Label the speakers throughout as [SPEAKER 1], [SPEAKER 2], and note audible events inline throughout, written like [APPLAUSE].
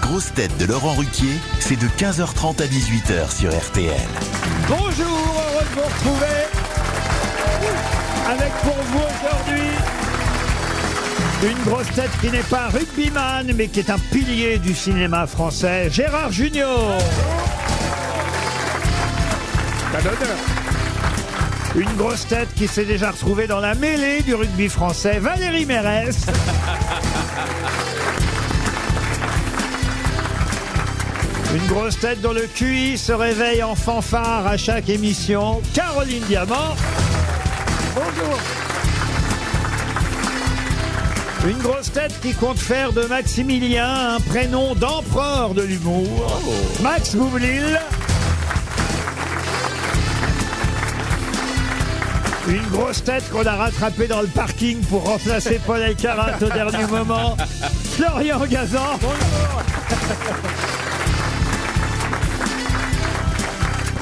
[SPEAKER 1] grosses têtes de Laurent Ruquier, c'est de 15h30 à 18h sur RTL.
[SPEAKER 2] Bonjour, heureux de vous retrouver avec pour vous aujourd'hui une grosse tête qui n'est pas rugbyman mais qui est un pilier du cinéma français, Gérard Junior. Une grosse tête qui s'est déjà retrouvée dans la mêlée du rugby français, Valérie Mérès. Une grosse tête dont le QI se réveille en fanfare à chaque émission, Caroline Diamant. Bonjour. Une grosse tête qui compte faire de Maximilien un prénom d'empereur de l'humour, Max Boublil. Une grosse tête qu'on a rattrapée dans le parking pour remplacer Paul Elkarat au
[SPEAKER 3] [LAUGHS]
[SPEAKER 2] dernier moment, Florian Gazan.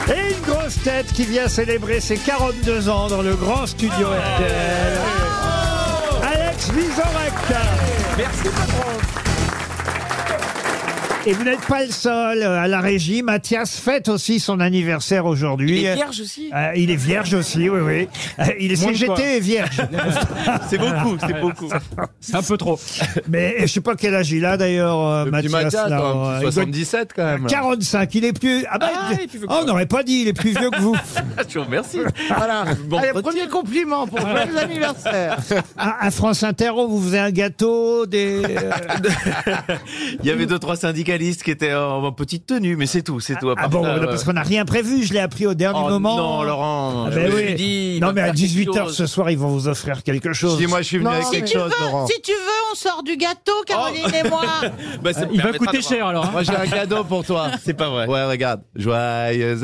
[SPEAKER 2] Et une grosse tête qui vient célébrer ses 42 ans dans le grand
[SPEAKER 3] Ah
[SPEAKER 2] studio RTL. Alex Vizorek.
[SPEAKER 3] Merci patron.
[SPEAKER 2] Et vous n'êtes pas le seul euh, à la régie. Mathias fête aussi son anniversaire aujourd'hui.
[SPEAKER 3] Il est vierge aussi
[SPEAKER 2] Euh, il est vierge aussi, oui, oui. Euh, il est
[SPEAKER 3] Moins de quoi.
[SPEAKER 2] CGT et [LAUGHS] vierge.
[SPEAKER 3] C'est beaucoup, c'est beaucoup.
[SPEAKER 4] C'est un peu trop.
[SPEAKER 2] Mais je sais pas quel âge il a d'ailleurs, euh,
[SPEAKER 5] Le petit
[SPEAKER 2] Mathias.
[SPEAKER 5] Mathias,
[SPEAKER 2] là,
[SPEAKER 5] attends,
[SPEAKER 2] euh, il doit être
[SPEAKER 5] 77 quand même.
[SPEAKER 2] 45, il est plus. Ah, bah,
[SPEAKER 3] Ah,
[SPEAKER 2] il-
[SPEAKER 3] il est plus vieux que
[SPEAKER 2] Oh, on
[SPEAKER 3] moi.
[SPEAKER 2] n'aurait pas dit, il est plus vieux que
[SPEAKER 5] [LAUGHS]
[SPEAKER 2] vous.
[SPEAKER 3] [LAUGHS] Je vous remercie.
[SPEAKER 5] Voilà.
[SPEAKER 3] Bon,
[SPEAKER 6] Allez, premier
[SPEAKER 3] [LAUGHS]
[SPEAKER 6] compliment pour les anniversaire.
[SPEAKER 2] À, à France Inter, on vous faisait un gâteau,
[SPEAKER 5] [LAUGHS]
[SPEAKER 2] des. euh,
[SPEAKER 3] il y avait deux trois syndicalistes qui étaient en, en petite tenue, mais c'est tout, c'est tout. à
[SPEAKER 2] Ah
[SPEAKER 3] part
[SPEAKER 2] bon,
[SPEAKER 3] ça, euh,
[SPEAKER 2] parce qu'on n'a rien prévu, je l'ai appris au dernier
[SPEAKER 3] Oh
[SPEAKER 2] moment.
[SPEAKER 3] non, Laurent.
[SPEAKER 2] Ah,
[SPEAKER 3] je
[SPEAKER 2] ben
[SPEAKER 3] me
[SPEAKER 2] oui.
[SPEAKER 3] suis dit, il
[SPEAKER 2] non,
[SPEAKER 3] va
[SPEAKER 2] mais à
[SPEAKER 3] faire quelque
[SPEAKER 2] 18h
[SPEAKER 3] chose.
[SPEAKER 2] ce soir, ils vont vous offrir quelque chose.
[SPEAKER 5] Si moi je suis venu avec quelque
[SPEAKER 6] tu
[SPEAKER 5] chose, Laurent.
[SPEAKER 6] veux, si tu veux, on sort du gâteau, Caroline et moi.
[SPEAKER 3] Bah, ça me
[SPEAKER 4] Il va
[SPEAKER 3] permettra
[SPEAKER 4] coûter
[SPEAKER 3] d'avoir-
[SPEAKER 4] cher alors. hein.
[SPEAKER 5] Moi j'ai un cadeau pour toi.
[SPEAKER 3] C'est pas vrai.
[SPEAKER 5] Ouais, regarde. Joyeux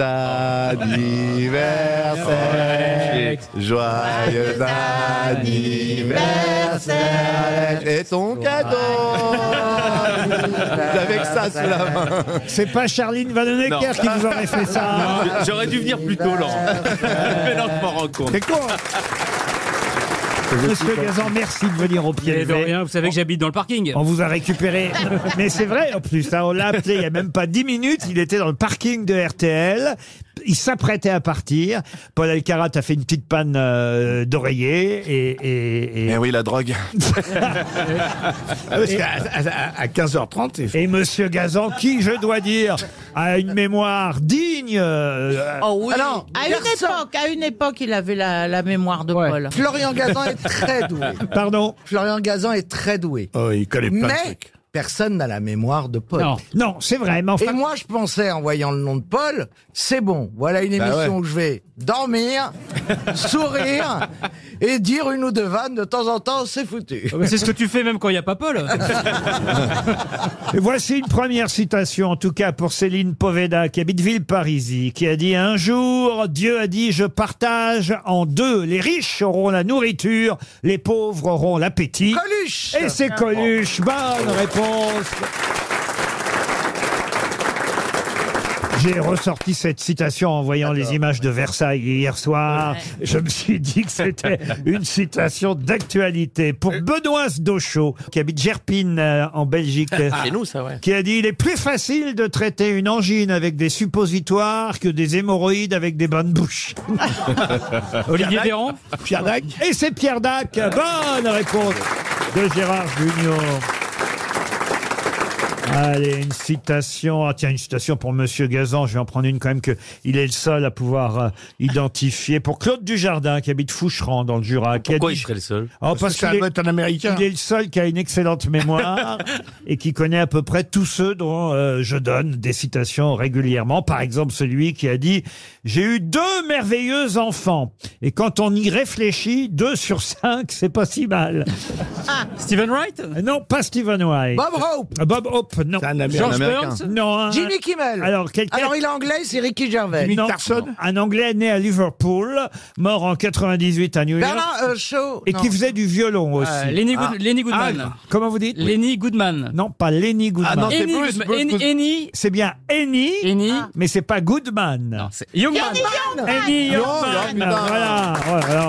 [SPEAKER 5] anniversaire. Joyeux anniversaire. Et ton cadeau. Avec ça sous la main.
[SPEAKER 2] C'est pas Charline Vanhoenacker
[SPEAKER 3] Non.
[SPEAKER 2] qui vous aurait fait ça.
[SPEAKER 3] Je- [LAUGHS] J'aurais dû venir plus tôt,
[SPEAKER 7] [LAUGHS]
[SPEAKER 3] Laurent. mais non, je m'en rends compte.
[SPEAKER 2] C'est con. hein. Monsieur Gazan, merci de venir au
[SPEAKER 4] Il
[SPEAKER 2] pied
[SPEAKER 4] y avait
[SPEAKER 2] levé.
[SPEAKER 4] rien, vous savez que j'habite dans le parking.
[SPEAKER 2] On vous a récupéré. Mais c'est vrai, en plus, hein, on l'a appelé il n'y a même pas 10 minutes. Il était dans le parking de RTL. Il s'apprêtait à partir. Paul Alcarat a fait une petite panne euh, d'oreiller. Et, et, et-
[SPEAKER 3] Eh
[SPEAKER 5] oui, la
[SPEAKER 2] [LAUGHS]
[SPEAKER 5] drogue.
[SPEAKER 8] Ah,
[SPEAKER 6] Parce qu'à à- à 15h30, c'est
[SPEAKER 2] et Monsieur Gazan, qui, je dois dire, a une mémoire digne. euh,
[SPEAKER 6] [LAUGHS] Oh oui. à une époque, à une époque, il avait la, la mémoire de Paul.
[SPEAKER 9] Florian Gazan est
[SPEAKER 6] [LAUGHS]
[SPEAKER 9] très doué.
[SPEAKER 2] pardon
[SPEAKER 9] Florian Gazan est très doué.
[SPEAKER 5] il connaît
[SPEAKER 9] Mais personne n'a la mémoire de Paul.
[SPEAKER 4] Non.
[SPEAKER 2] Non, c'est vrai. Mais enfin,
[SPEAKER 9] Et moi, je pensais, en voyant le nom de Paul, c'est bon, voilà une
[SPEAKER 5] Bah
[SPEAKER 9] émission
[SPEAKER 5] ouais.
[SPEAKER 9] où je vais dormir, sourire, et dire une ou deux vannes de temps en temps, c'est foutu.
[SPEAKER 4] Oh, Mais Ah C'est ce que tu fais même quand il n'y a pas
[SPEAKER 2] [LAUGHS]
[SPEAKER 4] Paul.
[SPEAKER 2] Et Voici une première citation, en tout cas pour Céline Poveda, qui habite Villeparisis, qui a dit Un jour, Dieu a dit Je partage en deux. Les riches auront la nourriture, les pauvres auront l'appétit.
[SPEAKER 9] Coluche
[SPEAKER 2] Et c'est Coluche. Bonne réponse. J'ai ressorti cette citation en voyant les images de Versailles hier soir. Je me suis dit que c'était une citation d'actualité
[SPEAKER 3] Euh.
[SPEAKER 2] pour Benoît Dochot, qui habite Gerpine euh, en Belgique,
[SPEAKER 3] Ah, C'est nous, ça, ouais.
[SPEAKER 2] qui a dit Il est plus facile de traiter une angine avec des suppositoires que des hémorroïdes avec des bonnes bouches.
[SPEAKER 4] Olivier Véran.
[SPEAKER 2] Pierre Dac. Et c'est Pierre Dac. Bonne réponse de Gérard Junior. Allez, une citation. Ah, tiens, une citation pour Monsieur Gazan. Je vais en prendre une quand même que il est le seul à pouvoir euh, identifier. Pour Claude Dujardin, qui habite Foucheran dans le Jura. qui a
[SPEAKER 3] Pourquoi
[SPEAKER 2] dit-
[SPEAKER 3] il serait le seul
[SPEAKER 2] Oh, parce qu'il est,
[SPEAKER 9] un américain.
[SPEAKER 2] il est le seul qui a une excellente
[SPEAKER 9] [LAUGHS]
[SPEAKER 2] mémoire et qui connaît à peu près tous ceux dont euh, je donne des citations régulièrement. Par exemple, celui qui a dit « J'ai eu deux merveilleux enfants. » Et quand on y réfléchit, deux sur cinq, c'est pas si mal.
[SPEAKER 4] Ah, Stephen Wright.
[SPEAKER 2] Non, pas Stephen White.
[SPEAKER 9] Bob Hope.
[SPEAKER 2] Ah, Bob Hope, non.
[SPEAKER 4] George
[SPEAKER 5] Américain.
[SPEAKER 4] Burns.
[SPEAKER 2] Non, un-
[SPEAKER 9] Jimmy Kimmel. Alors,
[SPEAKER 2] alors quelqu'un...
[SPEAKER 9] il est anglais, c'est Ricky Gervais.
[SPEAKER 2] non, Un Anglais né à Liverpool, mort en 98 à New York,
[SPEAKER 9] Bernard euh, Shaw.
[SPEAKER 2] et
[SPEAKER 9] non.
[SPEAKER 2] qui faisait du violon aussi. Ah.
[SPEAKER 4] Euh, Lenny, Good- Lenny Goodman.
[SPEAKER 2] Comment vous dites
[SPEAKER 4] Lenny Goodman.
[SPEAKER 2] Non, pas Lenny Goodman.
[SPEAKER 5] Ah, non, c'est
[SPEAKER 4] Lenny
[SPEAKER 5] Bruce,
[SPEAKER 4] Goodman.
[SPEAKER 5] Bruce,
[SPEAKER 4] Lenny-
[SPEAKER 5] Bruce.
[SPEAKER 4] Lenny.
[SPEAKER 2] C'est bien Annie,
[SPEAKER 4] Lenny.
[SPEAKER 2] mais c'est pas Goodman.
[SPEAKER 4] Non, c'est Youngman.
[SPEAKER 2] Annie
[SPEAKER 5] Non,
[SPEAKER 2] Youngman.
[SPEAKER 5] non, putain.
[SPEAKER 2] Voilà. voilà.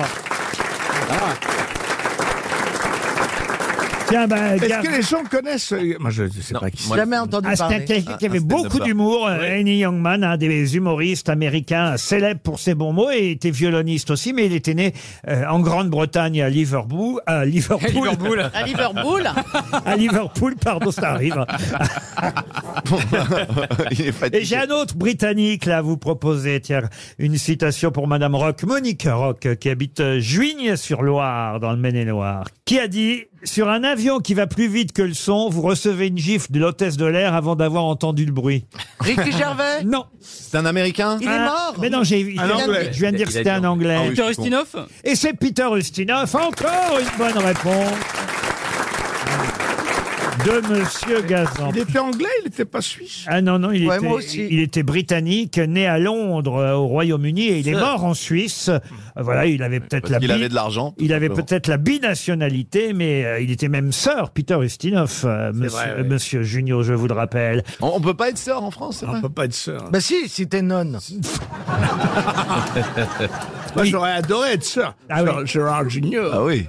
[SPEAKER 2] Tiens, ben,
[SPEAKER 7] Est-ce
[SPEAKER 2] Gary-
[SPEAKER 7] que les gens connaissent euh, Moi, je ne sais
[SPEAKER 3] Non,
[SPEAKER 7] pas qui
[SPEAKER 3] moi,
[SPEAKER 9] Jamais entendu
[SPEAKER 2] Ah, c'était
[SPEAKER 9] parler.
[SPEAKER 2] quelqu'un qui
[SPEAKER 3] un
[SPEAKER 2] avait
[SPEAKER 3] stand-up
[SPEAKER 2] beaucoup
[SPEAKER 7] [LAUGHS]
[SPEAKER 3] bar.
[SPEAKER 2] d'humour. euh, Annie Youngman, un des humoristes américains célèbre pour ses bons mots, et était violoniste aussi, mais il était né euh, en Grande-Bretagne à Liverpool, à Liverpool, [LAUGHS]
[SPEAKER 4] Liverpool.
[SPEAKER 6] À Liverpool
[SPEAKER 2] à Liverpool, pardon, ça arrive.
[SPEAKER 5] Il est
[SPEAKER 2] Et
[SPEAKER 5] fatigué.
[SPEAKER 2] j'ai un autre britannique là à vous proposer. Tiens, une citation pour Madame Rock, Monique Rock, qui habite euh, Juignes-sur-Loire, dans le Maine-et-Loire, qui a dit Sur un avion qui va plus vite que le son, vous recevez une gifle de l'hôtesse de l'air avant d'avoir entendu le bruit. [LAUGHS]
[SPEAKER 9] Ricky Gervais
[SPEAKER 2] Non.
[SPEAKER 5] C'est un Américain
[SPEAKER 9] Il est
[SPEAKER 2] Un-
[SPEAKER 9] mort
[SPEAKER 2] Mais non, j'ai.
[SPEAKER 7] Un Anglais.
[SPEAKER 2] Je viens de dire que c'était un anglais.
[SPEAKER 5] Ah oui.
[SPEAKER 4] Peter Ustinov
[SPEAKER 2] Et c'est Peter Ustinov, encore une bonne réponse de Monsieur Gazan.
[SPEAKER 7] Il était anglais, il n'était pas suisse.
[SPEAKER 2] Ah non, non, il,
[SPEAKER 9] Ouais,
[SPEAKER 2] était,
[SPEAKER 9] moi aussi.
[SPEAKER 2] il était britannique, né à Londres, euh, au Royaume-Uni, et il est mort en Suisse. Euh, Voilà, il avait peut-être la
[SPEAKER 5] Parce qu'il
[SPEAKER 2] bi-
[SPEAKER 5] avait de l'argent. tout
[SPEAKER 2] il avait
[SPEAKER 5] simplement.
[SPEAKER 2] peut-être la binationalité, mais euh, il était même sœur, Peter Ustinov, euh, monsieur,
[SPEAKER 7] vrai, ouais.
[SPEAKER 2] euh, monsieur Junior, je vous le rappelle.
[SPEAKER 5] On, on peut pas être sœur en France, c'est
[SPEAKER 7] On
[SPEAKER 5] vrai
[SPEAKER 7] ne peut pas être sœur.
[SPEAKER 9] Bah si, si
[SPEAKER 2] [LAUGHS]
[SPEAKER 9] t'es nonne.
[SPEAKER 7] Moi, j'aurais adoré être sœur.
[SPEAKER 2] Ah oui.
[SPEAKER 7] Sœur Gérard Junior.
[SPEAKER 5] Ah oui.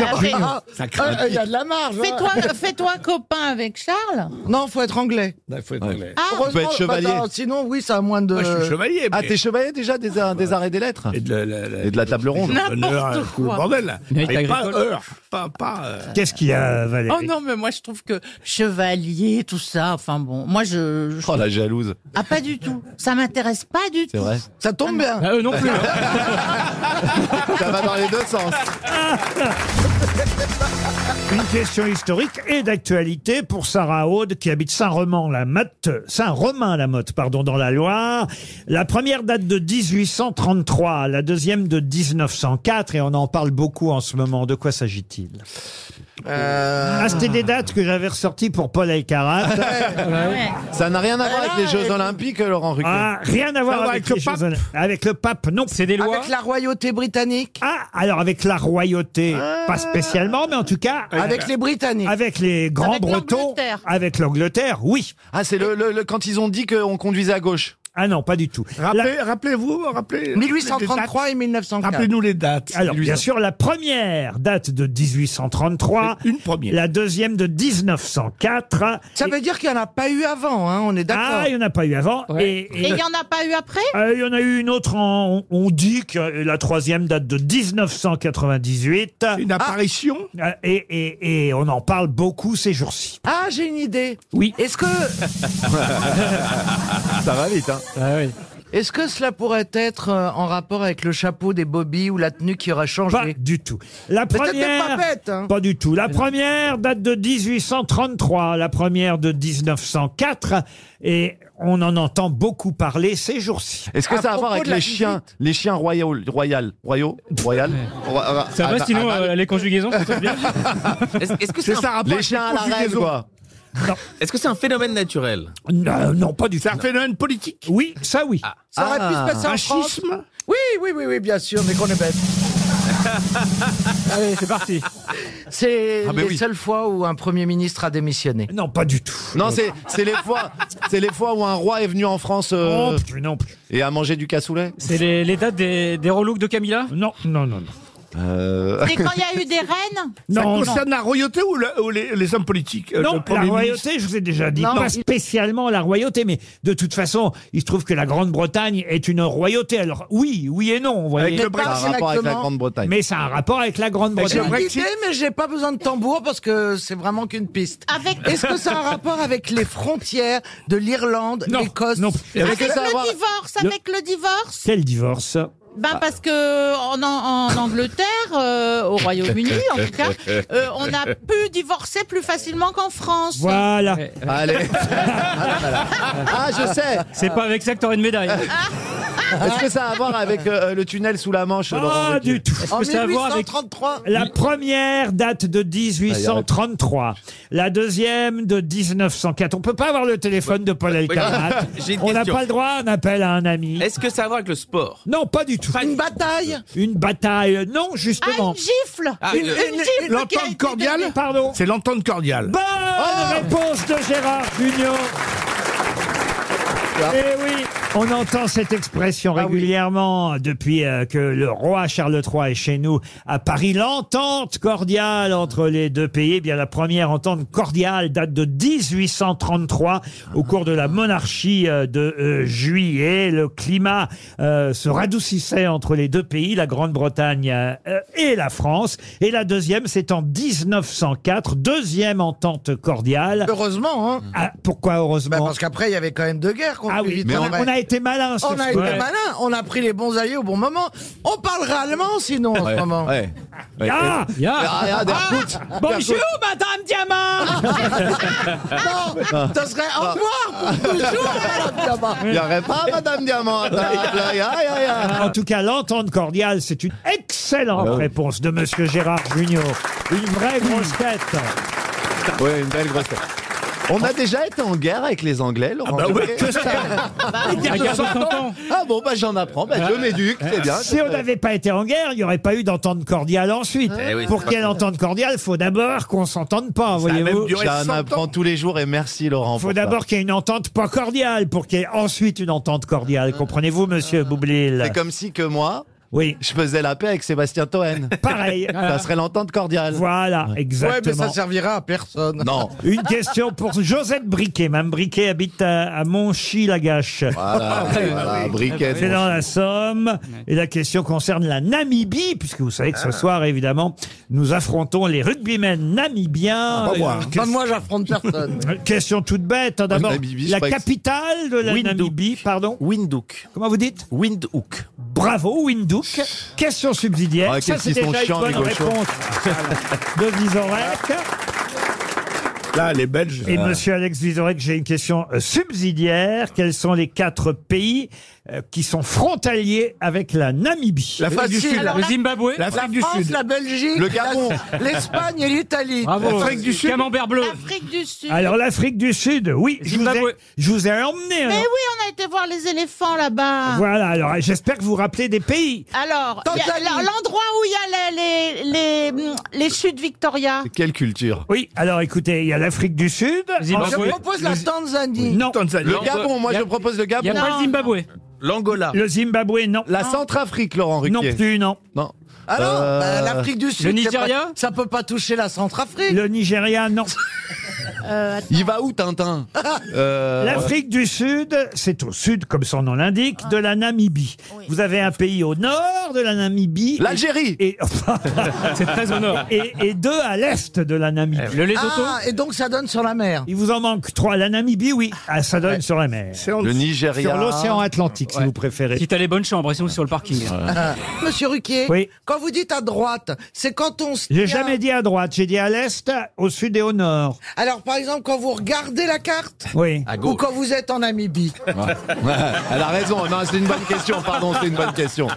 [SPEAKER 6] Ah, fais-
[SPEAKER 9] Ah, ah, il y a de la marge. hein.
[SPEAKER 6] Fais-toi fais-toi copain avec Charles.
[SPEAKER 9] Non, faut être anglais.
[SPEAKER 7] Il faut être
[SPEAKER 5] Ouais.
[SPEAKER 7] anglais.
[SPEAKER 6] Ah,
[SPEAKER 9] Heureusement,
[SPEAKER 5] peut être
[SPEAKER 9] bah,
[SPEAKER 5] chevalier.
[SPEAKER 9] non, sinon, oui, ça a moins de.
[SPEAKER 7] Moi, je suis chevalier.
[SPEAKER 5] Ah,
[SPEAKER 7] mais-
[SPEAKER 5] t'es chevalier déjà des, ar- des arrêts des lettres
[SPEAKER 7] et de la, la- la-
[SPEAKER 5] Et de la table ronde.
[SPEAKER 6] N'importe
[SPEAKER 7] l'honneur, euh, tout le
[SPEAKER 6] quoi.
[SPEAKER 7] bordel. là.
[SPEAKER 4] Mais
[SPEAKER 7] Mais pas
[SPEAKER 4] agricole.
[SPEAKER 7] heure. Pas, pas, euh,
[SPEAKER 2] Qu'est-ce qu'il y
[SPEAKER 5] Ah
[SPEAKER 2] a, Valérie
[SPEAKER 6] Oh non, mais moi je trouve que chevalier, tout ça, enfin bon, moi je... je-
[SPEAKER 5] Oh, la jalouse.
[SPEAKER 6] Ah pas du tout, ça m'intéresse pas du
[SPEAKER 5] C'est
[SPEAKER 6] tout.
[SPEAKER 5] vrai.
[SPEAKER 9] Ça tombe bien.
[SPEAKER 4] Ah, Eux non plus.
[SPEAKER 5] Ça va dans les deux sens.
[SPEAKER 2] Une question historique et d'actualité pour Sarah Aude qui habite Saint-Romain-la-Motte, Saint-Romain-la-Motte, pardon, dans la Loire. La première date de 1833, la deuxième de 1904 et on en parle beaucoup en ce moment. De quoi s'agit-il
[SPEAKER 9] Euh,
[SPEAKER 2] Ah, c'était des dates que j'avais ressorties pour Paul Elkarat.
[SPEAKER 5] Ça n'a rien à voir avec les Jeux Olympiques, Laurent Ruquier.
[SPEAKER 2] Ah, rien à voir
[SPEAKER 7] Ça va
[SPEAKER 2] avec,
[SPEAKER 7] avec le
[SPEAKER 2] les
[SPEAKER 7] pape
[SPEAKER 2] Jeux Olym- avec le pape, non.
[SPEAKER 4] C'est des lois.
[SPEAKER 9] avec la royauté britannique, Ah.
[SPEAKER 2] Ah, alors avec la royauté, pas spécialement, mais en tout cas,
[SPEAKER 9] avec les Britanniques.
[SPEAKER 2] avec les grands
[SPEAKER 6] Avec
[SPEAKER 2] bretons,
[SPEAKER 6] l'Angleterre.
[SPEAKER 2] avec l'Angleterre, oui.
[SPEAKER 5] Ah, c'est le, le- le- quand ils ont dit qu'on conduisait à gauche.
[SPEAKER 2] Ah non, pas du tout. La-
[SPEAKER 7] rappelez- Rappelez-vous, rappelez.
[SPEAKER 9] 1833 et 1904.
[SPEAKER 7] Rappelez-nous les dates.
[SPEAKER 2] Alors, bien
[SPEAKER 7] Lui-
[SPEAKER 2] sûr, la première date de 1833,
[SPEAKER 7] Une première.
[SPEAKER 2] la deuxième de 1904.
[SPEAKER 9] Ça
[SPEAKER 2] Et-
[SPEAKER 9] veut dire qu'il n'y en a pas eu avant, hein, on est d'accord.
[SPEAKER 2] Ah, il n'y en a pas eu avant.
[SPEAKER 4] Ouais.
[SPEAKER 2] Et,
[SPEAKER 6] [LAUGHS] Et
[SPEAKER 2] et-
[SPEAKER 6] il n'y en a pas eu après
[SPEAKER 2] euh, il y en a eu une autre, en- on on dit que la troisième date de 1998.
[SPEAKER 7] Une apparition.
[SPEAKER 2] Ah. Euh, Et, et- et on en parle beaucoup ces jours-ci.
[SPEAKER 9] Ah, j'ai une idée.
[SPEAKER 4] Oui.
[SPEAKER 9] Est-ce que,
[SPEAKER 5] [LAUGHS] Ça va vite, hein.
[SPEAKER 4] Ah oui.
[SPEAKER 9] est-ce que cela pourrait être euh, en rapport avec le chapeau des Bobby ou la tenue qui aura changé
[SPEAKER 2] Pas du tout. La
[SPEAKER 9] Peut-être des
[SPEAKER 2] première...
[SPEAKER 9] papettes, hein.
[SPEAKER 2] Pas du tout. La première date de 1833, la première de 1904, et on en entend beaucoup parler ces jours-ci.
[SPEAKER 5] Est-ce que
[SPEAKER 9] À
[SPEAKER 5] ça a à voir avec
[SPEAKER 9] propos de la
[SPEAKER 5] les chiens,
[SPEAKER 9] visite.
[SPEAKER 5] les chiens royaux, royal, royaux, royal, roi-
[SPEAKER 4] Ça
[SPEAKER 5] ah,
[SPEAKER 4] va
[SPEAKER 5] bah,
[SPEAKER 4] sinon
[SPEAKER 5] ah, bah,
[SPEAKER 4] euh, les conjugaisons, ça se bien.
[SPEAKER 2] [LAUGHS]
[SPEAKER 3] Est-ce est-ce que c'est
[SPEAKER 7] C'est
[SPEAKER 3] un,
[SPEAKER 7] ça, rapport
[SPEAKER 5] les
[SPEAKER 7] avec
[SPEAKER 5] chiens à la reine,
[SPEAKER 7] conjugaisons.
[SPEAKER 5] quoi.
[SPEAKER 3] est-ce que c'est un phénomène naturel
[SPEAKER 2] Non, non, pas du tout.
[SPEAKER 7] C'est un phénomène politique.
[SPEAKER 2] Oui, ça oui.
[SPEAKER 3] Ah.
[SPEAKER 9] Ça aurait pu se passer en France.
[SPEAKER 7] Fascisme.
[SPEAKER 9] Oui, oui, oui, oui, bien sûr, mais qu'on [LAUGHS] est bête.
[SPEAKER 4] Allez, c'est parti.
[SPEAKER 9] C'est
[SPEAKER 5] Ah, mais
[SPEAKER 9] les
[SPEAKER 5] oui.
[SPEAKER 9] seules fois où un premier ministre a démissionné.
[SPEAKER 2] Non, pas du tout.
[SPEAKER 5] Non, c'est c'est les fois, ah, c'est les fois où un roi est venu en France euh,
[SPEAKER 2] Non plus, non plus.
[SPEAKER 5] et a mangé du cassoulet.
[SPEAKER 4] C'est les, les dates des, des relooks de Camilla
[SPEAKER 2] Non, non, non. non.
[SPEAKER 5] Euh,
[SPEAKER 6] C'est quand
[SPEAKER 3] [LAUGHS]
[SPEAKER 6] il y a eu
[SPEAKER 5] [LAUGHS]
[SPEAKER 6] des reines
[SPEAKER 7] Ça
[SPEAKER 2] Non, non.
[SPEAKER 7] concerne la royauté ou, le- ou les, les hommes politiques euh, le
[SPEAKER 2] Non, la
[SPEAKER 7] Premier ministre.
[SPEAKER 2] royauté, je vous ai déjà dit,
[SPEAKER 9] Non,
[SPEAKER 2] pas
[SPEAKER 9] il-
[SPEAKER 2] spécialement la royauté, mais de toute façon, il se trouve que la Grande-Bretagne est une royauté. Alors oui, oui et non, vous voyez.
[SPEAKER 7] Avec le
[SPEAKER 5] ça a un
[SPEAKER 7] Brexit.
[SPEAKER 5] rapport avec la
[SPEAKER 9] exactement.
[SPEAKER 5] Grande-Bretagne.
[SPEAKER 2] Mais ça a un rapport avec la
[SPEAKER 9] J'ai
[SPEAKER 2] Grande-Bretagne.
[SPEAKER 9] une
[SPEAKER 7] Brexit.
[SPEAKER 9] idée, mais j'ai pas besoin de tambour parce que c'est vraiment qu'une piste.
[SPEAKER 6] Avec, avec
[SPEAKER 9] Est-ce que ça a un rapport avec les frontières de l'Irlande,
[SPEAKER 2] Non,
[SPEAKER 9] l'Écosse
[SPEAKER 2] non.
[SPEAKER 5] Est-ce que ça a à voir-
[SPEAKER 6] le divorce, avec le divorce
[SPEAKER 2] Quel divorce Ah.
[SPEAKER 6] Ben parce que en, en- en Angleterre, euh, au Royaume-Uni en tout cas, euh, on a pu divorcer plus facilement qu'en France.
[SPEAKER 2] Voilà.
[SPEAKER 4] Ouais.
[SPEAKER 2] [LAUGHS]
[SPEAKER 5] Allez. Ah, voilà. Ah, je sais.
[SPEAKER 4] C'est pas avec ça que t'aurais une médaille.
[SPEAKER 6] Ah.
[SPEAKER 5] Est-ce que ça a à voir avec euh, le tunnel sous la Manche Laurent
[SPEAKER 2] Pas
[SPEAKER 5] Ruquier
[SPEAKER 2] Ah, du tout.
[SPEAKER 9] En
[SPEAKER 4] que ça a à voir avec-
[SPEAKER 9] 1833,
[SPEAKER 2] La première date de 1833. La deuxième de 1904. On peut pas avoir le téléphone de Paul Elkarat.
[SPEAKER 3] j'ai une
[SPEAKER 2] On n'a
[SPEAKER 3] question.
[SPEAKER 2] pas le droit à un appel à un ami.
[SPEAKER 3] Est-ce que ça a à voir avec le sport
[SPEAKER 2] Non, pas du tout.
[SPEAKER 9] une bataille
[SPEAKER 2] Une bataille. Non,
[SPEAKER 6] Ah
[SPEAKER 2] justement.
[SPEAKER 6] une gifle,
[SPEAKER 3] Ah,
[SPEAKER 6] une,
[SPEAKER 3] une-
[SPEAKER 6] une gifle. qui a
[SPEAKER 7] L'entente
[SPEAKER 6] été Oh,
[SPEAKER 7] cordiale.
[SPEAKER 6] donnée.
[SPEAKER 2] Pardon.
[SPEAKER 7] C'est l'entente cordiale.
[SPEAKER 2] Bonne réponse de Gérard Junior. Eh oui. On entend cette expression
[SPEAKER 9] Ah
[SPEAKER 2] régulièrement depuis euh, que le roi Charles III est chez nous à Paris. L'entente cordiale entre les deux pays. Eh bien, la première entente cordiale date de 1833 au cours de la monarchie euh, de euh, juillet. Le climat euh, se radoucissait entre les deux pays, la Grande-Bretagne euh, euh, et la France. Et la deuxième, c'est en 1904, deuxième entente cordiale.
[SPEAKER 9] Heureusement, hein.
[SPEAKER 2] Ah, pourquoi
[SPEAKER 9] Bah,
[SPEAKER 2] heureusement
[SPEAKER 9] parce qu'après, il y avait quand même deux guerres qu'on
[SPEAKER 2] Ah oui, on a, on a été malin. sur
[SPEAKER 9] On a
[SPEAKER 2] ce
[SPEAKER 9] été
[SPEAKER 2] coup.
[SPEAKER 9] malin,
[SPEAKER 2] [LAUGHS]
[SPEAKER 9] on a pris les bons alliés au bon moment. On parlera allemand sinon en ce moment.
[SPEAKER 3] Ouais. Ouais.
[SPEAKER 2] Ah
[SPEAKER 4] Yeah.
[SPEAKER 9] Ah,
[SPEAKER 4] Bonjour,
[SPEAKER 6] Madame Diamant
[SPEAKER 8] [LAUGHS]
[SPEAKER 9] non, ça serait au revoir
[SPEAKER 8] Ah.
[SPEAKER 9] pour toujours,
[SPEAKER 8] [LAUGHS]
[SPEAKER 9] madame Diamant.
[SPEAKER 3] Il n'y aurait pas Madame Diamant
[SPEAKER 2] [LAUGHS]
[SPEAKER 3] à table. Aïe, aïe, aïe, aïe.
[SPEAKER 2] En tout cas, l'entente cordiale, c'est une
[SPEAKER 3] Ah
[SPEAKER 2] excellente réponse de Monsieur Gérard Junior. Une vraie grosse tête.
[SPEAKER 3] Ouais, une belle grosse tête. On a déjà été en guerre avec les Anglais,
[SPEAKER 2] Ah
[SPEAKER 3] Laurent.
[SPEAKER 7] bah
[SPEAKER 3] Ruquier
[SPEAKER 7] ouais,
[SPEAKER 5] [LAUGHS] Bah,
[SPEAKER 4] la guerre de Cent Ans.
[SPEAKER 3] Ah bon, bah j'en apprends. Bah, je m'éduque, c'est bien.
[SPEAKER 2] Si on n'avait pas été en guerre, il n'y aurait pas eu d'entente cordiale ensuite.
[SPEAKER 3] Eh oui,
[SPEAKER 2] Pour
[SPEAKER 3] c'est
[SPEAKER 2] qu'il y ait
[SPEAKER 3] pas-
[SPEAKER 2] l'entente cordiale, faut d'abord qu'on s'entende pas, voyez-vous.
[SPEAKER 7] duré
[SPEAKER 3] J'en
[SPEAKER 7] 100 ans.
[SPEAKER 3] apprends tous les jours et merci, Laurent.
[SPEAKER 2] faut
[SPEAKER 3] pour ça.
[SPEAKER 2] d'abord qu'il y ait une entente pas cordiale pour qu'il y ait ensuite une entente cordiale. Comprenez-vous, monsieur Boublil
[SPEAKER 3] Euh, C'est comme si que moi,
[SPEAKER 2] Oui,
[SPEAKER 3] je faisais la paix avec Sébastien Toen.
[SPEAKER 2] pareil.
[SPEAKER 3] [LAUGHS] ça serait l'entente cordiale.
[SPEAKER 2] Voilà,
[SPEAKER 9] Ouais, mais
[SPEAKER 2] exactement.
[SPEAKER 9] ça servira à personne.
[SPEAKER 3] Non.
[SPEAKER 2] [LAUGHS] Une question pour Josette Briquet. Mme Briquet habite à, Ah à Monchy-Lagache.
[SPEAKER 3] Voilà,
[SPEAKER 2] [LAUGHS]
[SPEAKER 3] voilà, briquet.
[SPEAKER 2] C'est dans la Somme. Et la question concerne la Namibie, puisque vous savez que
[SPEAKER 3] Ah.
[SPEAKER 2] ce soir, évidemment, nous affrontons les rugbymen
[SPEAKER 3] Ah,
[SPEAKER 2] namibiens.
[SPEAKER 7] Pas moi.
[SPEAKER 9] Enfin, moi, j'affronte personne.
[SPEAKER 2] [LAUGHS] Euh, Question toute bête. hein. D'abord,
[SPEAKER 3] La Namibie,
[SPEAKER 2] la
[SPEAKER 3] c'est pas ex-
[SPEAKER 2] capitale de la
[SPEAKER 3] Windhoek.
[SPEAKER 2] Namibie, pardon.
[SPEAKER 3] Windhoek.
[SPEAKER 2] Comment vous dites
[SPEAKER 3] Windhook.
[SPEAKER 2] Bravo, Windhoek. Question subsidiaire.
[SPEAKER 3] Ah,
[SPEAKER 2] Ça,
[SPEAKER 3] qu'est-ce
[SPEAKER 2] c'est
[SPEAKER 3] qu'ils sont
[SPEAKER 2] déjà une
[SPEAKER 3] chiants, les
[SPEAKER 2] bonne
[SPEAKER 3] gauchos. [LAUGHS]
[SPEAKER 2] réponse de Vizorek.
[SPEAKER 7] Là, les Belges. euh,
[SPEAKER 2] Et monsieur Alex Vizorek, j'ai une question euh, subsidiaire. Quels sont les quatre pays euh, qui sont frontaliers avec la Namibie
[SPEAKER 7] L'Afrique du Sud.
[SPEAKER 4] Le Zimbabwe.
[SPEAKER 7] L'Afrique du
[SPEAKER 9] France,
[SPEAKER 7] Sud.
[SPEAKER 9] la Belgique,
[SPEAKER 3] Le Gabon.
[SPEAKER 9] la- l'Espagne et l'Italie.
[SPEAKER 4] Bravo.
[SPEAKER 7] L'Afrique du Sud.
[SPEAKER 4] Camembert bleu.
[SPEAKER 6] L'Afrique du Sud.
[SPEAKER 2] Alors l'Afrique du Sud, oui, je vous, ai,
[SPEAKER 4] Zimbabwe.
[SPEAKER 2] je vous ai emmené.
[SPEAKER 6] Mais
[SPEAKER 2] alors.
[SPEAKER 6] oui, on a été voir les éléphants là-bas.
[SPEAKER 2] Voilà, alors j'espère que vous vous rappelez des pays.
[SPEAKER 6] Alors, il y a-
[SPEAKER 9] Tanzanie.
[SPEAKER 6] l'endroit où il y a les, les, les, les chutes Victoria.
[SPEAKER 3] Quelle culture.
[SPEAKER 2] Oui, alors écoutez, il y a l'Afrique du Sud.
[SPEAKER 4] Zimbabwe.
[SPEAKER 9] Je propose la Tanzanie.
[SPEAKER 2] Non,
[SPEAKER 7] Tanzanie.
[SPEAKER 3] Le Gabon, moi
[SPEAKER 4] y a-
[SPEAKER 3] je propose le
[SPEAKER 4] Il n'y a
[SPEAKER 3] Gabon.
[SPEAKER 4] pas le Zimbabwe.
[SPEAKER 3] L'Angola.
[SPEAKER 2] le Zimbabwe, non.
[SPEAKER 3] La Centrafrique, Laurent Ruquier.
[SPEAKER 2] Non plus, non.
[SPEAKER 3] Non.
[SPEAKER 9] Alors,
[SPEAKER 3] Euh,
[SPEAKER 9] bah, l'Afrique du Sud.
[SPEAKER 4] le
[SPEAKER 9] c'est
[SPEAKER 4] Nigeria
[SPEAKER 9] pas- Ça peut pas toucher la Centrafrique.
[SPEAKER 2] Le Nigeria, non.
[SPEAKER 9] Euh,
[SPEAKER 3] Il va où, Tintin Euh,
[SPEAKER 2] L'Afrique du Sud, c'est au sud, comme son nom l'indique, de la Namibie.
[SPEAKER 6] Oui.
[SPEAKER 2] Vous avez un pays au nord de la Namibie.
[SPEAKER 3] L'Algérie.
[SPEAKER 2] Et, [LAUGHS]
[SPEAKER 4] C'est très au nord.
[SPEAKER 2] et, et deux à l'est de la Namibie.
[SPEAKER 4] Le Lesotho.
[SPEAKER 9] Ah, et donc ça donne sur la mer.
[SPEAKER 2] Il vous en manque trois. La Namibie, oui, ah, ça donne sur la mer.
[SPEAKER 7] C'est en-
[SPEAKER 3] Le Nigeria.
[SPEAKER 2] Sur l'océan Atlantique, si
[SPEAKER 4] Ouais.
[SPEAKER 2] vous préférez.
[SPEAKER 4] Si t'as les bonnes chambres, ils sont sur le parking.
[SPEAKER 9] Monsieur Ruquier,
[SPEAKER 2] Oui.
[SPEAKER 9] quand vous dites à droite, c'est quand on se
[SPEAKER 2] J'ai
[SPEAKER 9] tient-
[SPEAKER 2] jamais dit à droite, j'ai dit à l'est, au sud et au nord.
[SPEAKER 9] Alors par exemple, quand vous regardez la carte
[SPEAKER 2] Oui.
[SPEAKER 9] ou quand vous êtes en Namibie.
[SPEAKER 3] Elle a raison. Non, c'est une bonne question. Pardon, c'est une bonne question.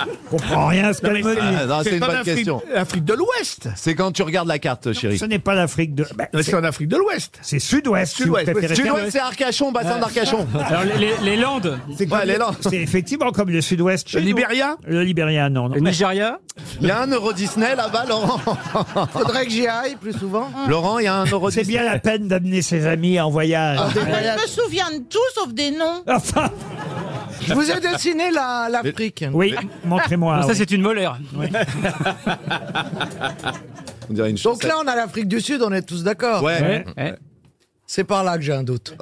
[SPEAKER 2] Je comprends rien à ce qu'elle me dit.
[SPEAKER 3] Ah, non, c'est une
[SPEAKER 7] en
[SPEAKER 3] bonne
[SPEAKER 7] Afrique-
[SPEAKER 3] question.
[SPEAKER 7] Afrique de l'Ouest.
[SPEAKER 3] C'est quand tu regardes la carte, chérie.
[SPEAKER 2] Ce n'est pas l'Afrique de. Ben,
[SPEAKER 7] C'est en Afrique de l'ouest.
[SPEAKER 2] c'est sud-ouest, si vous Euh,
[SPEAKER 7] Sud-ouest, oui.
[SPEAKER 2] préférez.
[SPEAKER 3] Tu dois, c'est Arcachon, bassin
[SPEAKER 2] [LAUGHS]
[SPEAKER 3] d'Arcachon.
[SPEAKER 4] Alors, les, les- les Landes.
[SPEAKER 2] C'est comme
[SPEAKER 3] Ouais,
[SPEAKER 2] le-
[SPEAKER 3] les Landes.
[SPEAKER 2] C'est effectivement comme le sud-ouest. chez
[SPEAKER 7] Le
[SPEAKER 2] nous.
[SPEAKER 7] Libéria
[SPEAKER 2] Le Libéria, non. non.
[SPEAKER 4] Le Nigeria.
[SPEAKER 3] Il y a un Euro Disney là-bas,
[SPEAKER 2] [LAUGHS]
[SPEAKER 3] Laurent.
[SPEAKER 9] Faudrait que j'y aille plus souvent.
[SPEAKER 3] Laurent, il y a un Euro
[SPEAKER 2] C'est
[SPEAKER 3] Disney.
[SPEAKER 2] bien la peine d'amener ses amis en voyage.
[SPEAKER 9] Ah,
[SPEAKER 6] Moi, je me souviens de tout sauf des noms.
[SPEAKER 2] Enfin,
[SPEAKER 9] Je vous ai dessiné la- l'Afrique.
[SPEAKER 2] oui, montrez-moi.
[SPEAKER 4] ça,
[SPEAKER 2] oui.
[SPEAKER 4] c'est une molaire.
[SPEAKER 3] On dirait une chose.
[SPEAKER 9] Donc là, on a l'Afrique du Sud, on est tous d'accord.
[SPEAKER 3] Ouais.
[SPEAKER 4] Ouais.
[SPEAKER 9] C'est par là que j'ai un doute.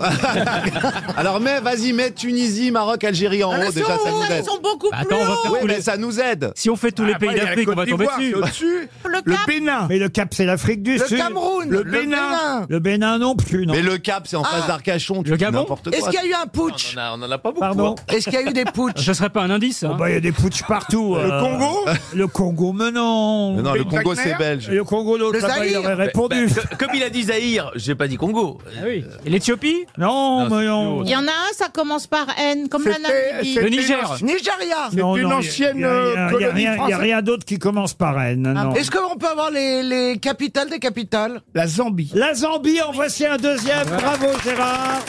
[SPEAKER 3] Alors, mets, vas-y, mets Tunisie, Maroc, Algérie en
[SPEAKER 9] Ah, mais
[SPEAKER 3] haut. Déjà,
[SPEAKER 9] c'est
[SPEAKER 3] ça
[SPEAKER 9] en haut,
[SPEAKER 3] nous
[SPEAKER 6] Ils
[SPEAKER 3] aide.
[SPEAKER 6] sont beaucoup
[SPEAKER 4] Bah, Attends,
[SPEAKER 6] plus
[SPEAKER 4] on va
[SPEAKER 6] hauts.
[SPEAKER 4] faire-
[SPEAKER 3] Oui,
[SPEAKER 4] tous les-
[SPEAKER 3] mais ça nous aide.
[SPEAKER 4] Si on fait
[SPEAKER 2] Ah,
[SPEAKER 4] tous les
[SPEAKER 10] ah,
[SPEAKER 7] Après,
[SPEAKER 4] pays
[SPEAKER 7] il y a la
[SPEAKER 4] d'Afrique, on va
[SPEAKER 7] Côte
[SPEAKER 4] tomber
[SPEAKER 7] d'Ivoire,
[SPEAKER 4] dessus.
[SPEAKER 7] c'est au-dessus.
[SPEAKER 6] Le
[SPEAKER 7] Le
[SPEAKER 6] Cap,
[SPEAKER 7] Bénin.
[SPEAKER 2] Mais le Cap, c'est l'afrique du
[SPEAKER 9] Le
[SPEAKER 2] Sud.
[SPEAKER 9] Cameroun,
[SPEAKER 7] Le
[SPEAKER 9] le,
[SPEAKER 7] Bénin.
[SPEAKER 9] Bénin.
[SPEAKER 2] Le Bénin, non plus, non.
[SPEAKER 3] Mais le Cap, c'est en face d'Arcachon. Tu
[SPEAKER 4] Le
[SPEAKER 3] dis
[SPEAKER 4] Gabon
[SPEAKER 3] N'importe
[SPEAKER 9] Est-ce
[SPEAKER 3] quoi.
[SPEAKER 9] qu'il y a eu un putsch
[SPEAKER 2] Pardon.
[SPEAKER 10] hein.
[SPEAKER 9] Est-ce qu'il y a eu
[SPEAKER 2] [LAUGHS]
[SPEAKER 9] des putschs
[SPEAKER 4] Ce serait pas un indice, ça,
[SPEAKER 2] Bon,
[SPEAKER 4] hein.
[SPEAKER 2] bah, Il y a des putschs partout.
[SPEAKER 7] Le
[SPEAKER 2] euh,
[SPEAKER 7] Congo
[SPEAKER 2] Le Congo, mais non.
[SPEAKER 3] Mais non, le
[SPEAKER 7] Pays
[SPEAKER 3] Congo,
[SPEAKER 7] Wagner
[SPEAKER 3] c'est belge.
[SPEAKER 2] Le Congo, l'autre,
[SPEAKER 9] Le
[SPEAKER 2] là-bas, il
[SPEAKER 9] Zaïre.
[SPEAKER 2] aurait répondu.
[SPEAKER 10] Bah, Comme il a dit Zahir, j'ai pas dit Congo.
[SPEAKER 4] Ah Et L'Éthiopie.
[SPEAKER 2] Non, mais non.
[SPEAKER 6] il y en a un, ça commence par N, comme la
[SPEAKER 7] C'était-
[SPEAKER 6] Namibie.
[SPEAKER 7] c'était
[SPEAKER 4] Le Niger.
[SPEAKER 7] une-
[SPEAKER 9] Nigeria.
[SPEAKER 2] Non,
[SPEAKER 7] une
[SPEAKER 2] non,
[SPEAKER 7] ancienne,
[SPEAKER 2] il y a- il y a-
[SPEAKER 7] euh,
[SPEAKER 2] il y a
[SPEAKER 7] colonie
[SPEAKER 2] rien- Il n'y a
[SPEAKER 7] française.
[SPEAKER 2] rien d'autre qui commence par N. Ah,
[SPEAKER 6] Ah,
[SPEAKER 2] non.
[SPEAKER 9] Est-ce qu'on peut avoir les, les capitales des capitales
[SPEAKER 7] La Zambie.
[SPEAKER 10] Ah
[SPEAKER 2] La Zambie, en voici un deuxième. Bravo Gérard.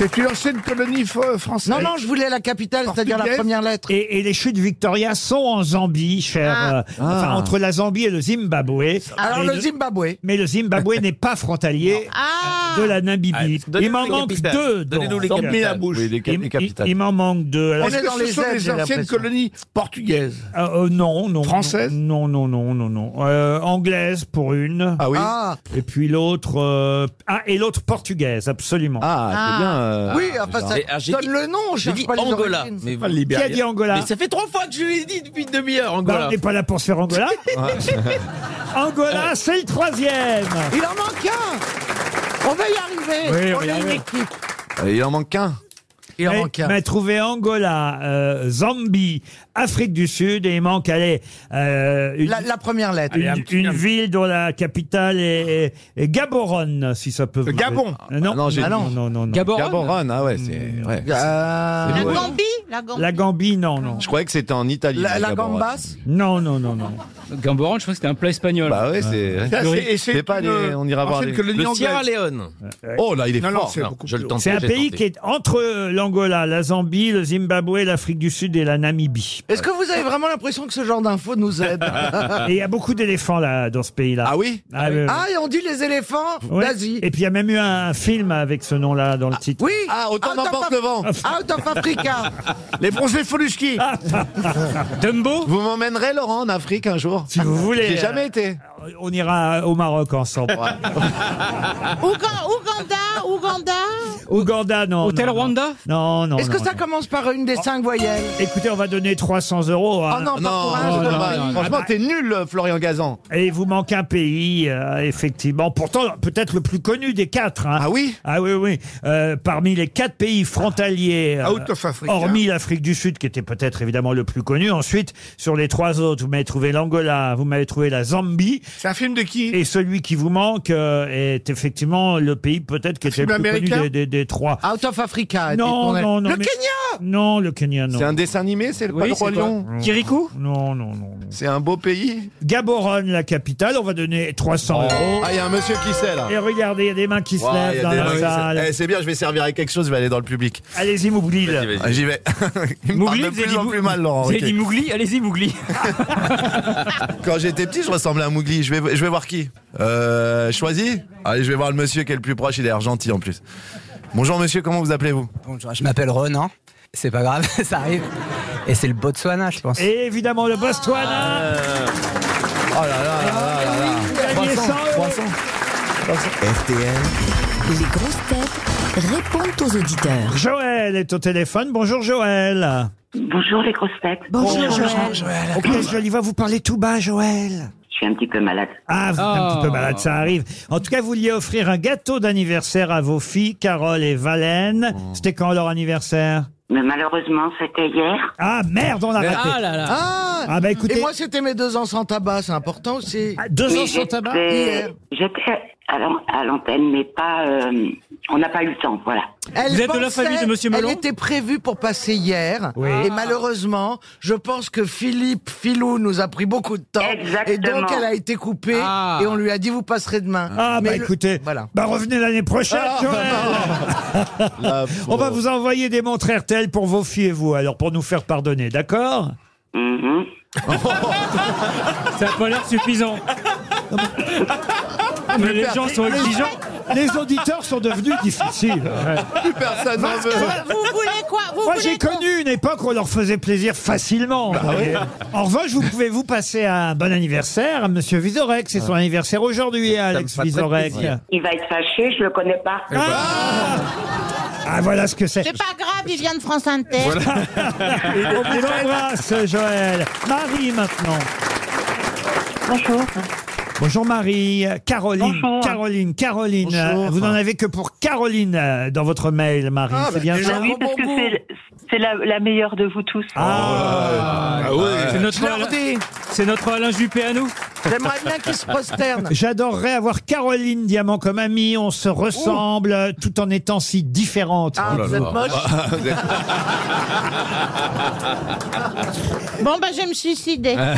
[SPEAKER 7] C'est une ancienne colonie fo- française.
[SPEAKER 9] Non, non, je voulais la capitale, c'est-à-dire la
[SPEAKER 7] Portugaise.
[SPEAKER 9] première lettre.
[SPEAKER 2] Et, et les chutes Victoria sont en Zambie, cher.
[SPEAKER 6] Ah.
[SPEAKER 2] euh, Enfin, entre la Zambie et le Zimbabwe.
[SPEAKER 9] Alors
[SPEAKER 2] Mais
[SPEAKER 9] le Zimbabwe.
[SPEAKER 2] Mais
[SPEAKER 3] [LAUGHS]
[SPEAKER 2] le Zimbabwe n'est pas frontalier
[SPEAKER 6] Ah
[SPEAKER 2] de la Namibie.
[SPEAKER 10] Allez,
[SPEAKER 2] il
[SPEAKER 10] donnez-nous
[SPEAKER 2] m'en
[SPEAKER 10] les
[SPEAKER 2] manque
[SPEAKER 10] capitales.
[SPEAKER 2] deux.
[SPEAKER 10] Donnez-nous
[SPEAKER 2] donc.
[SPEAKER 10] les
[SPEAKER 2] Il-
[SPEAKER 10] capitales.
[SPEAKER 7] la bouche.
[SPEAKER 10] Oui, les, cap- les
[SPEAKER 2] il
[SPEAKER 10] capitales.
[SPEAKER 2] il m'en manque deux. Alors,
[SPEAKER 7] Est-ce
[SPEAKER 9] On est
[SPEAKER 7] que
[SPEAKER 9] dans
[SPEAKER 7] ce
[SPEAKER 9] les
[SPEAKER 7] sont
[SPEAKER 9] ailes,
[SPEAKER 7] les
[SPEAKER 9] j'ai
[SPEAKER 7] anciennes
[SPEAKER 9] l'impression.
[SPEAKER 7] colonies portugaises
[SPEAKER 2] euh, euh, non, non.
[SPEAKER 7] Française
[SPEAKER 2] Non, non, non, non, non. Euh, anglaise pour une.
[SPEAKER 7] Ah oui.
[SPEAKER 9] Ah,
[SPEAKER 2] Et puis l'autre. euh, Ah, et l'autre portugaise, absolument.
[SPEAKER 6] Ah.
[SPEAKER 10] c'est bien. euh,
[SPEAKER 9] oui,
[SPEAKER 10] ah,
[SPEAKER 9] enfin,
[SPEAKER 10] genre.
[SPEAKER 9] ça
[SPEAKER 10] Mais, ah, j'ai
[SPEAKER 9] donne
[SPEAKER 10] dit-
[SPEAKER 9] le nom, je
[SPEAKER 10] J'ai
[SPEAKER 9] cherche
[SPEAKER 10] dit
[SPEAKER 9] pas les
[SPEAKER 10] Angola.
[SPEAKER 9] origines.
[SPEAKER 10] Mais,
[SPEAKER 7] Pas le
[SPEAKER 10] vous-
[SPEAKER 2] Qui a
[SPEAKER 7] Libéria.
[SPEAKER 2] dit Angola
[SPEAKER 10] mais ça fait trois fois que je l'ai dit depuis une demi-heure,
[SPEAKER 2] Bah,
[SPEAKER 10] Angola.
[SPEAKER 2] On n'est pas là pour se faire Angola. [LAUGHS] Angola, c'est le troisième.
[SPEAKER 9] Il en manque un On va y
[SPEAKER 2] Oui,
[SPEAKER 9] arriver
[SPEAKER 2] on
[SPEAKER 9] On
[SPEAKER 2] va y
[SPEAKER 9] est une
[SPEAKER 2] arriver.
[SPEAKER 9] équipe
[SPEAKER 10] Euh, Il en manque un.
[SPEAKER 9] Il en
[SPEAKER 2] Mais-
[SPEAKER 9] manque un.
[SPEAKER 2] m'a trouvé Angola, euh, Zambie, Afrique du Sud et il manque allez, euh, une,
[SPEAKER 9] La, la première lettre.
[SPEAKER 2] une- une ville dont la capitale est, est- est Gaborone, si ça peut vous
[SPEAKER 7] Le Gabon.
[SPEAKER 2] Euh, Non,
[SPEAKER 10] Ah non, j'ai
[SPEAKER 2] non,
[SPEAKER 10] dit-
[SPEAKER 2] non, non, non, non.
[SPEAKER 4] Gaborone.
[SPEAKER 10] Gaborone, ah ouais, c'est. Ouais.
[SPEAKER 9] Euh,
[SPEAKER 8] Ah,
[SPEAKER 6] La
[SPEAKER 10] Ouais.
[SPEAKER 6] Gambie La Gambie
[SPEAKER 2] La Gambie, non, non.
[SPEAKER 10] Je croyais que c'était en Italie.
[SPEAKER 9] la, la
[SPEAKER 10] Gaborone.
[SPEAKER 9] gambasse
[SPEAKER 2] Non, non, non, non.
[SPEAKER 4] Gamboran, je crois que c'était un plat espagnol.
[SPEAKER 10] Bah ouais, c'est.
[SPEAKER 7] Ça,
[SPEAKER 4] Oui.
[SPEAKER 7] et
[SPEAKER 10] C'est pas
[SPEAKER 7] une
[SPEAKER 2] euh,
[SPEAKER 10] les- on ira voir
[SPEAKER 7] ancienne
[SPEAKER 10] les-
[SPEAKER 7] colonie
[SPEAKER 10] Le
[SPEAKER 7] anglaise.
[SPEAKER 10] Sierra Leone. Oh là, il est
[SPEAKER 7] Non, non,
[SPEAKER 10] fort.
[SPEAKER 7] c'est beaucoup
[SPEAKER 10] je
[SPEAKER 7] plus
[SPEAKER 10] le tente.
[SPEAKER 2] C'est un pays qui est entre euh, l'Angola, la Zambie, le Zimbabwe, l'Afrique du Sud et la Namibie.
[SPEAKER 9] Est-ce que vous avez vraiment l'impression que ce genre d'infos nous aide
[SPEAKER 2] [LAUGHS] Et il
[SPEAKER 9] [LAUGHS]
[SPEAKER 2] y a beaucoup d'éléphants là dans ce pays-là.
[SPEAKER 10] Ah oui
[SPEAKER 2] Ah, oui, oui.
[SPEAKER 9] Ah, et on dit les éléphants
[SPEAKER 2] Ouais.
[SPEAKER 9] d'Asie.
[SPEAKER 2] Et puis il y a même eu un, un film avec ce nom-là dans le titre.
[SPEAKER 9] Oui
[SPEAKER 10] Ah, autant
[SPEAKER 9] Out of
[SPEAKER 10] n'emporte
[SPEAKER 9] Af-
[SPEAKER 10] le vent.
[SPEAKER 9] Out of Ah,
[SPEAKER 2] [LAUGHS]
[SPEAKER 10] [LAUGHS]
[SPEAKER 9] Africa
[SPEAKER 7] Les bronzés Foluski.
[SPEAKER 2] Ah.
[SPEAKER 4] Dumbo
[SPEAKER 10] Vous m'emmènerez, Laurent, en Afrique un jour
[SPEAKER 2] Si vous voulez.
[SPEAKER 10] J'ai jamais été.
[SPEAKER 2] euh, On ira au Maroc ensemble.
[SPEAKER 6] Ouga- Ouganda Ouganda
[SPEAKER 2] Ouganda, non.
[SPEAKER 4] Hôtel
[SPEAKER 2] non, non.
[SPEAKER 4] Rwanda
[SPEAKER 2] Non, non.
[SPEAKER 9] Est-ce que
[SPEAKER 2] non,
[SPEAKER 9] ça
[SPEAKER 2] non.
[SPEAKER 9] commence par une des cinq voyelles
[SPEAKER 2] Écoutez, on va donner 300 euros.
[SPEAKER 9] Oh
[SPEAKER 2] hein.
[SPEAKER 9] non, pas
[SPEAKER 10] Non,
[SPEAKER 9] pour un,
[SPEAKER 10] c'est
[SPEAKER 9] je
[SPEAKER 2] non,
[SPEAKER 10] dommage.
[SPEAKER 9] dommage.
[SPEAKER 2] non.
[SPEAKER 10] Franchement,
[SPEAKER 2] Ah bah-
[SPEAKER 10] t'es nul, euh, Florian Gazan.
[SPEAKER 2] Et il vous manque un pays, euh, effectivement. Pourtant, peut-être le plus connu des quatre. hein.
[SPEAKER 10] Ah oui
[SPEAKER 2] Ah oui, oui. Euh, parmi les quatre pays frontaliers, euh,
[SPEAKER 7] Out of Africa.
[SPEAKER 2] hormis l'Afrique du Sud, qui était peut-être évidemment le plus connu. Ensuite, sur les trois autres, vous m'avez trouvé l'Angola, vous m'avez trouvé la Zambie.
[SPEAKER 7] C'est un film de qui
[SPEAKER 2] Et celui qui vous manque euh, est effectivement le pays peut-être qui était le
[SPEAKER 7] film
[SPEAKER 2] plus connu
[SPEAKER 7] américain
[SPEAKER 2] des, des- des trois.
[SPEAKER 9] Out of Ah, Africa. était
[SPEAKER 2] non,
[SPEAKER 9] tourné.
[SPEAKER 2] non, non.
[SPEAKER 9] Le
[SPEAKER 2] mais-
[SPEAKER 9] Kenya
[SPEAKER 2] Non, le Kenya, non.
[SPEAKER 10] C'est un dessin animé, c'est le pas le Roi
[SPEAKER 4] c'est quoi
[SPEAKER 10] Lion
[SPEAKER 4] Kirikou
[SPEAKER 2] Non, non, non. non.
[SPEAKER 10] C'est un beau pays
[SPEAKER 2] Gaborone, la capitale, on va donner 300 euros.
[SPEAKER 10] Ah, il y a un monsieur qui sait, là.
[SPEAKER 2] Et regardez, il y a des mains qui se
[SPEAKER 10] Ouah, il y
[SPEAKER 2] lèvent
[SPEAKER 10] a
[SPEAKER 2] dans
[SPEAKER 10] des
[SPEAKER 2] la
[SPEAKER 10] mains qui
[SPEAKER 2] salle.
[SPEAKER 10] se- Eh, c'est bien, je vais servir à quelque chose, je vais aller dans le public.
[SPEAKER 2] Allez-y, m'oublie.
[SPEAKER 10] Ah, J'y vais. [LAUGHS] Il me parle
[SPEAKER 4] Mougli,
[SPEAKER 10] de
[SPEAKER 4] vous avez
[SPEAKER 10] plus
[SPEAKER 4] dit
[SPEAKER 10] en
[SPEAKER 4] Mou-
[SPEAKER 10] plus mal, Laurent.
[SPEAKER 4] Vous avez
[SPEAKER 10] ok. Ah,
[SPEAKER 4] dit Mougli Allez-y, Mougli.
[SPEAKER 10] Quand j'étais petit, je ressemblais à Mougli. Je vais, je vais voir qui euh, Choisi Allez, je vais voir le monsieur qui est le plus proche. Il a l'air gentil en plus. Bonjour monsieur, comment vous appelez-vous
[SPEAKER 11] Bonjour, je m'appelle Ronan. hein. C'est pas grave, [LAUGHS] ça arrive. Et c'est le Botswana, je pense.
[SPEAKER 2] Et évidemment, le Botswana.
[SPEAKER 10] Ah,
[SPEAKER 2] Ah,
[SPEAKER 10] Oh là là là là là là.
[SPEAKER 2] vous gagnez 100 euros.
[SPEAKER 1] RTL,
[SPEAKER 8] Les grosses têtes répondent aux auditeurs.
[SPEAKER 2] Joël est au téléphone. Bonjour, Joël.
[SPEAKER 8] Bonjour les grosses têtes.
[SPEAKER 2] Bonjour, Joël. Ok, Joël, il va vous parler tout bas, Joël.
[SPEAKER 8] Je suis un petit peu malade.
[SPEAKER 2] Ah, vous êtes un
[SPEAKER 4] Oh.
[SPEAKER 2] petit peu malade, ça arrive. En tout cas, vous vouliez offrir un gâteau d'anniversaire à vos filles, Carole et Valène.
[SPEAKER 9] Oh.
[SPEAKER 2] C'était quand leur anniversaire
[SPEAKER 8] Mais malheureusement, c'était hier.
[SPEAKER 2] Ah, merde, on l'a raté.
[SPEAKER 4] Ah là là
[SPEAKER 9] Ah,
[SPEAKER 2] Ah, bah écoutez,
[SPEAKER 9] Et moi, c'était mes deux ans sans tabac, c'est important aussi.
[SPEAKER 2] ah, deux
[SPEAKER 8] Mais
[SPEAKER 2] ans sans tabac euh,
[SPEAKER 8] j'étais- J'étais à l'an- à l'antenne, mais pas. euh, on n'a pas eu le temps, voilà.
[SPEAKER 9] Elle
[SPEAKER 4] Vous êtes de la famille de Monsieur Melon
[SPEAKER 9] Elle était prévue pour passer hier.
[SPEAKER 2] Oui.
[SPEAKER 9] Et malheureusement, je pense que Philippe Filou nous a pris beaucoup de temps. Et
[SPEAKER 8] Exactement.
[SPEAKER 9] donc, elle a été coupée.
[SPEAKER 4] Ah.
[SPEAKER 9] Et on lui a dit, vous passerez demain.
[SPEAKER 2] Ah, bah
[SPEAKER 9] le- Ah.
[SPEAKER 2] écoutez,
[SPEAKER 9] Voilà.
[SPEAKER 2] bah revenez l'année prochaine, Joël. [LAUGHS] On va vous envoyer des montres RTL pour vos filles et vous, alors pour nous faire pardonner, d'accord
[SPEAKER 8] Mhm.
[SPEAKER 4] [LAUGHS] Ça n'a pas l'air
[SPEAKER 2] [LAUGHS]
[SPEAKER 4] suffisant. Mais les gens sont exigeants.
[SPEAKER 2] Les auditeurs sont devenus difficiles. Ouais.
[SPEAKER 10] Personne n'en veut.
[SPEAKER 6] Vous voulez quoi Vous
[SPEAKER 2] Moi,
[SPEAKER 6] voulez
[SPEAKER 2] j'ai connu une époque où on leur faisait plaisir facilement. vous voyez. En revanche, vous pouvez vous passer un bon anniversaire à Monsieur Vizorek. C'est son anniversaire aujourd'hui, Alex Vizorek.
[SPEAKER 8] Il va être fâché, je le connais pas.
[SPEAKER 4] Eh ben,
[SPEAKER 2] Ah Ah, voilà ce que c'est.
[SPEAKER 6] C'est pas grave, il vient de
[SPEAKER 2] [LAUGHS]
[SPEAKER 6] France Inter.
[SPEAKER 2] On vous embrasse, Joël. Marie, maintenant.
[SPEAKER 8] Bonjour.
[SPEAKER 2] Bonjour Marie, Caroline,
[SPEAKER 8] Bonjour.
[SPEAKER 2] Caroline, Caroline.
[SPEAKER 10] Bonjour.
[SPEAKER 2] Euh, Vous n'en avez que pour Caroline euh, dans votre mail, Marie.
[SPEAKER 12] Ah,
[SPEAKER 2] c'est
[SPEAKER 12] bah,
[SPEAKER 2] bien ça
[SPEAKER 8] Ah Oui, parce que c'est- c'est la, la meilleure de vous tous.
[SPEAKER 2] Ah,
[SPEAKER 7] Ah oui.
[SPEAKER 4] C'est notre,
[SPEAKER 9] Je leur
[SPEAKER 4] Alain-
[SPEAKER 9] dis,
[SPEAKER 4] c'est notre Alain Juppé à nous.
[SPEAKER 9] J'aimerais bien qu'il se prosterne.
[SPEAKER 2] J'adorerais avoir Caroline Diamant comme amie. On se ressemble euh, tout en étant si différentes.
[SPEAKER 4] oh
[SPEAKER 6] Ah,
[SPEAKER 9] vous êtes
[SPEAKER 4] [LAUGHS]
[SPEAKER 9] moche.
[SPEAKER 6] Bon, bah, je vais me suicider.
[SPEAKER 4] Ah.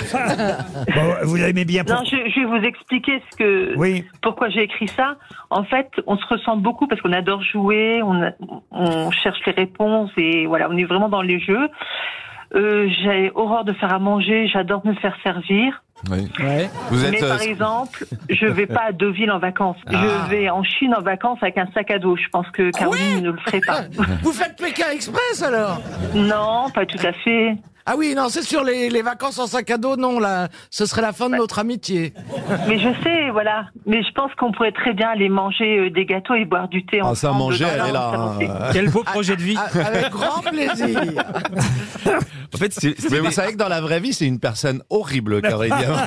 [SPEAKER 2] Bon, vous l'aimez bien pour-
[SPEAKER 12] Non, je, je vais vous expliquer ce que, pourquoi j'ai écrit ça. En fait, on se ressent beaucoup parce qu'on adore jouer, on, a- on cherche les réponses et voilà, on est vraiment dans les jeux. Euh, j'ai horreur de faire à manger, j'adore me faire servir.
[SPEAKER 10] Vous êtes,
[SPEAKER 12] Mais
[SPEAKER 10] euh,
[SPEAKER 12] par exemple, je vais pas à Deauville en vacances.
[SPEAKER 9] Ah.
[SPEAKER 12] Je vais en Chine en vacances avec un sac à dos. Je pense que Caroline ne le ferait pas.
[SPEAKER 9] [LAUGHS] Vous faites Pékin Express alors
[SPEAKER 12] Non, pas tout à fait.
[SPEAKER 9] Ah oui, non, c'est sur les, les vacances en sac à dos, non, là, ce serait la fin de notre amitié.
[SPEAKER 12] Mais je sais, voilà. Mais je pense qu'on pourrait très bien aller manger euh, des gâteaux et boire du thé.
[SPEAKER 10] Ah, ça,
[SPEAKER 12] ensemble
[SPEAKER 10] manger,
[SPEAKER 12] dans
[SPEAKER 10] elle
[SPEAKER 12] la
[SPEAKER 10] est là,
[SPEAKER 12] rue, ça
[SPEAKER 10] hein. [LAUGHS]
[SPEAKER 12] vous fait-
[SPEAKER 10] Quel beau
[SPEAKER 9] projet de vie. Ah, Avec grand plaisir.
[SPEAKER 12] [LAUGHS]
[SPEAKER 10] En fait, Mais vous savez que dans la vraie vie, c'est une personne horrible, Caroline Diamant.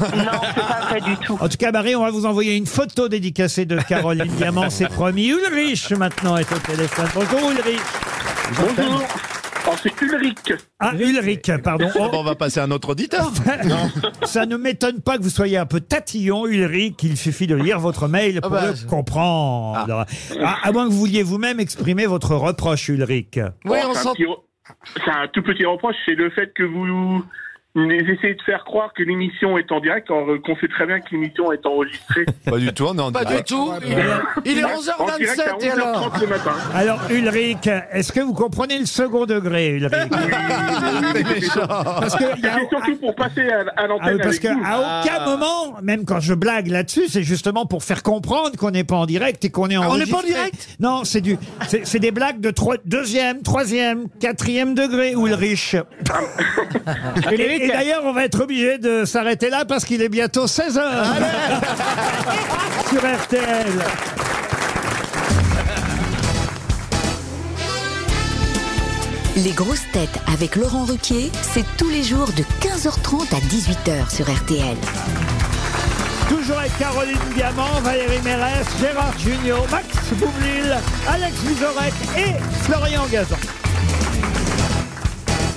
[SPEAKER 2] En tout cas, Marie, on va vous envoyer une photo dédicacée de
[SPEAKER 9] [LAUGHS]
[SPEAKER 2] Caroline Diamant, c'est promis. Ulrich, maintenant, est au téléphone. Bonjour, Ulrich.
[SPEAKER 13] Bonjour. Oh, c'est Ulrich.
[SPEAKER 2] Ah, Ulrich, pardon.
[SPEAKER 10] Bon, on va passer à un autre auditeur.
[SPEAKER 2] Ça ne m'étonne pas que vous soyez un peu tatillon, Ulrich. Il suffit de lire votre mail pour
[SPEAKER 9] Ah bah,
[SPEAKER 2] le
[SPEAKER 9] je-
[SPEAKER 2] comprendre. À, à moins que vous vouliez vous-même exprimer votre reproche, Ulrich.
[SPEAKER 13] Bon,
[SPEAKER 9] Oui, on
[SPEAKER 13] c'est un
[SPEAKER 9] sent-
[SPEAKER 13] petit re- C'est un tout petit reproche, c'est le fait que vous essayez de faire croire que l'émission est en direct, alors euh, qu'on sait très bien que l'émission est enregistrée.
[SPEAKER 10] Pas du tout, on est
[SPEAKER 9] [LAUGHS]
[SPEAKER 10] en
[SPEAKER 9] Pas du
[SPEAKER 10] direct.
[SPEAKER 9] tout. Il est, il est
[SPEAKER 13] En direct à
[SPEAKER 9] 11h27 et alors
[SPEAKER 13] 11h30 le matin.
[SPEAKER 2] [LAUGHS] Alors, Ulrich, est-ce que vous comprenez le second degré, Ulrich Parce que y a-
[SPEAKER 13] C'est surtout pour passer à, à
[SPEAKER 2] Ah oui,
[SPEAKER 13] l'antenne.
[SPEAKER 2] parce
[SPEAKER 13] avec
[SPEAKER 2] qu'à
[SPEAKER 13] vous.
[SPEAKER 2] aucun
[SPEAKER 7] Ah.
[SPEAKER 14] Ah.
[SPEAKER 2] moment, même quand je blague là-dessus, c'est justement pour faire comprendre qu'on n'est pas en direct et qu'on est en
[SPEAKER 7] Ah, on n'est pas en direct
[SPEAKER 2] Non, c'est du, c'est c'est des blagues de trois, deuxième, troisième, quatrième degré,
[SPEAKER 7] [LAUGHS]
[SPEAKER 2] Ulrich. et et d'ailleurs, on va être obligé de s'arrêter là parce qu'il est bientôt 16 heures [LAUGHS] sur RTL.
[SPEAKER 15] Les grosses têtes avec Laurent Ruquier, c'est tous les jours de 15h30 à 18h sur RTL.
[SPEAKER 2] Toujours avec Caroline Diamant, Valérie Mérès, Gérard Junior, Max Boublil, Alex Vizorek et Florian Gazan.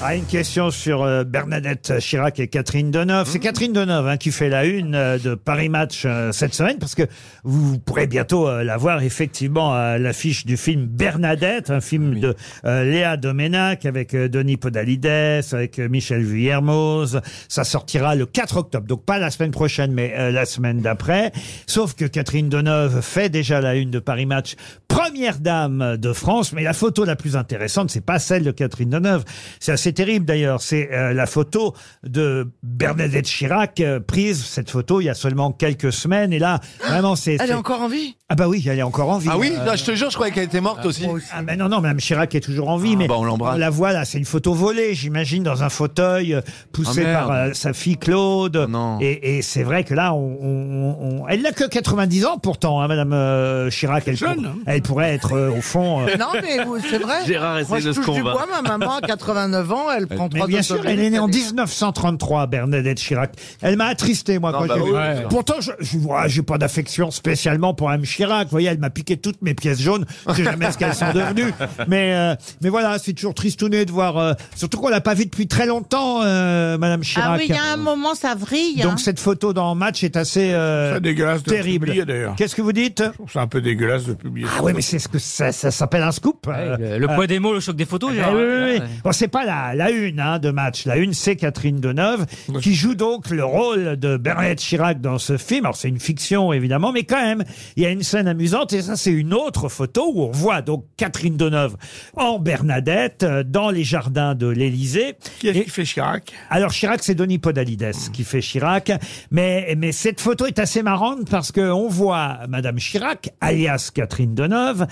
[SPEAKER 2] Ah, une question sur euh, Bernadette Chirac et Catherine Deneuve. C'est Catherine Deneuve hein, qui fait la une euh, de Paris Match euh, cette semaine parce que vous, vous pourrez bientôt euh, la voir effectivement à l'affiche du film Bernadette, un film de euh, Léa Doménac avec euh, Denis Podalides, avec euh, Michel Vuillermoz. Ça sortira le 4 octobre, donc pas la semaine prochaine mais euh, la semaine d'après. Sauf que Catherine Deneuve fait déjà la une de Paris Match première dame de France, mais la photo la plus intéressante, c'est pas celle de Catherine Deneuve. C'est assez terrible d'ailleurs. C'est euh, la photo de Bernadette Chirac euh, prise, cette photo, il y a seulement quelques semaines. Et là, vraiment, c'est.
[SPEAKER 9] Elle
[SPEAKER 2] c'est-
[SPEAKER 9] est encore en vie
[SPEAKER 2] Ah bah oui, elle est encore en vie.
[SPEAKER 10] Ah oui
[SPEAKER 2] Euh,
[SPEAKER 10] Non, Je te jure, je croyais qu'elle était morte aussi. Ah, bah,
[SPEAKER 2] ah mais non, non, Mme Chirac est toujours en vie, mais on, la voit là, c'est une photo volée, j'imagine, dans un fauteuil euh, poussé
[SPEAKER 10] Ah, merde. Ah,
[SPEAKER 2] par euh, sa fille Claude. Et, et c'est vrai que là, on, on- on- elle n'a que 90 ans pourtant, hein, Mme euh, Chirac. Elle, pour-
[SPEAKER 10] hein.
[SPEAKER 2] elle pourrait être euh, au fond. euh,
[SPEAKER 9] Non, mais vous- c'est vrai.
[SPEAKER 2] Gérard essaie
[SPEAKER 9] Moi, je
[SPEAKER 2] de se
[SPEAKER 9] touche du
[SPEAKER 2] convaincre.
[SPEAKER 9] bois, ma maman, à 89 ans, elle prend
[SPEAKER 2] mais
[SPEAKER 9] trois
[SPEAKER 2] bien sûr, elle est née en 1933, Bernadette Chirac. Elle m'a attristé, moi,
[SPEAKER 9] Non,
[SPEAKER 2] quand
[SPEAKER 9] bah
[SPEAKER 2] j'ai
[SPEAKER 9] oui,
[SPEAKER 2] vu.
[SPEAKER 9] ouais.
[SPEAKER 2] Pourtant, je, je vois, j'ai pas d'affection spécialement pour Mme Chirac. Vous voyez, elle m'a piqué toutes mes pièces jaunes. Je sais jamais ce qu'elles
[SPEAKER 9] [LAUGHS]
[SPEAKER 2] sont devenues. Mais, euh, mais voilà, c'est toujours tristouné de voir. euh, surtout qu'on l'a pas vue depuis très longtemps, euh, Madame Chirac.
[SPEAKER 6] Ah oui, il y a un moment, ça vrille. hein.
[SPEAKER 2] Donc cette photo dans Match est assez euh,
[SPEAKER 7] C'est dégueulasse de
[SPEAKER 2] terrible.
[SPEAKER 7] publier, d'ailleurs.
[SPEAKER 2] Qu'est-ce que vous dites
[SPEAKER 7] Oh, C'est un peu dégueulasse de publier.
[SPEAKER 2] Ah oui, mais c'est ce que ça, ça s'appelle un scoop.
[SPEAKER 4] Le, le
[SPEAKER 2] Euh,
[SPEAKER 4] poids des mots, le choc des photos.
[SPEAKER 2] eh
[SPEAKER 4] Gérard.
[SPEAKER 2] oui,
[SPEAKER 7] Ah
[SPEAKER 2] oui, oui.
[SPEAKER 4] Ouais.
[SPEAKER 2] Bon, c'est pas la, la une hein, de match. La une, c'est Catherine Deneuve, qui joue donc le rôle de Bernadette Chirac dans ce film. Alors, c'est une fiction, évidemment, mais quand même, il y a une scène amusante, et ça, c'est une autre photo où on voit donc Catherine Deneuve en Bernadette, euh, dans les jardins de l'Élysée.
[SPEAKER 7] Qui est-ce qui fait Chirac
[SPEAKER 2] Alors, Chirac, c'est Denis Podalides qui fait Chirac, mais, mais cette photo est assez marrante parce que on voit Madame Chirac, alias Catherine Deneuve,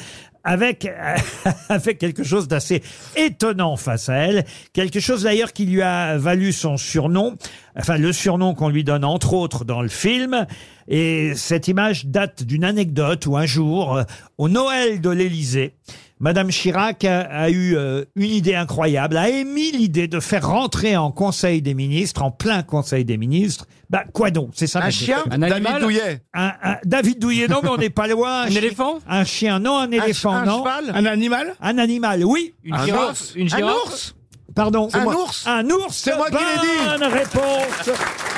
[SPEAKER 2] avec, euh, [LAUGHS] avec quelque chose d'assez étonnant face à elle. Quelque chose d'ailleurs qui lui a valu son surnom. Enfin, le surnom qu'on lui donne entre autres dans le film. Et cette image date d'une anecdote où un jour, euh, au Noël de l'Élysée, Madame Chirac a, a eu euh, une idée incroyable, a émis l'idée de faire rentrer en Conseil des ministres, en plein Conseil des ministres, bah quoi donc C'est ça
[SPEAKER 4] Ah,
[SPEAKER 10] Un
[SPEAKER 2] ma
[SPEAKER 10] chien
[SPEAKER 2] question.
[SPEAKER 10] Un David animal Douillet
[SPEAKER 2] un, un- David Douillet, non mais on n'est pas loin.
[SPEAKER 4] Un
[SPEAKER 2] chi-
[SPEAKER 4] éléphant
[SPEAKER 2] Un chien, non, un éléphant,
[SPEAKER 4] un
[SPEAKER 2] non.
[SPEAKER 4] cheval
[SPEAKER 7] Un animal
[SPEAKER 2] Un animal, oui.
[SPEAKER 4] Une Un girafe ours Une girafe
[SPEAKER 2] Un ours Pardon. Ah,
[SPEAKER 4] C'est
[SPEAKER 2] un
[SPEAKER 4] moi.
[SPEAKER 2] ours Un ours C'est
[SPEAKER 4] moi qui l'ai dit.
[SPEAKER 2] Bonne réponse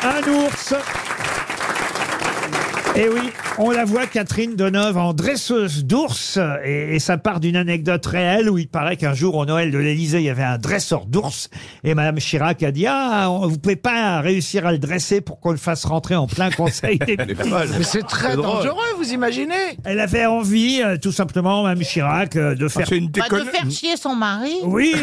[SPEAKER 2] Un ours Et Eh oui, on la voit Catherine Deneuve en dresseuse d'ours et, et ça part d'une anecdote réelle où il paraît qu'un jour au Noël de l'Élysée, il y avait un dresseur d'ours et Madame Chirac a dit "Ah, on- vous pouvez pas réussir à le dresser pour qu'on le fasse rentrer en plein conseil des ministres."
[SPEAKER 9] Mais c'est très dangereux, vous imaginez
[SPEAKER 2] Elle avait envie, euh, tout simplement, Mme Chirac, euh, de faire.
[SPEAKER 7] Ah, Bah, c'est une
[SPEAKER 10] bah,
[SPEAKER 6] Pas de faire chier son mari. [LAUGHS]
[SPEAKER 2] Oui.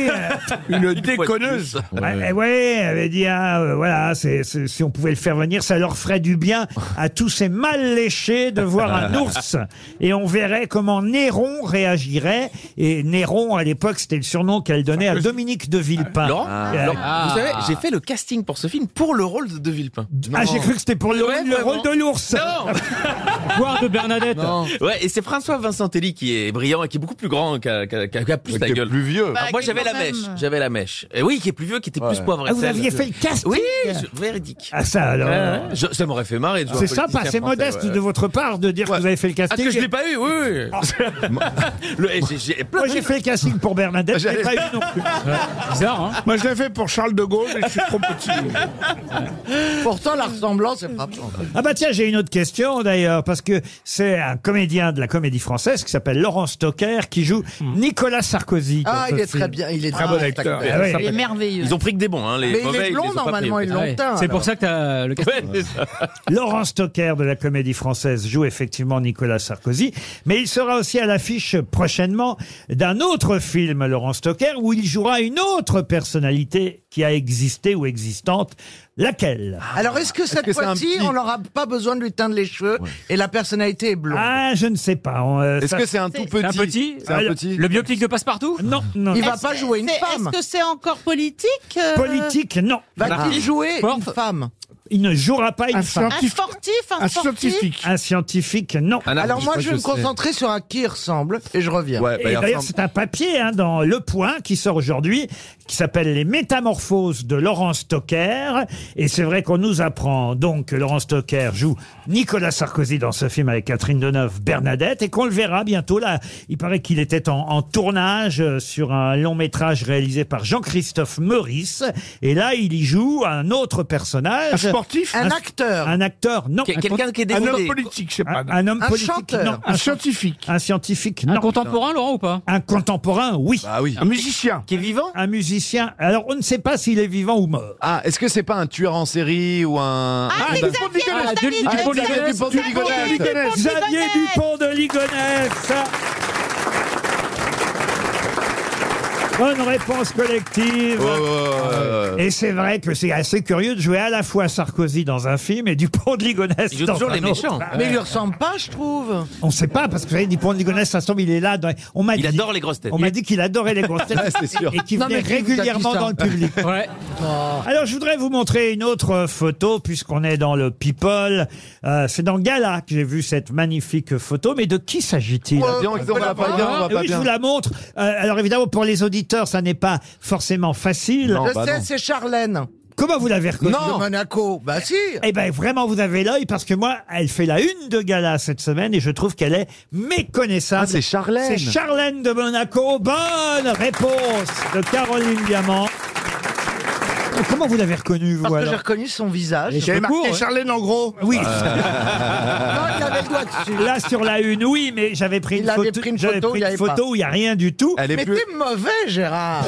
[SPEAKER 7] Une déconneuse.
[SPEAKER 2] Ouais, Ah, eh [LAUGHS] ouais, elle avait dit, ah, euh, voilà, c'est- c'est- si on pouvait le faire venir, ça leur ferait du bien à tous ces mal léchés de voir un ours. Et on verrait comment Néron réagirait. Et Néron, à l'époque, c'était le surnom qu'elle donnait à Dominique de Villepin.
[SPEAKER 3] Laurent,
[SPEAKER 4] Ah.
[SPEAKER 2] Euh,
[SPEAKER 3] Laurent, Ah, vous savez, j'ai fait le casting pour ce film pour le rôle de Villepin.
[SPEAKER 2] Ah, j'ai cru que c'était pour le,
[SPEAKER 3] Ouais,
[SPEAKER 2] le rôle
[SPEAKER 3] vraiment.
[SPEAKER 2] de l'ours.
[SPEAKER 3] Voir de Bernadette. Ouais, et c'est François Vincentelli qui est brillant et qui est beaucoup plus grand, qui a, qui a- qui a- qui a plus la gueule. Plus vieux.
[SPEAKER 6] Bah,
[SPEAKER 3] moi,
[SPEAKER 6] qui est
[SPEAKER 3] j'avais
[SPEAKER 6] quand
[SPEAKER 3] la
[SPEAKER 6] même-
[SPEAKER 3] mèche. J'avais la mèche. Et oui, qui est plus vieux, qui était plus poivre. et
[SPEAKER 2] Ah, vous
[SPEAKER 3] sel.
[SPEAKER 2] aviez fait le [LAUGHS] casting
[SPEAKER 3] Oui, je- véridique.
[SPEAKER 2] Ah, ça, alors.
[SPEAKER 3] Ouais, je- ça m'aurait fait marrer. de jouer un
[SPEAKER 2] C'est sympa,
[SPEAKER 3] politicien
[SPEAKER 2] c'est
[SPEAKER 3] français,
[SPEAKER 2] modeste
[SPEAKER 3] ouais.
[SPEAKER 2] de Ah, votre part de dire que vous avez fait le
[SPEAKER 3] Ah,
[SPEAKER 2] casting.
[SPEAKER 3] que je l'ai pas eu, oui. oui. Le- et j'ai- j'ai plein
[SPEAKER 2] Moi,
[SPEAKER 3] de-
[SPEAKER 2] j'ai fait le casting pour
[SPEAKER 3] [LAUGHS]
[SPEAKER 2] Bernadette, je l'ai pas eu non plus.
[SPEAKER 7] Bizarre, hein Moi, je l'ai fait pour Charles de Gaulle, mais je suis trop petit.
[SPEAKER 9] Pourtant, la ressemblance est frappante.
[SPEAKER 2] Ah bah tiens, j'ai une autre question d'ailleurs, parce que c'est un comédien de la comédie française qui s'appelle Laurent Stocker qui joue Nicolas Sarkozy.
[SPEAKER 9] Ah,
[SPEAKER 2] dans
[SPEAKER 9] il
[SPEAKER 2] ce
[SPEAKER 9] est très
[SPEAKER 2] film.
[SPEAKER 9] bien, il est Très très bon bon acteur. acteur.
[SPEAKER 2] Ah oui.
[SPEAKER 9] Il est merveilleux.
[SPEAKER 3] Ils ont pris que des bons, hein, les
[SPEAKER 9] Mais il est
[SPEAKER 3] mauvais.
[SPEAKER 9] blond,
[SPEAKER 3] ils les ont pas
[SPEAKER 9] normalement,
[SPEAKER 3] pris.
[SPEAKER 9] ils l'ont Ouais. teint,
[SPEAKER 4] C'est pour ça que t'as le casting.
[SPEAKER 2] [LAUGHS] Laurent Stocker de la comédie française joue effectivement Nicolas Sarkozy, mais il sera aussi à l'affiche prochainement d'un autre film, Laurent Stocker, où il jouera une autre personnalité qui a existé ou existante. Laquelle
[SPEAKER 9] Alors, est-ce que cette fois-ci, on n'aura pas besoin de lui teindre les cheveux et la personnalité est blonde
[SPEAKER 2] Ah, je ne sais pas. on, euh, ça-
[SPEAKER 4] C'est un petit
[SPEAKER 2] C'est un petit
[SPEAKER 4] Le biopic de Passepartout
[SPEAKER 2] Non, non.
[SPEAKER 9] Il va
[SPEAKER 6] Est-ce-
[SPEAKER 9] pas jouer une
[SPEAKER 6] c'est-
[SPEAKER 9] femme.
[SPEAKER 6] Est-ce que c'est encore politique euh,
[SPEAKER 2] Politique, non.
[SPEAKER 4] Ah.
[SPEAKER 2] Ah.
[SPEAKER 9] Va-t-il jouer une femme
[SPEAKER 2] Il ne jouera pas une
[SPEAKER 9] Un
[SPEAKER 2] femme.
[SPEAKER 9] scientifique.
[SPEAKER 6] Un sportif, un,
[SPEAKER 9] Un
[SPEAKER 6] sportif.
[SPEAKER 9] scientifique.
[SPEAKER 2] Un scientifique, non.
[SPEAKER 9] Alors, moi, je vais me concentrer sur un qui ressemble et je reviens.
[SPEAKER 2] Et d'ailleurs, c'est un papier hein, dans Le Point qui sort aujourd'hui, qui s'appelle Les Métamorphoses de Laurent Stocker. Et c'est vrai qu'on nous apprend donc que Laurent Stocker joue Nicolas Sarkozy dans ce film avec Catherine Deneuve, Bernadette, et qu'on le verra bientôt là. Il paraît qu'il était en, en tournage euh, sur un long métrage réalisé par Jean-Christophe Meurice. Et là, il y joue un autre personnage.
[SPEAKER 7] Un sportif Un
[SPEAKER 2] acteur. Un acteur, non.
[SPEAKER 7] Quel- quelqu'un qui est
[SPEAKER 2] Un
[SPEAKER 7] décédé.
[SPEAKER 2] homme politique, je sais pas. Un, homme
[SPEAKER 7] Un
[SPEAKER 2] politique,
[SPEAKER 7] chanteur.
[SPEAKER 2] non.
[SPEAKER 7] Un scientifique.
[SPEAKER 2] Un scientifique, non.
[SPEAKER 4] Un contemporain, Laurent, ou pas
[SPEAKER 2] Un contemporain, oui.
[SPEAKER 10] oui.
[SPEAKER 7] Un musicien.
[SPEAKER 3] Qui est vivant
[SPEAKER 2] Un musicien. Alors, on ne sait pas s'il est vivant ou mort.
[SPEAKER 10] Ah, est-ce que c'est pas un tueur en série ou un.
[SPEAKER 6] Ah,
[SPEAKER 10] un-
[SPEAKER 6] Xavier Dupont-Ligonnès,
[SPEAKER 10] Xavier
[SPEAKER 6] Xavier
[SPEAKER 10] Dupont-Ligonnès.
[SPEAKER 6] Xavier Dupont-Ligonnès.
[SPEAKER 2] Xavier Dupont de Ligonnès. Bonne réponse collective. Et c'est vrai que c'est assez curieux de jouer à la fois Sarkozy dans un film et Dupont de Ligonnès
[SPEAKER 3] Il joue
[SPEAKER 2] dans
[SPEAKER 3] toujours
[SPEAKER 2] un
[SPEAKER 3] les
[SPEAKER 2] autre.
[SPEAKER 3] méchants.
[SPEAKER 9] Mais il lui ressemble pas, je trouve.
[SPEAKER 2] On ne sait pas parce que vous savez, Dupont de Ligonnès, ça se trouve, il est là. dans- On m'a
[SPEAKER 3] Il
[SPEAKER 2] dit-
[SPEAKER 3] adore les grosses têtes.
[SPEAKER 2] On m'a dit qu'il adorait
[SPEAKER 4] [LAUGHS]
[SPEAKER 2] les grosses têtes
[SPEAKER 3] Ouais, c'est sûr.
[SPEAKER 2] et qu'il
[SPEAKER 3] Non,
[SPEAKER 2] venait
[SPEAKER 3] mais qui vous a dit
[SPEAKER 2] régulièrement
[SPEAKER 3] ça
[SPEAKER 2] dans le public. Ah. Alors, je voudrais vous montrer une autre euh, photo, puisqu'on est dans le People. Euh, c'est dans Gala que j'ai vu cette magnifique photo. Mais de qui s'agit-il
[SPEAKER 10] Oh, Dis donc, on va pas bien, on va
[SPEAKER 2] Eh
[SPEAKER 10] pas
[SPEAKER 2] oui, Je
[SPEAKER 10] bien.
[SPEAKER 2] vous la montre. Euh, alors, évidemment, pour les auditeurs, ça n'est pas forcément facile.
[SPEAKER 9] je
[SPEAKER 10] bah
[SPEAKER 9] sais, c'est Charlène.
[SPEAKER 2] Comment vous l'avez reconnue
[SPEAKER 9] Non. De Monaco. Bah si.
[SPEAKER 2] Eh ben vraiment, vous avez l'œil parce que moi, elle fait la une de gala cette semaine et je trouve qu'elle est méconnaissable.
[SPEAKER 10] Ah, c'est Charlène.
[SPEAKER 2] C'est Charlène de Monaco. Bonne réponse de Caroline Diamant. Comment vous l'avez reconnue, vous
[SPEAKER 9] Parce que j'ai
[SPEAKER 2] alors
[SPEAKER 9] reconnu son visage.
[SPEAKER 2] J'avais marqué
[SPEAKER 10] hein.
[SPEAKER 9] Charlène en gros.
[SPEAKER 2] Oui. [LAUGHS]
[SPEAKER 9] Non, il avait le doigt dessus.
[SPEAKER 2] Là sur la une, oui, mais j'avais pris
[SPEAKER 9] Il
[SPEAKER 2] une
[SPEAKER 9] avait
[SPEAKER 2] photo,
[SPEAKER 9] pris une
[SPEAKER 2] j'avais
[SPEAKER 9] photo,
[SPEAKER 2] pris
[SPEAKER 9] il y
[SPEAKER 2] une
[SPEAKER 9] avait
[SPEAKER 2] photo
[SPEAKER 9] pas.
[SPEAKER 2] où il n'y a rien du tout.
[SPEAKER 10] Elle est
[SPEAKER 9] Mais
[SPEAKER 10] plus-
[SPEAKER 9] t'es mauvais, Gérard.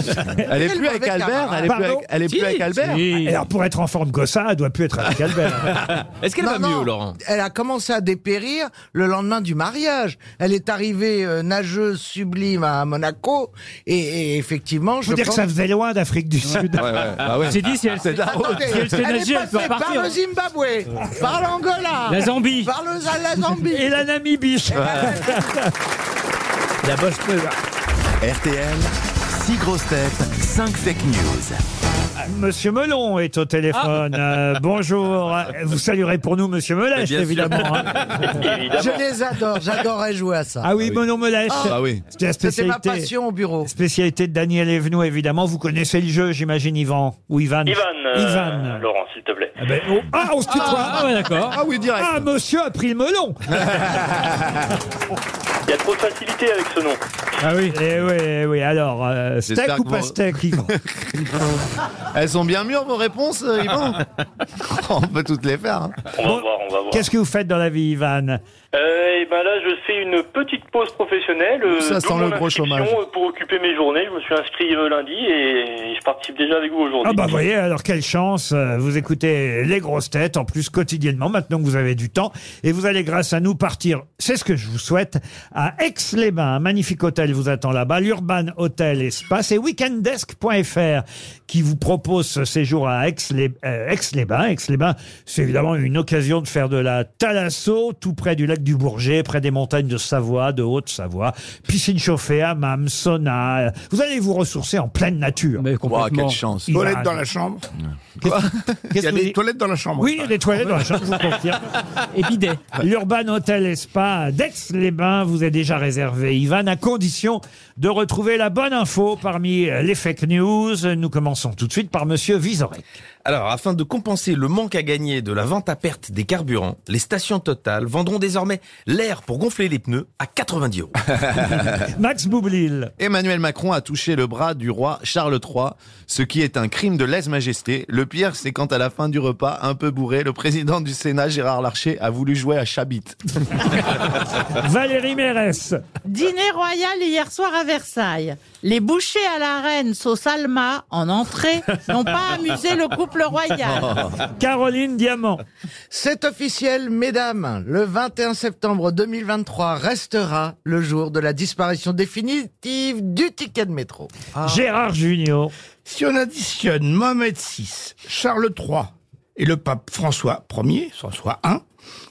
[SPEAKER 10] Elle est
[SPEAKER 9] Quel
[SPEAKER 10] plus avec
[SPEAKER 9] mauvais
[SPEAKER 10] Albert,
[SPEAKER 9] camarade.
[SPEAKER 10] elle est plus avec, elle est plus
[SPEAKER 2] Si,
[SPEAKER 10] avec Albert.
[SPEAKER 2] si. Alors pour être en forme comme ça, elle doit plus être avec
[SPEAKER 10] [LAUGHS]
[SPEAKER 2] Albert.
[SPEAKER 3] Est-ce qu'elle
[SPEAKER 9] Non,
[SPEAKER 3] va
[SPEAKER 9] non,
[SPEAKER 3] mieux, Laurent
[SPEAKER 9] Elle a commencé à dépérir le lendemain du mariage. Elle est arrivée euh, nageuse sublime à Monaco et, et effectivement, je
[SPEAKER 2] Faut dire que
[SPEAKER 9] pense-
[SPEAKER 2] ça faisait loin d'Afrique du Sud. [LAUGHS] Bah
[SPEAKER 4] J'ai dit,
[SPEAKER 2] Ah,
[SPEAKER 4] si elle s'est
[SPEAKER 9] Attendez, elle est
[SPEAKER 4] nager, elle peut
[SPEAKER 9] passée par
[SPEAKER 4] repartir.
[SPEAKER 9] le Zimbabwe, par l'Angola,
[SPEAKER 4] La Zambie.
[SPEAKER 9] par le, la Zambie.
[SPEAKER 2] Et la Namibie. [LAUGHS]
[SPEAKER 10] La bosse
[SPEAKER 1] RTL, 6 grosses têtes, 5 fake news.
[SPEAKER 2] Euh, Monsieur Melon est au téléphone. Euh, bonjour. Vous saluerez pour nous Monsieur Melèche,
[SPEAKER 10] Ah. Mais bien sûr.
[SPEAKER 2] évidemment. hein.
[SPEAKER 9] Je les adore, j'adorais jouer à ça.
[SPEAKER 2] Ah oui, Melon Melèche.
[SPEAKER 9] Ah, bah
[SPEAKER 10] oui.
[SPEAKER 2] C'était la
[SPEAKER 9] C'était ma
[SPEAKER 2] spécialité.
[SPEAKER 9] passion au bureau.
[SPEAKER 2] Spécialité de Daniel Evenou, évidemment. Vous connaissez le jeu, j'imagine, Yvan. Ou Ivan.
[SPEAKER 14] Ivan, euh,
[SPEAKER 2] Ivan.
[SPEAKER 14] Laurent, s'il te plaît.
[SPEAKER 2] Ah, ben, oh, ah, on se tutoie.
[SPEAKER 4] Ah, ouais, d'accord.
[SPEAKER 10] Ah oui, direct.
[SPEAKER 2] Ah, monsieur a pris le melon.
[SPEAKER 14] [LAUGHS]
[SPEAKER 10] [LAUGHS]
[SPEAKER 14] Il y a trop de facilité avec ce nom.
[SPEAKER 2] ah oui. Eh oui, eh oui. Alors, euh,
[SPEAKER 10] J'espère
[SPEAKER 2] steak ou
[SPEAKER 10] que vous-
[SPEAKER 2] pastèque, Yvan
[SPEAKER 10] [LAUGHS] Elles sont bien mûres vos réponses,
[SPEAKER 2] [LAUGHS]
[SPEAKER 10] euh, Yvan Oh, On peut toutes les faire. hein.
[SPEAKER 14] On va voir, on va voir.
[SPEAKER 2] Qu'est-ce que vous faites dans la vie, Ivan
[SPEAKER 14] Euh, et ben là, je fais une petite pause professionnelle. euh,
[SPEAKER 2] Ça
[SPEAKER 14] d'où
[SPEAKER 2] sent le
[SPEAKER 14] mon
[SPEAKER 2] gros
[SPEAKER 14] inscription,
[SPEAKER 2] chômage.
[SPEAKER 14] euh, Pour occuper mes journées, je me suis inscrit euh, lundi et je participe déjà avec vous aujourd'hui.
[SPEAKER 2] Ah bah voyez, alors quelle chance, euh, vous écoutez les grosses têtes, en plus quotidiennement, maintenant que vous avez du temps, et vous allez grâce à nous partir, c'est ce que je vous souhaite, à Aix-les-Bains, un magnifique hôtel vous attend là-bas, l'Urban Hotel Espace et weekendesk.fr qui vous propose ce séjour à Aix-les- euh, Aix-les-Bains. Aix-les-Bains, c'est évidemment une occasion de faire de la thalasso, tout près du lac du Bourget, près des montagnes de Savoie, de Haute-Savoie, piscine chauffée, hammam, sauna, vous allez vous ressourcer en pleine nature. Mais
[SPEAKER 10] complètement. quelle chance.
[SPEAKER 7] Toilette
[SPEAKER 2] Ivan.
[SPEAKER 7] dans la chambre.
[SPEAKER 2] Il y a des
[SPEAKER 7] toilettes dans la chambre.
[SPEAKER 2] Oui, il y a des toilettes dans la chambre, je vous
[SPEAKER 7] [LAUGHS]
[SPEAKER 2] confirme. Et bidet. L'Urban Hotel et Spa d'Aix-les-Bains vous est déjà réservé, Ivan, à condition de retrouver la bonne info parmi les fake news. Nous commençons tout de suite par Monsieur Vizorek.
[SPEAKER 3] Alors, afin de compenser le manque à gagner de la vente à perte des carburants, les stations Total vendront désormais l'air pour gonfler les pneus à 90 euros.
[SPEAKER 2] [LAUGHS] Max Boublil.
[SPEAKER 10] Emmanuel Macron a touché le bras du roi Charles III, ce qui est un crime de lèse-majesté. Le pire, c'est quand à la fin du repas, un peu bourré, le président du Sénat, Gérard Larcher, a voulu jouer à Chabit.
[SPEAKER 2] [LAUGHS] Valérie Mérès.
[SPEAKER 6] Dîner royal hier soir à Versailles. Les bouchers à la reine sauce Alma en entrée n'ont
[SPEAKER 2] [LAUGHS]
[SPEAKER 6] pas amusé le couple royal.
[SPEAKER 2] Caroline Diamant.
[SPEAKER 9] C'est officiel, mesdames. Le 21 septembre 2023 restera le jour de la disparition définitive du ticket de métro.
[SPEAKER 2] Gérard Junior.
[SPEAKER 7] Ah. Si on additionne Mohamed VI, Charles III et le pape François Ier, François I,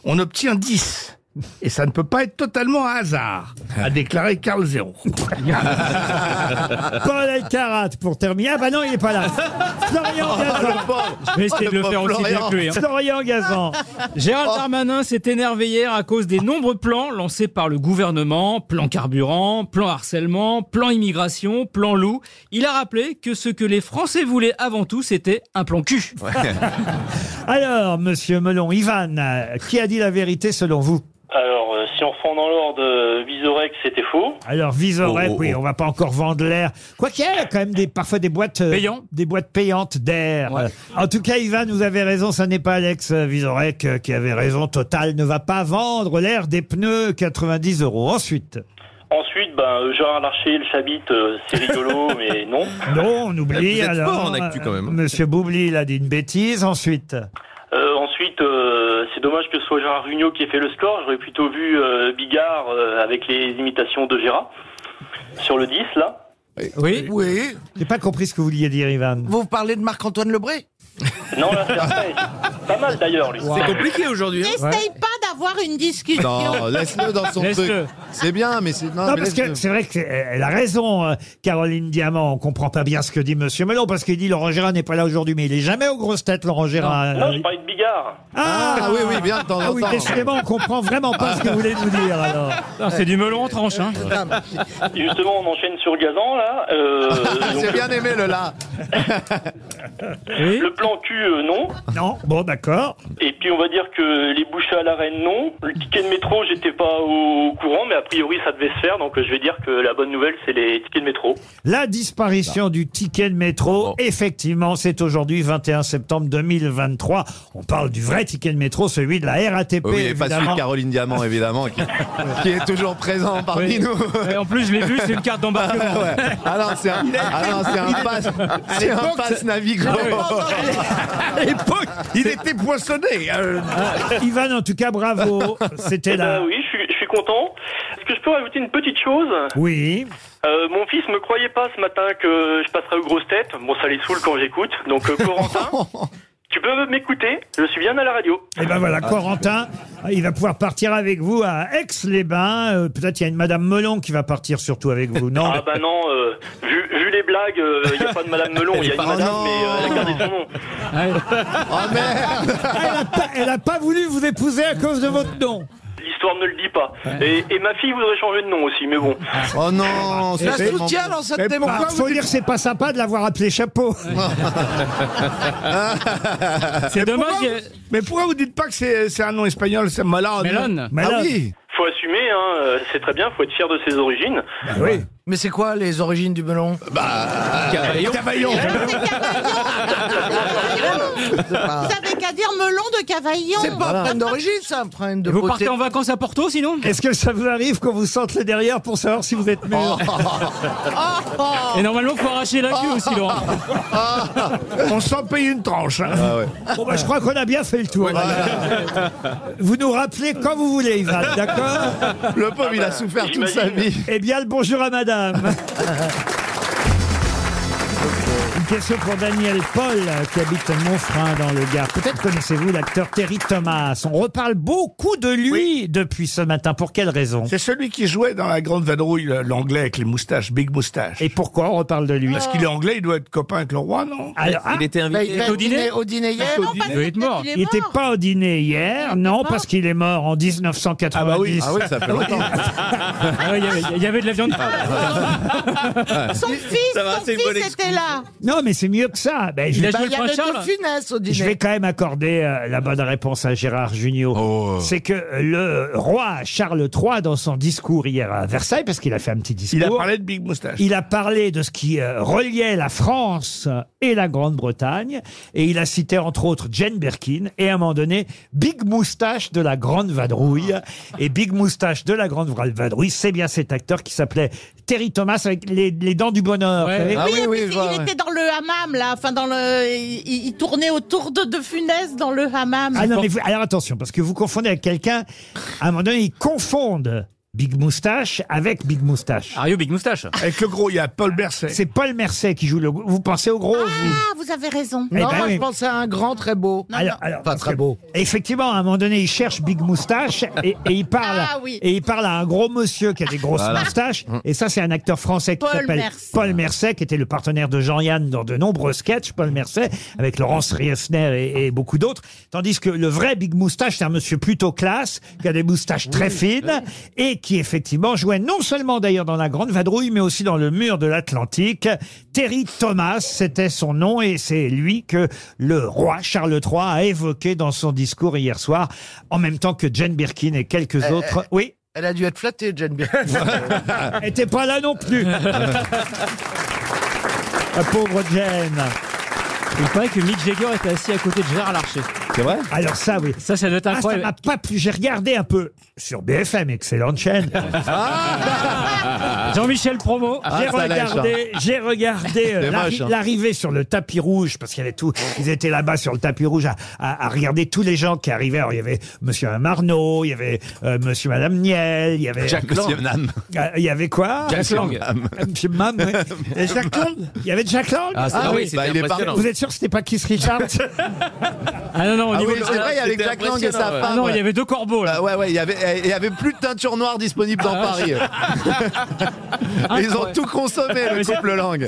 [SPEAKER 7] on obtient 10. Et ça ne peut pas être totalement un hasard, a déclaré Karl Zéro.
[SPEAKER 2] [LAUGHS] Paul Elkarat pour terminer. Ah bah non, il n'est pas là. Florian
[SPEAKER 7] Oh,
[SPEAKER 2] Gazan.
[SPEAKER 3] [LAUGHS]
[SPEAKER 7] le pauvre.
[SPEAKER 4] Je vais essayer de le faire aussi bien que lui, hein.
[SPEAKER 2] Florian Gazan.
[SPEAKER 4] [LAUGHS] Gérald Darmanin s'est énervé hier à cause des nombreux plans lancés par le gouvernement, plan carburant, plan harcèlement, plan immigration, plan loup. Il a rappelé que ce que les Français voulaient avant tout, c'était un plan cul. [LAUGHS]
[SPEAKER 2] Alors, Monsieur Melon, Ivan, euh, qui a dit la vérité selon vous
[SPEAKER 14] [LAUGHS] Alors, euh, si on reprend dans l'ordre, euh, Visorec, c'était faux.
[SPEAKER 2] Alors, Visorek,
[SPEAKER 14] Oh, oh,
[SPEAKER 2] oui,
[SPEAKER 14] oh.
[SPEAKER 2] on va pas encore vendre l'air. Quoi qu'il y ait quand même des, parfois des boîtes, euh, des boîtes payantes d'air. En tout cas, Ivan, vous avez raison, ça n'est pas Alex euh, Visorek euh, qui avait raison. Total ne va pas vendre l'air des pneus 90 euros. Ensuite.
[SPEAKER 14] Ensuite, ben, euh, Gérard Larcher, le Chabit, euh, c'est rigolo,
[SPEAKER 2] [LAUGHS]
[SPEAKER 14] mais non.
[SPEAKER 2] Non, on oublie
[SPEAKER 14] Eh, Vous êtes
[SPEAKER 2] alors.
[SPEAKER 14] fort en actu, quand même. hein.
[SPEAKER 2] euh, Monsieur Boubli, il a dit une bêtise. Ensuite.
[SPEAKER 14] Euh, ensuite, euh, c'est dommage que ce soit Gérard Rugnot qui ait fait le score. J'aurais plutôt vu euh, Bigard euh, avec les imitations de Gérard sur le 10, là.
[SPEAKER 2] Oui. Oui. J'ai pas compris ce que vous vouliez dire, Ivan.
[SPEAKER 9] Vous parlez de Marc-Antoine Lebré
[SPEAKER 14] Non, là, c'est après. Pas mal d'ailleurs, lui.
[SPEAKER 9] C'est
[SPEAKER 3] compliqué
[SPEAKER 2] hein.
[SPEAKER 3] aujourd'hui.
[SPEAKER 6] N'essaye pas d'avoir une discussion.
[SPEAKER 10] Non, laisse-le dans son truc. C'est bien, mais c'est.
[SPEAKER 2] Non,
[SPEAKER 10] mais
[SPEAKER 2] parce que
[SPEAKER 10] laisse-le.
[SPEAKER 2] c'est vrai qu'elle a raison, euh, Caroline Diamant. On comprend pas bien ce que dit Monsieur Melon, parce qu'il dit Laurent Gérard n'est pas là aujourd'hui, mais il est jamais aux grosses têtes, Laurent Gérard.
[SPEAKER 14] Non, je parlais de Bigard.
[SPEAKER 2] euh, Ah,
[SPEAKER 10] oui, oui, bien de temps
[SPEAKER 2] Ah
[SPEAKER 10] en
[SPEAKER 2] oui,
[SPEAKER 10] temps.
[SPEAKER 2] décidément, on comprend vraiment pas ce que vous voulez nous dire, alors.
[SPEAKER 4] Non, c'est du melon en tranche.
[SPEAKER 10] [LAUGHS]
[SPEAKER 4] Hein.
[SPEAKER 14] Justement, on enchaîne sur Gazan, là. Euh, donc,
[SPEAKER 10] J'ai bien aimé
[SPEAKER 14] [LAUGHS]
[SPEAKER 10] le là.
[SPEAKER 14] Le plan cul, euh, non.
[SPEAKER 2] Non, bon, d'accord.
[SPEAKER 14] Et puis, on va dire que les bouchées à la reine, non. Le ticket de métro, j'étais pas au courant, mais a priori, ça devait se faire. Donc, euh, je vais dire que la bonne nouvelle, c'est les tickets de métro.
[SPEAKER 2] La disparition du ticket de
[SPEAKER 4] Ah
[SPEAKER 2] métro, effectivement, c'est aujourd'hui 21 septembre 2023. On parle du vrai ticket de métro, celui de la RATP.
[SPEAKER 10] Oui, et pas celui
[SPEAKER 2] évidemment.
[SPEAKER 10] de Caroline Diamant, évidemment, qui, [LAUGHS] qui est toujours présent
[SPEAKER 2] Oui.
[SPEAKER 10] parmi nous.
[SPEAKER 4] Et en plus, je l'ai vu, c'est une carte d'embarquement.
[SPEAKER 10] Ah,
[SPEAKER 2] [LAUGHS]
[SPEAKER 10] ouais. Ah non, c'est un, ah non, c'est un pass, c'est un pass Navigo.
[SPEAKER 2] Ah
[SPEAKER 10] [LAUGHS]
[SPEAKER 7] À l'époque, il était poinçonné.
[SPEAKER 10] hein.
[SPEAKER 7] euh.
[SPEAKER 2] Ivan, en tout cas, bravo. C'était
[SPEAKER 14] Eh ben
[SPEAKER 2] là.
[SPEAKER 14] oui, je suis, je suis content. Est-ce que je peux rajouter une petite chose
[SPEAKER 2] Oui.
[SPEAKER 14] Euh, Mon fils me croyait pas ce matin que je passerais aux grosses têtes. Bon, ça les saoule quand j'écoute. Donc, euh,
[SPEAKER 2] [LAUGHS]
[SPEAKER 14] Corentin, tu peux m'écouter Je suis bien à la radio.
[SPEAKER 2] Et ben
[SPEAKER 4] Ah.
[SPEAKER 14] Ah,
[SPEAKER 2] voilà, Corentin, il va pouvoir partir avec vous à Aix-les-Bains. Euh, Peut-être il y a une Madame Melon qui va partir surtout avec vous, non
[SPEAKER 14] Ah bah non, euh, vu, vu les blagues, il n'y a pas de Madame Melon, il y a une madame, mais euh, elle a gardé son nom.
[SPEAKER 4] Ah,
[SPEAKER 2] Elle a pas- Elle n'a pas voulu vous épouser à cause de votre nom.
[SPEAKER 14] [LAUGHS] L'histoire ne le dit pas. Et, et ma fille voudrait changer de nom aussi, mais bon.
[SPEAKER 10] Oh non,
[SPEAKER 2] c'est tellement-
[SPEAKER 14] Mais
[SPEAKER 2] Bah, ben, faut dire que c'est pas sympa de l'avoir appelé
[SPEAKER 10] [LAUGHS]
[SPEAKER 2] chapeau.
[SPEAKER 7] Mais
[SPEAKER 4] C'est dommage,
[SPEAKER 7] pourquoi
[SPEAKER 4] il y a-
[SPEAKER 7] vous- Mais pourquoi vous dites pas que c'est c'est un nom espagnol, c'est Malone
[SPEAKER 4] Melon.
[SPEAKER 7] Ah oui
[SPEAKER 16] Bah
[SPEAKER 14] Faut assumer, hein, euh, c'est très bien, faut être fier de ses origines.
[SPEAKER 7] oui.
[SPEAKER 9] Mais c'est quoi les origines du
[SPEAKER 2] [LAUGHS]
[SPEAKER 9] melon
[SPEAKER 10] Bah,
[SPEAKER 16] Euh,
[SPEAKER 9] Cavaillon.
[SPEAKER 7] Cavaillon.
[SPEAKER 6] Vous avez qu'à dire melon de Cavaillon.
[SPEAKER 9] C'est pas un prenne d'origine, ça, un prenne de beauté.
[SPEAKER 2] vacances à Porto sinon Est-ce que ça vous arrive qu'on vous sente le derrière pour savoir si vous êtes mûr
[SPEAKER 10] Oh.
[SPEAKER 2] [LAUGHS]
[SPEAKER 6] Oh,
[SPEAKER 2] Oh.
[SPEAKER 4] Et normalement, faut arracher la queue aussi, Laurent.
[SPEAKER 7] [LAUGHS] On s'en paye une tranche. hein.
[SPEAKER 10] Ah
[SPEAKER 2] Bon, bah, je crois qu'on a bien fait le tour.
[SPEAKER 7] [LAUGHS]
[SPEAKER 2] Vous nous rappelez quand vous voulez, Ivan, d'accord
[SPEAKER 10] Le pauvre, il a souffert toute sa vie.
[SPEAKER 2] Eh bien, le bonjour à
[SPEAKER 10] [LAUGHS]
[SPEAKER 2] madame. Une question pour Daniel Paul, euh, qui habite Montfrin dans le Gard. Peut-être connaissez-vous l'acteur Terry Thomas. On reparle beaucoup de lui depuis ce matin. Pour quelle raison
[SPEAKER 7] C'est celui qui jouait dans la grande vadrouille, le- l'anglais avec les moustaches, Big Moustache.
[SPEAKER 2] Et pourquoi on reparle de lui
[SPEAKER 7] Parce qu'il est anglais, il doit être copain avec le roi, non
[SPEAKER 2] Alors, ah,
[SPEAKER 9] Au dîner hier.
[SPEAKER 7] Au dîner. Il doit être mort.
[SPEAKER 2] Il n'était pas au dîner hier, non, parce qu'il est mort en 1990.
[SPEAKER 10] Ah bah oui. Ah oui, ça fait longtemps.
[SPEAKER 4] Ah Il y avait- il y avait de la viande. bah, [LAUGHS]
[SPEAKER 6] Son fils, son fils était là.
[SPEAKER 2] [LAUGHS] Non, mais c'est mieux que ça. Ben, je,
[SPEAKER 6] Il a
[SPEAKER 2] vais-
[SPEAKER 6] joué le Bah, il y avait prince de Charles Funès au dîner.
[SPEAKER 2] Je vais quand même accorder euh, la bonne réponse à Gérard Junior. Oh. C'est que le roi Charles III, dans son discours hier à Versailles, parce qu'il a fait un petit discours.
[SPEAKER 7] Il a parlé de Big Moustache.
[SPEAKER 2] Il a parlé de ce qui euh, reliait la France et la Grande-Bretagne, et il a cité entre autres Jane Birkin, et à un moment donné, Big Moustache de la Grande Vadrouille. Et Big Moustache de la Grande Vadrouille, c'est bien cet acteur qui s'appelait Terry Thomas avec les, les dents du bonheur. Vous savez
[SPEAKER 6] oui, et puis il était dans le hammam, là. Enfin, dans le. Il, il tournait autour de, de Funès dans le hammam.
[SPEAKER 2] Ah non, mais vous- alors attention, parce que vous confondez avec quelqu'un, à un moment donné, ils confondent Big Moustache avec Big Moustache.
[SPEAKER 4] Ario Big Moustache.
[SPEAKER 7] Avec le gros, il y a Paul Berset.
[SPEAKER 2] C'est Paul Mercet qui joue le. Vous pensez au gros vous
[SPEAKER 6] Ah, vous avez raison.
[SPEAKER 2] Eh
[SPEAKER 9] Non,
[SPEAKER 2] ben
[SPEAKER 9] moi,
[SPEAKER 2] oui.
[SPEAKER 9] je pensais à un grand très beau.
[SPEAKER 2] Alors- alors, parce que- Effectivement, à un moment donné, il cherche Big Moustache et, et
[SPEAKER 9] [LAUGHS]
[SPEAKER 2] il parle
[SPEAKER 9] Ah oui.
[SPEAKER 2] et il parle à un gros monsieur qui a des grosses
[SPEAKER 9] Voilà.
[SPEAKER 2] moustaches. Et ça, c'est un acteur français qui
[SPEAKER 9] Paul
[SPEAKER 2] s'appelle
[SPEAKER 9] Mercet.
[SPEAKER 2] Paul Mercet, qui était le partenaire de Jean-Yann dans de nombreux sketchs. Paul Mercet avec Laurence Riesner et, et beaucoup d'autres. Tandis que le vrai Big Moustache, c'est un monsieur plutôt classe qui a des moustaches très fines et qui effectivement jouait non seulement d'ailleurs dans La Grande Vadrouille, mais aussi dans Le Mur de l'Atlantique. Terry Thomas, c'était son nom et c'est lui que le roi Charles III a évoqué dans son discours hier soir, en même temps que Jane Birkin et quelques
[SPEAKER 9] Euh,
[SPEAKER 2] autres.
[SPEAKER 9] euh,
[SPEAKER 2] Oui.
[SPEAKER 9] Elle a dû être flattée,
[SPEAKER 2] [LAUGHS]
[SPEAKER 9] Jane Birkin. euh,
[SPEAKER 2] Elle était pas là non [LAUGHS] plus. La pauvre Jane.
[SPEAKER 4] Il paraît que Mick Jagger était assis à côté de Gérard Larcher.
[SPEAKER 10] C'est vrai
[SPEAKER 2] Alors ça, oui.
[SPEAKER 4] Ça, ça doit être
[SPEAKER 2] Ah, ça
[SPEAKER 4] incroyable.
[SPEAKER 2] m'a pas plu. J'ai regardé un peu sur BFM, excellente [LAUGHS] chaîne. Ah.
[SPEAKER 4] Jean-Michel Promo.
[SPEAKER 2] J'ai regardé, j'ai regardé [LAUGHS] euh,
[SPEAKER 4] C'est
[SPEAKER 2] l'arri-
[SPEAKER 4] moche, hein.
[SPEAKER 2] l'arrivée sur le tapis rouge parce qu'il y avait tout. Ils étaient là-bas sur le tapis rouge à, à- à regarder tous les gens qui arrivaient. Alors, il y avait Monsieur Marneau, il y avait euh, Monsieur Madame Niel, il y avait
[SPEAKER 10] Jacques Lang. Monsieur Nam.
[SPEAKER 2] Euh, Il y avait quoi
[SPEAKER 10] Jacques Lang.
[SPEAKER 2] Euh, Monsieur Mam. ouais. [LAUGHS] Et Jacques Lang. Il y avait Jacques Lang. Bah,
[SPEAKER 10] Ah, c'est- ah oui, c'était impressionnant.
[SPEAKER 2] Vous êtes sûr que c'était pas Keith Richards
[SPEAKER 10] [LAUGHS]
[SPEAKER 4] Ah non non,
[SPEAKER 10] Ah oui, c'est vrai, il y avait Jack Lang et sa femme.
[SPEAKER 4] non, il y avait deux corbeaux là.
[SPEAKER 10] Ah ouais, ouais, il y avait, il y avait plus de teinture noire disponible
[SPEAKER 2] Ah.
[SPEAKER 10] dans
[SPEAKER 2] [LAUGHS]
[SPEAKER 10] Paris. Ils ont tout consommé,
[SPEAKER 2] Ah,
[SPEAKER 10] le couple Ah, Lang. [LAUGHS]
[SPEAKER 2] Et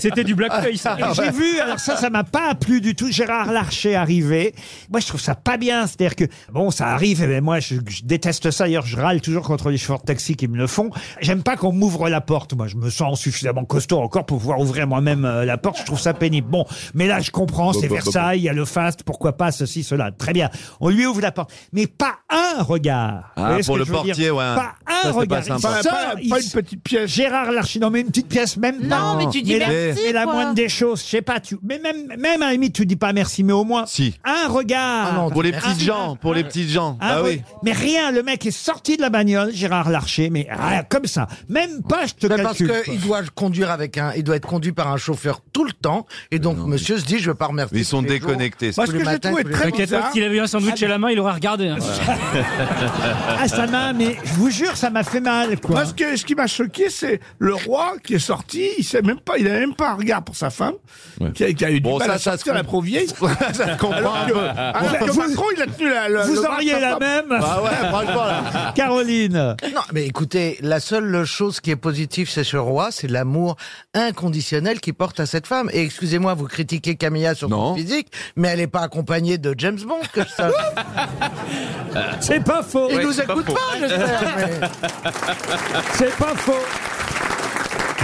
[SPEAKER 2] J'ai vu, alors ça, ça m'a pas plu du tout, Gérard Larcher arriver. Moi, je trouve ça pas bien. C'est-à-dire que, bon, ça arrive, mais moi, je, je déteste ça. D'ailleurs, je râle toujours contre les chauffeurs de taxi qui me le font. J'aime pas qu'on m'ouvre la porte. Moi, je me sens suffisamment costaud encore pour pouvoir ouvrir moi-même euh, la porte. Je trouve ça pénible. Bon, mais là, je comprends, c'est
[SPEAKER 10] Bon, bon, bon,
[SPEAKER 2] Versailles, il y a le faste, pourquoi pas ceci, cela. Très bien. On lui ouvre la porte. Mais pas un regard.
[SPEAKER 10] Ah,
[SPEAKER 2] Vous voyez ce
[SPEAKER 10] pour
[SPEAKER 2] que
[SPEAKER 10] le
[SPEAKER 2] je veux dire
[SPEAKER 10] portier, ouais.
[SPEAKER 2] Pas
[SPEAKER 10] Ça, c'est
[SPEAKER 2] un
[SPEAKER 10] pas
[SPEAKER 2] regard.
[SPEAKER 10] sympa.
[SPEAKER 2] Il
[SPEAKER 10] Pas-
[SPEAKER 2] sort,
[SPEAKER 10] pas-
[SPEAKER 2] il
[SPEAKER 10] pas
[SPEAKER 2] une petite pièce. Gérard Larcher, non mais une petite pièce même pas.
[SPEAKER 6] Non, mais tu dis
[SPEAKER 2] mais
[SPEAKER 6] merci,
[SPEAKER 2] La, mais la
[SPEAKER 6] quoi.
[SPEAKER 2] moindre des choses, je sais pas. Tu, mais même, même à la limite, tu dis pas merci, mais au moins un regard.
[SPEAKER 10] Ah pour les
[SPEAKER 2] Un-
[SPEAKER 10] petites gens, pour les petites gens.
[SPEAKER 2] un
[SPEAKER 10] Ah
[SPEAKER 2] re-
[SPEAKER 10] oui.
[SPEAKER 2] Mais rien, le mec est sorti de la bagnole, Gérard Larcher, mais rien, comme ça. Même pas, je te
[SPEAKER 9] Mais parce
[SPEAKER 2] calcule.
[SPEAKER 9] qu'il doit conduire avec un, il doit être conduit par un chauffeur tout le temps, et donc monsieur se dit, je veux pas remercier.
[SPEAKER 10] Ils sont
[SPEAKER 9] tous les jours,
[SPEAKER 10] déconnectés,
[SPEAKER 9] tous les matins, tous les soirs.
[SPEAKER 4] T'inquiète pas, s'il avait eu un sandwich à la main, il aurait regardé. hein. [LAUGHS]
[SPEAKER 2] Ah, ça m'a, mais je vous jure, ça m'a fait mal, quoi.
[SPEAKER 7] Moi, ce, que- ce qui m'a choqué, c'est le roi qui est sorti, il sait même pas, il n'a même pas un regard pour sa femme, qui, a, qui a eu du
[SPEAKER 10] Bon,
[SPEAKER 7] mal
[SPEAKER 10] ça,
[SPEAKER 7] à
[SPEAKER 10] ça se
[SPEAKER 7] sortir la
[SPEAKER 10] comprend. [LAUGHS]
[SPEAKER 7] pauvrière.
[SPEAKER 10] Ça se comprend
[SPEAKER 7] Alors
[SPEAKER 10] un
[SPEAKER 7] que,
[SPEAKER 10] peu.
[SPEAKER 7] alors que
[SPEAKER 10] Vous-
[SPEAKER 7] Macron, il a tenu la. la-
[SPEAKER 2] Vous
[SPEAKER 7] le bras de
[SPEAKER 2] auriez
[SPEAKER 7] sa
[SPEAKER 2] la
[SPEAKER 7] femme.
[SPEAKER 2] même [LAUGHS]
[SPEAKER 10] Ah ouais, franchement, là.
[SPEAKER 2] Caroline.
[SPEAKER 9] Non, mais écoutez, la seule chose qui est positive chez ce roi, c'est l'amour inconditionnel qu'il porte à cette femme. Et excusez-moi, vous critiquez Camilla sur son physique, mais elle n'est pas accompagnée de James Bond, que
[SPEAKER 2] [LAUGHS]
[SPEAKER 9] je sache.
[SPEAKER 2] C'est pas faux.
[SPEAKER 9] Il
[SPEAKER 2] Ouais,
[SPEAKER 9] nous
[SPEAKER 2] c'est pas
[SPEAKER 9] écoute
[SPEAKER 2] faux.
[SPEAKER 9] pas, j'espère. mais-
[SPEAKER 2] C'est pas faux.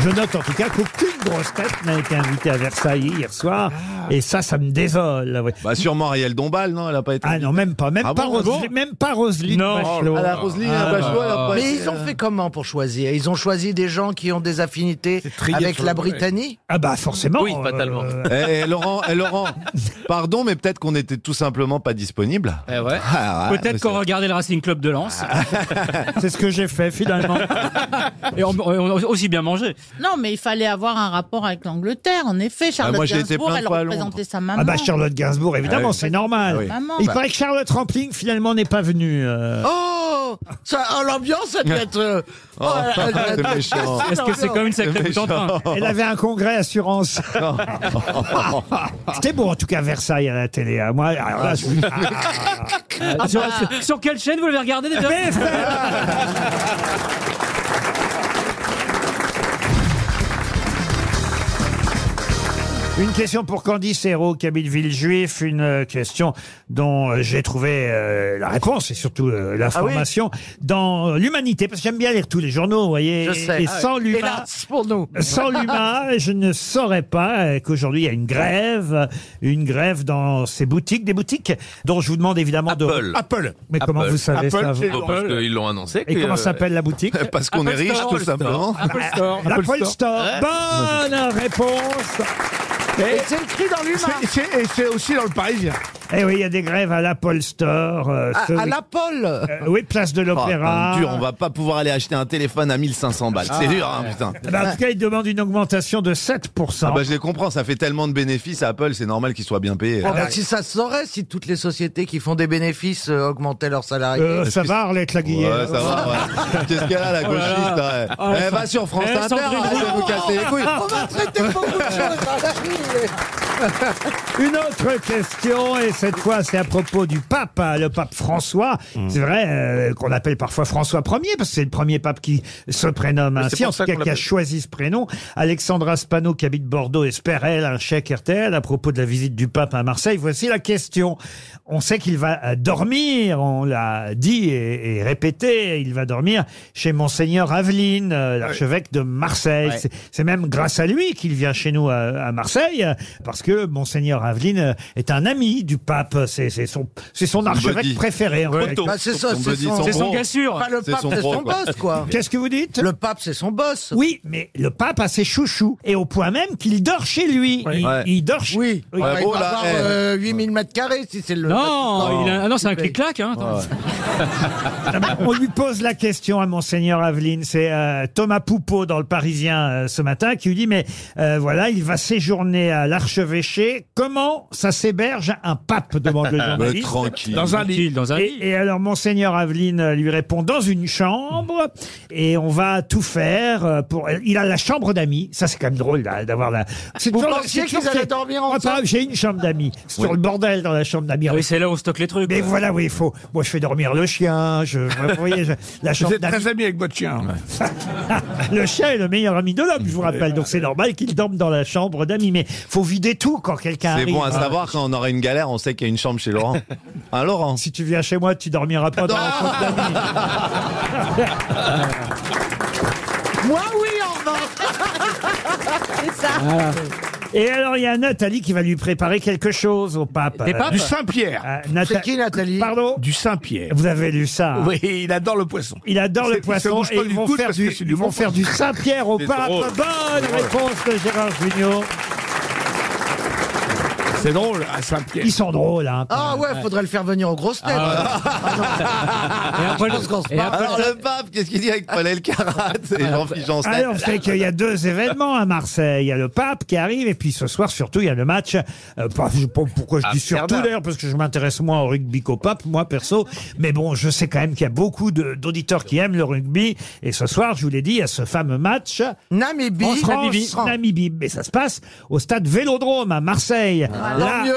[SPEAKER 2] Je note en tout cas qu'aucune grosse tête n'a été invitée à Versailles hier soir.
[SPEAKER 10] Ah.
[SPEAKER 2] Et ça, ça me désole. là, ouais.
[SPEAKER 10] Bah sûrement Ariel Dombal, non Elle a pas été.
[SPEAKER 2] Ah non, même pas. Même
[SPEAKER 10] Ah
[SPEAKER 2] pas
[SPEAKER 10] bon
[SPEAKER 2] Roselyne- même pas Roselyne Bachelot.
[SPEAKER 9] Ah,
[SPEAKER 2] Ah,
[SPEAKER 9] Mais ils ont fait comment pour choisir Ils ont choisi des gens qui ont des affinités avec la Britannie
[SPEAKER 2] Ah bah forcément.
[SPEAKER 9] Oui, fatalement.
[SPEAKER 10] Eh, eh, Laurent,
[SPEAKER 2] [LAUGHS]
[SPEAKER 10] eh, Laurent, pardon, mais peut-être qu'on était tout simplement pas disponible. Ah, ouais,
[SPEAKER 4] Eh Peut-être
[SPEAKER 10] mais Ah.
[SPEAKER 4] qu'on regardait le Racing Club de Lens.
[SPEAKER 2] [LAUGHS] C'est ce que j'ai fait finalement.
[SPEAKER 4] [LAUGHS] Et on, on a aussi bien mangé.
[SPEAKER 6] Non, mais il fallait avoir un rapport avec l'Angleterre, en effet. Charlotte
[SPEAKER 2] moi, j'ai été
[SPEAKER 6] Gainsbourg,
[SPEAKER 2] plein de
[SPEAKER 6] elle
[SPEAKER 2] fois à
[SPEAKER 6] représentait sa maman.
[SPEAKER 2] Ah bah Charlotte Gainsbourg, évidemment,
[SPEAKER 10] Ah oui.
[SPEAKER 2] c'est normal.
[SPEAKER 10] Ah oui. Maman.
[SPEAKER 2] Il
[SPEAKER 10] Bah.
[SPEAKER 2] paraît que Charlotte Rampling finalement n'est pas venue. euh.
[SPEAKER 9] Oh, ça, oh, L'ambiance, ça peut être. euh,
[SPEAKER 2] Oh,
[SPEAKER 9] elle- elle-
[SPEAKER 2] c'est méchant.
[SPEAKER 9] Ah,
[SPEAKER 2] Est-ce que c'est
[SPEAKER 9] non,
[SPEAKER 2] comme une
[SPEAKER 9] non.
[SPEAKER 2] sacrée C'est boute en méchant. train Elle avait un congrès assurance. [LAUGHS]
[SPEAKER 9] Ah.
[SPEAKER 2] C'était beau en tout cas Versailles à la télé. hein. Moi, alors là, je vous- Ah.
[SPEAKER 4] Euh, sur, sur quelle chaîne vous l'avez regardé déjà
[SPEAKER 2] Une question pour Candice Hérault, qui habite Villejuif, une euh, question dont euh, j'ai trouvé euh, la réponse et surtout
[SPEAKER 9] Ah
[SPEAKER 2] euh, l'information dans euh, l'humanité, parce que j'aime bien lire tous les journaux, vous voyez,
[SPEAKER 9] Je
[SPEAKER 2] et-
[SPEAKER 9] sais. Ah
[SPEAKER 2] et sans l'humain.
[SPEAKER 9] Hélas, pour nous.
[SPEAKER 2] Sans l'humain, je ne saurais pas euh, qu'aujourd'hui il y a une grève, euh, une grève dans ces boutiques, des boutiques dont je vous demande évidemment
[SPEAKER 3] Apple.
[SPEAKER 2] de Mais comment vous savez ça vous
[SPEAKER 3] Bon, Parce qu'ils l'ont annoncé.
[SPEAKER 2] Et
[SPEAKER 3] que-
[SPEAKER 2] comment s'appelle la boutique
[SPEAKER 10] euh, [LAUGHS]
[SPEAKER 2] Ah,
[SPEAKER 10] Parce qu'on est riche, tout simplement.
[SPEAKER 2] Apple Store. L'Apple Store. Bonne réponse.
[SPEAKER 7] Et c'est écrit dans l'humain. Et c'est aussi dans le Parisien.
[SPEAKER 2] Eh oui, il y a des grèves à l'Apple Store. euh, ce
[SPEAKER 9] À, à
[SPEAKER 2] week-
[SPEAKER 9] l'Apple
[SPEAKER 2] Euh, oui, place de l'Opéra.
[SPEAKER 10] Ah, dur, on va pas pouvoir aller acheter un téléphone à 1500 balles. C'est
[SPEAKER 2] Ah.
[SPEAKER 10] dur, hein, putain.
[SPEAKER 2] Eh ben, en tout cas, ils demandent une augmentation de 7%.
[SPEAKER 10] Ah bah, je les comprends, ça fait tellement de bénéfices à Apple, c'est normal qu'ils soient bien payés.
[SPEAKER 9] Oh, bah, si ça se saurait, si toutes les sociétés qui font des bénéfices euh, augmentaient leurs salariés.
[SPEAKER 2] Euh, ça va, Arlette Laguillet
[SPEAKER 10] Ouais, ça
[SPEAKER 2] [LAUGHS]
[SPEAKER 10] va, ouais. Qu'est-ce qu'elle a, la
[SPEAKER 9] Oh
[SPEAKER 10] gauchiste
[SPEAKER 9] là là.
[SPEAKER 2] Ah,
[SPEAKER 10] ouais.
[SPEAKER 9] Oh là là.
[SPEAKER 10] Eh, va sur France
[SPEAKER 9] Eh,
[SPEAKER 10] Inter,
[SPEAKER 7] Ah,
[SPEAKER 9] Sandrine
[SPEAKER 10] arrêtez de vous
[SPEAKER 9] Rousseau.
[SPEAKER 10] casser les couilles.
[SPEAKER 9] On va traiter beaucoup
[SPEAKER 7] [LAUGHS]
[SPEAKER 9] de choses
[SPEAKER 2] [LAUGHS] Une autre question, et cette fois c'est à propos du pape, hein, le pape François. C'est vrai euh, qu'on appelle parfois François Ier, parce que c'est le premier pape qui se prénomme
[SPEAKER 5] Oui, c'est
[SPEAKER 2] ainsi,
[SPEAKER 5] pour
[SPEAKER 2] en tout
[SPEAKER 5] ça
[SPEAKER 2] cas
[SPEAKER 5] qu'on
[SPEAKER 2] qui a
[SPEAKER 5] l'appelle.
[SPEAKER 2] choisi ce prénom. Alexandra Spano, qui habite Bordeaux, espère elle un chèque RTL à propos de la visite du pape à Marseille. Voici la question. On sait qu'il va euh, dormir, on l'a dit et, et répété, il va dormir chez Monseigneur Aveline, euh, l'archevêque de Marseille.
[SPEAKER 5] Ouais.
[SPEAKER 2] C'est- c'est même grâce à lui qu'il vient chez nous à, à Marseille, euh, parce que Monseigneur Aveline euh, est un ami du pape. C'est c'est son, c'est son
[SPEAKER 10] Son
[SPEAKER 2] archevêque
[SPEAKER 10] buddy.
[SPEAKER 2] préféré. en
[SPEAKER 10] Ouais.
[SPEAKER 2] fait.
[SPEAKER 10] Bah, c'est ça, Son c'est buddy, son- son c'est son bro. gars sûr.
[SPEAKER 9] Pas le
[SPEAKER 10] C'est
[SPEAKER 9] pape,
[SPEAKER 10] son
[SPEAKER 9] c'est
[SPEAKER 10] bro,
[SPEAKER 9] son
[SPEAKER 10] quoi.
[SPEAKER 9] boss, quoi.
[SPEAKER 2] Qu'est-ce que vous dites
[SPEAKER 9] Le pape, c'est son boss.
[SPEAKER 2] Oui, mais le pape a ses chouchous, et au point même qu'il dort chez lui. Il, il dort chez lui.
[SPEAKER 4] Ah
[SPEAKER 9] Il va avoir 8000 mètres carrés si c'est le.
[SPEAKER 4] eh. Non, il a- ah non, c'est un
[SPEAKER 9] Oui.
[SPEAKER 4] clic-clac. Hein, attends.
[SPEAKER 7] [LAUGHS]
[SPEAKER 2] On lui pose la question à Monseigneur Aveline. C'est euh, Thomas Poupeau dans le Parisien euh, ce matin qui lui dit Mais euh, voilà, il va séjourner à l'archevêché. Comment ça s'héberge un pape demande le
[SPEAKER 9] [LAUGHS]
[SPEAKER 10] Bah,
[SPEAKER 2] journaliste.
[SPEAKER 10] tranquille. Dans un lit. Dans un
[SPEAKER 2] Et- Et, alors, Monseigneur Aveline lui répond Dans une chambre. Et on va tout faire. euh, pour. Il a la chambre d'amis. Ça, c'est quand même drôle là, d'avoir la. C'est
[SPEAKER 9] Vous
[SPEAKER 2] toujours-
[SPEAKER 9] pensiez
[SPEAKER 2] c'est toujours
[SPEAKER 9] qu'ils allaient
[SPEAKER 2] fait.
[SPEAKER 9] dormir
[SPEAKER 2] Oh, pas
[SPEAKER 9] ensemble
[SPEAKER 2] grave, J'ai une chambre d'amis. C'est toujours le bordel dans la chambre d'amis.
[SPEAKER 4] Oui, c'est là où on stocke les trucs.
[SPEAKER 2] Mais
[SPEAKER 4] quoi.
[SPEAKER 2] voilà, oui, il faut. Moi, je fais dormir le chien. Je, vous voyez, je- la
[SPEAKER 7] Vous
[SPEAKER 2] chambre
[SPEAKER 7] êtes
[SPEAKER 2] d'amis.
[SPEAKER 7] très ami avec votre chien. hein.
[SPEAKER 2] Le chien est le meilleur ami de l'homme, je vous rappelle. Donc, c'est normal qu'il dorme dans la chambre d'amis. Mais faut vider tout quand quelqu'un
[SPEAKER 10] C'est
[SPEAKER 2] arrive.
[SPEAKER 10] bon à
[SPEAKER 2] Ah.
[SPEAKER 10] savoir, quand on aura une galère, on sait qu'il y a une chambre chez
[SPEAKER 2] [LAUGHS]
[SPEAKER 10] Laurent. Hein, Laurent
[SPEAKER 2] Si tu viens chez moi, tu dormiras pas dans la chambre d'amis.
[SPEAKER 9] Moi, oui, en revanche. Ah. c'est ça.
[SPEAKER 2] Voilà. Ah. Et alors, il y a Nathalie qui va lui préparer quelque chose au pape.
[SPEAKER 7] Des papes
[SPEAKER 2] Euh,
[SPEAKER 7] Du Saint-Pierre.
[SPEAKER 2] euh, Natha-
[SPEAKER 7] C'est qui,
[SPEAKER 9] Nathalie
[SPEAKER 2] Pardon
[SPEAKER 7] Du Saint-Pierre.
[SPEAKER 2] Vous avez lu ça hein
[SPEAKER 7] Oui, il adore le poisson.
[SPEAKER 2] Il adore
[SPEAKER 7] C'est-
[SPEAKER 2] le
[SPEAKER 7] il se
[SPEAKER 2] poisson
[SPEAKER 7] bouge
[SPEAKER 2] et
[SPEAKER 7] pas
[SPEAKER 2] ils
[SPEAKER 7] du
[SPEAKER 2] vont
[SPEAKER 7] coude
[SPEAKER 2] faire
[SPEAKER 7] parce
[SPEAKER 2] du,
[SPEAKER 7] que c'est du
[SPEAKER 2] ils vont
[SPEAKER 7] bon
[SPEAKER 2] faire du Saint-Pierre au
[SPEAKER 7] C'est
[SPEAKER 2] pape.
[SPEAKER 7] drôle.
[SPEAKER 2] Bonne
[SPEAKER 7] C'est drôle.
[SPEAKER 2] réponse de Gérard Junior.
[SPEAKER 7] [LAUGHS] C'est drôle, à Saint-Pierre. Ah,
[SPEAKER 2] Ils sont drôles, hein.
[SPEAKER 9] Ah ouais, faudrait le faire venir aux grosses têtes.
[SPEAKER 2] Ah,
[SPEAKER 10] Et
[SPEAKER 9] après, je pense qu'on se parle.
[SPEAKER 10] Alors le pape, qu'est-ce qu'il dit avec Paul Elkarat et Jean-Philippe Janssen
[SPEAKER 2] Alors, Ah, c'est qu'il y a deux événements à Marseille. Il y a le pape qui arrive, et puis ce soir, surtout, il y a le match. euh, pas- je sais pas pourquoi je dis surtout
[SPEAKER 5] Amsterdam.
[SPEAKER 2] d'ailleurs, parce que je m'intéresse moins au rugby qu'au pape, moi perso. Mais bon, je sais quand même qu'il y a beaucoup de- d'auditeurs qui aiment le rugby. Et ce soir, je vous l'ai dit, il y a ce fameux match.
[SPEAKER 9] Namibie.
[SPEAKER 2] En France, Namibie.
[SPEAKER 9] Namibie.
[SPEAKER 2] Mais ça se passe au stade Vélodrome à Marseille.
[SPEAKER 9] Tant mieux,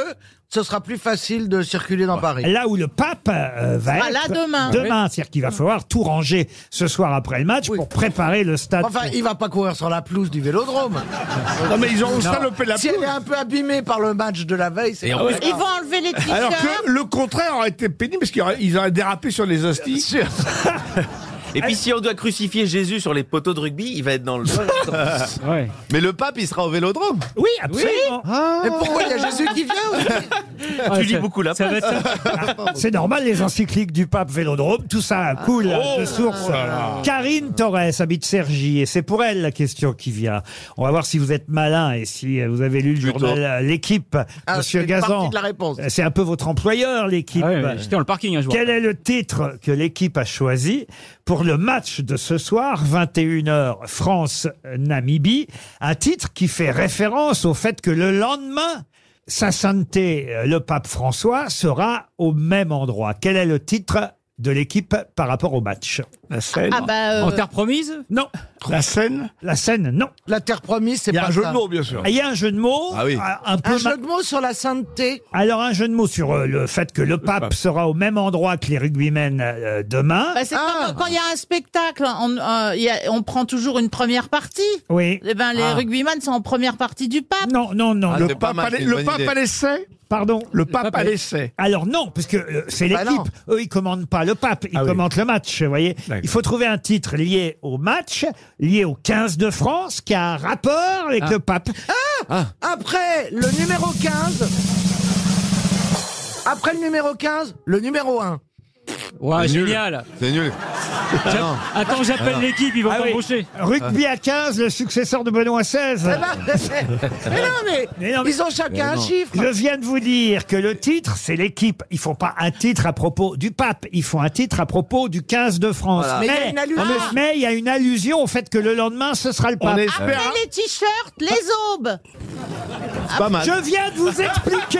[SPEAKER 9] ce sera plus facile de circuler dans Paris.
[SPEAKER 2] Là où le pape euh, va
[SPEAKER 9] Sera là
[SPEAKER 2] être
[SPEAKER 4] Ah
[SPEAKER 9] demain.
[SPEAKER 2] c'est-à-dire qu'il va falloir tout ranger ce soir après le match pour préparer le stade.
[SPEAKER 9] Enfin, il va pas courir sur la pelouse
[SPEAKER 2] [LAUGHS]
[SPEAKER 9] du Vélodrome.
[SPEAKER 7] Non, mais ils ont
[SPEAKER 9] Non.
[SPEAKER 7] salopé la
[SPEAKER 9] Si elle est un peu abîmée par le match de la veille, c'est
[SPEAKER 7] Et
[SPEAKER 9] pas
[SPEAKER 7] en
[SPEAKER 9] grave.
[SPEAKER 7] plus- Ils vont
[SPEAKER 6] enlever les
[SPEAKER 7] [LAUGHS] Alors que le contraire aurait été pénible parce qu'ils auraient, ils auraient dérapé sur les hosties.
[SPEAKER 3] Et puis si on doit crucifier Jésus sur les poteaux de rugby, il va être dans le.
[SPEAKER 10] Mais le pape, il sera au vélodrome.
[SPEAKER 2] Oui,
[SPEAKER 10] absolument.
[SPEAKER 9] Mais pourquoi il y a Jésus qui vient
[SPEAKER 10] Tu lis beaucoup la
[SPEAKER 2] ça va
[SPEAKER 10] presse.
[SPEAKER 2] être- Ah, C'est normal, les encycliques du pape Vélodrome, tout
[SPEAKER 9] Ah.
[SPEAKER 2] ça coule
[SPEAKER 17] Oh
[SPEAKER 2] de source.
[SPEAKER 17] là là.
[SPEAKER 2] Karine Torres habite Cergy et c'est pour elle la question qui vient. On va voir si vous êtes malin et si euh, vous avez lu le journal euh, L'équipe,
[SPEAKER 9] Ah,
[SPEAKER 2] monsieur
[SPEAKER 9] c'est une partie
[SPEAKER 2] Gazan.
[SPEAKER 9] de la réponse.
[SPEAKER 2] C'est un peu votre employeur, l'équipe.
[SPEAKER 4] Ah ouais, j'étais dans le parking un jour.
[SPEAKER 2] Quel est le titre que l'équipe a choisi pour le match de ce soir, 21h, France-Namibie Un titre qui fait référence au fait que le lendemain, Sa Sainteté, euh, le pape François, sera au même endroit. Quel est le titre de l'équipe par rapport au match La scène
[SPEAKER 6] Ah bah, euh, En terre
[SPEAKER 2] promise Non. La scène La scène, non.
[SPEAKER 9] La terre promise, c'est
[SPEAKER 2] Il y a
[SPEAKER 9] pas
[SPEAKER 2] un jeu
[SPEAKER 9] ça.
[SPEAKER 2] de mots, bien sûr. Il y a un jeu de mots. Ah oui. Un, un peu
[SPEAKER 9] Un
[SPEAKER 2] ma-
[SPEAKER 9] jeu de mots sur la sainteté.
[SPEAKER 2] Alors un jeu de mots sur euh, le fait que le pape sera au même endroit que les rugbymen euh, demain.
[SPEAKER 6] Bah, c'est
[SPEAKER 2] Ah.
[SPEAKER 6] comme quand il y a un spectacle, on, euh, il y a- on prend toujours une première partie.
[SPEAKER 2] Oui.
[SPEAKER 6] Eh ben, les
[SPEAKER 2] Ah.
[SPEAKER 6] rugbyman sont en première partie du pape.
[SPEAKER 2] Non, non, non.
[SPEAKER 7] le pape, à l'e- le pape à l'essai
[SPEAKER 2] Pardon Le
[SPEAKER 7] pape à l'essai.
[SPEAKER 2] Alors non, parce que euh, c'est
[SPEAKER 7] Bah
[SPEAKER 2] l'équipe. Eux, ils commandent pas le pape, ils commandent le match, vous voyez. Il faut trouver un titre lié au match, lié au 15 de France, qui a un rapport avec
[SPEAKER 9] Ah.
[SPEAKER 2] le pape.
[SPEAKER 9] Après le numéro 15. Après le numéro 15, le numéro 1.
[SPEAKER 4] Ouais,
[SPEAKER 9] C'est nul.
[SPEAKER 4] génial.
[SPEAKER 10] C'est nul.
[SPEAKER 4] J'a-
[SPEAKER 10] non.
[SPEAKER 4] Attends, j'appelle
[SPEAKER 10] Ah non.
[SPEAKER 4] l'équipe, ils vont
[SPEAKER 10] Ah oui.
[SPEAKER 4] m'embaucher.
[SPEAKER 2] Rugby à 15, le successeur de Benoît
[SPEAKER 9] [LAUGHS]
[SPEAKER 2] XVI.
[SPEAKER 9] Eh ben, mais non, mais, ils ont chacun un chiffre.
[SPEAKER 2] Je viens de vous dire que le titre, c'est l'équipe. Ils font pas un titre à propos du pape, ils font un titre à propos du 15 de France.
[SPEAKER 9] Voilà. Mais il y a une allusion.
[SPEAKER 2] mais- mais il y a une allusion au fait que le lendemain, ce sera le pape. Ah,
[SPEAKER 6] Après les t-shirts, les aubes.
[SPEAKER 2] pas mal. Je viens de vous expliquer.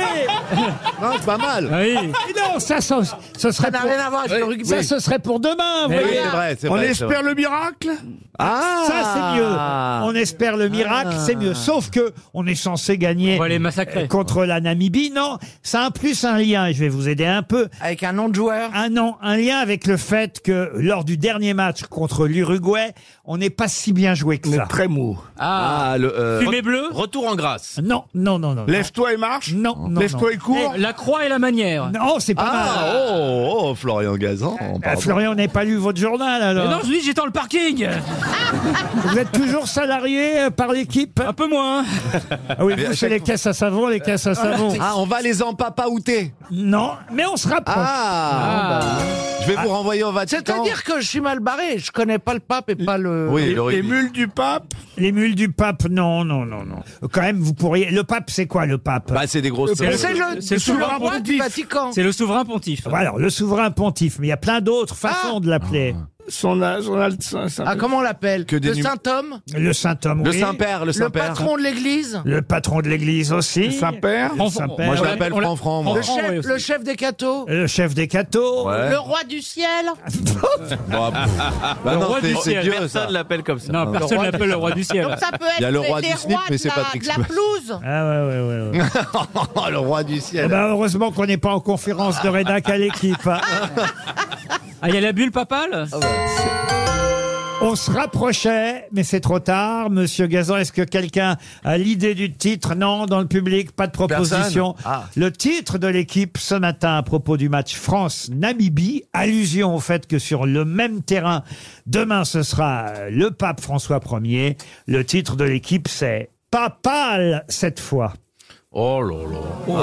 [SPEAKER 10] non, c'est pas mal.
[SPEAKER 2] Ah
[SPEAKER 7] Ah,
[SPEAKER 2] non, ça, ça, ce serait
[SPEAKER 9] n'a
[SPEAKER 2] pour...
[SPEAKER 9] rien à voir avec le rugby.
[SPEAKER 2] Ça, ce serait pour demain. vous
[SPEAKER 10] Mais oui,
[SPEAKER 2] voyez.
[SPEAKER 10] c'est vrai, c'est
[SPEAKER 7] On
[SPEAKER 10] vrai, c'est
[SPEAKER 7] espère
[SPEAKER 10] vrai.
[SPEAKER 7] le miracle
[SPEAKER 10] Ah
[SPEAKER 2] Ça, c'est mieux.
[SPEAKER 9] Ah.
[SPEAKER 2] On espère le miracle, c'est mieux. Sauf que on est censé gagner euh, contre la Namibie. Non, ça a un plus un lien. Je vais vous aider un peu.
[SPEAKER 9] Avec un nom de joueur
[SPEAKER 2] Un nom, un lien avec le fait que lors du dernier match contre l'Uruguay, on n'est pas si bien joué que ça.
[SPEAKER 7] Très mou.
[SPEAKER 10] Ah, le. euh,
[SPEAKER 4] Fumée
[SPEAKER 10] re-
[SPEAKER 4] bleue
[SPEAKER 10] Retour en grâce.
[SPEAKER 2] Non, non, non, non.
[SPEAKER 7] Lève-toi et marche
[SPEAKER 2] Non, non.
[SPEAKER 7] Lève-toi
[SPEAKER 2] non.
[SPEAKER 7] et cours
[SPEAKER 4] Eh, La croix et la manière.
[SPEAKER 2] Non, c'est pas
[SPEAKER 10] Ah,
[SPEAKER 2] mal.
[SPEAKER 10] oh, oh, Florian Gazan.
[SPEAKER 2] Euh,
[SPEAKER 10] pardon.
[SPEAKER 2] Florian, on n'a pas lu votre journal alors.
[SPEAKER 4] Mais non, je dis, j'étais dans le parking.
[SPEAKER 2] Vous êtes toujours salarié euh, par l'équipe Un
[SPEAKER 4] peu moins. hein.
[SPEAKER 2] Ah oui,
[SPEAKER 10] Mais à
[SPEAKER 2] vous, c'est
[SPEAKER 10] chaque
[SPEAKER 2] les caisses à savon, les caisses à savon.
[SPEAKER 10] Ah, on va les empapaouter.
[SPEAKER 2] Non, mais on se rapproche.
[SPEAKER 10] Ah, Je vais vous renvoyer au Vatican.
[SPEAKER 9] C'est-à-dire que je suis mal barré, je connais pas le pape et pas le.
[SPEAKER 7] mules du pape
[SPEAKER 2] Les mules du pape, non, non, non, non. Quand même, vous pourriez. Le pape, c'est quoi le pape
[SPEAKER 10] Bah, c'est des grosses.
[SPEAKER 4] c'est le souverain pontife. C'est le souverain pontife.
[SPEAKER 2] Bah Alors, le souverain pontife, mais il y a plein d'autres façons de l'appeler.
[SPEAKER 10] Ah.
[SPEAKER 7] Son âge, on a le.
[SPEAKER 9] Ah, comment on l'appelle
[SPEAKER 2] des
[SPEAKER 9] Le
[SPEAKER 2] num-
[SPEAKER 9] Saint-Homme
[SPEAKER 2] Le Saint-Homme,
[SPEAKER 10] Le
[SPEAKER 2] oui.
[SPEAKER 10] Saint-Père, le
[SPEAKER 9] Le
[SPEAKER 10] Saint-Père.
[SPEAKER 9] patron de l'église
[SPEAKER 2] Le patron de l'église aussi.
[SPEAKER 9] Le Saint-Père
[SPEAKER 2] Le
[SPEAKER 9] Franfran.
[SPEAKER 2] Saint-Père.
[SPEAKER 10] Moi, je l'appelle Franfran, moi.
[SPEAKER 9] Le chef, le chef des cathos
[SPEAKER 2] Le chef des cathos.
[SPEAKER 6] Le roi du ciel.
[SPEAKER 10] Ah, Bon, bah, bah
[SPEAKER 4] Le
[SPEAKER 10] non,
[SPEAKER 4] roi
[SPEAKER 10] c'est-
[SPEAKER 4] du
[SPEAKER 10] c'est
[SPEAKER 4] ciel.
[SPEAKER 10] Dieu,
[SPEAKER 4] Personne
[SPEAKER 10] ça.
[SPEAKER 3] l'appelle comme ça.
[SPEAKER 4] Non, personne l'appelle le roi du ciel.
[SPEAKER 6] Donc ça peut être
[SPEAKER 10] Il y a le roi
[SPEAKER 6] les
[SPEAKER 10] du
[SPEAKER 6] rois
[SPEAKER 10] slip, mais
[SPEAKER 6] de
[SPEAKER 10] c'est
[SPEAKER 6] la-
[SPEAKER 10] Patrick
[SPEAKER 6] de la
[SPEAKER 10] Swayze.
[SPEAKER 6] pelouse.
[SPEAKER 2] Ah ouais, ouais, ouais. ouais.
[SPEAKER 10] le roi du
[SPEAKER 2] Eh
[SPEAKER 10] ciel.
[SPEAKER 2] ben, heureusement qu'on n'est pas en conférence de rédac à l'équipe. hein.
[SPEAKER 4] Ah, il y a la bulle papale
[SPEAKER 2] On se rapprochait, mais c'est trop tard. Monsieur Gazan, est-ce que quelqu'un a l'idée du titre Non, dans le public, pas de proposition.
[SPEAKER 10] Personne Ah.
[SPEAKER 2] Le titre de l'équipe ce matin à propos du match France-Namibie, allusion au fait que sur le même terrain, demain ce sera euh, le pape François Ier. Le titre de l'équipe, c'est Papal cette fois.
[SPEAKER 3] Oh là là.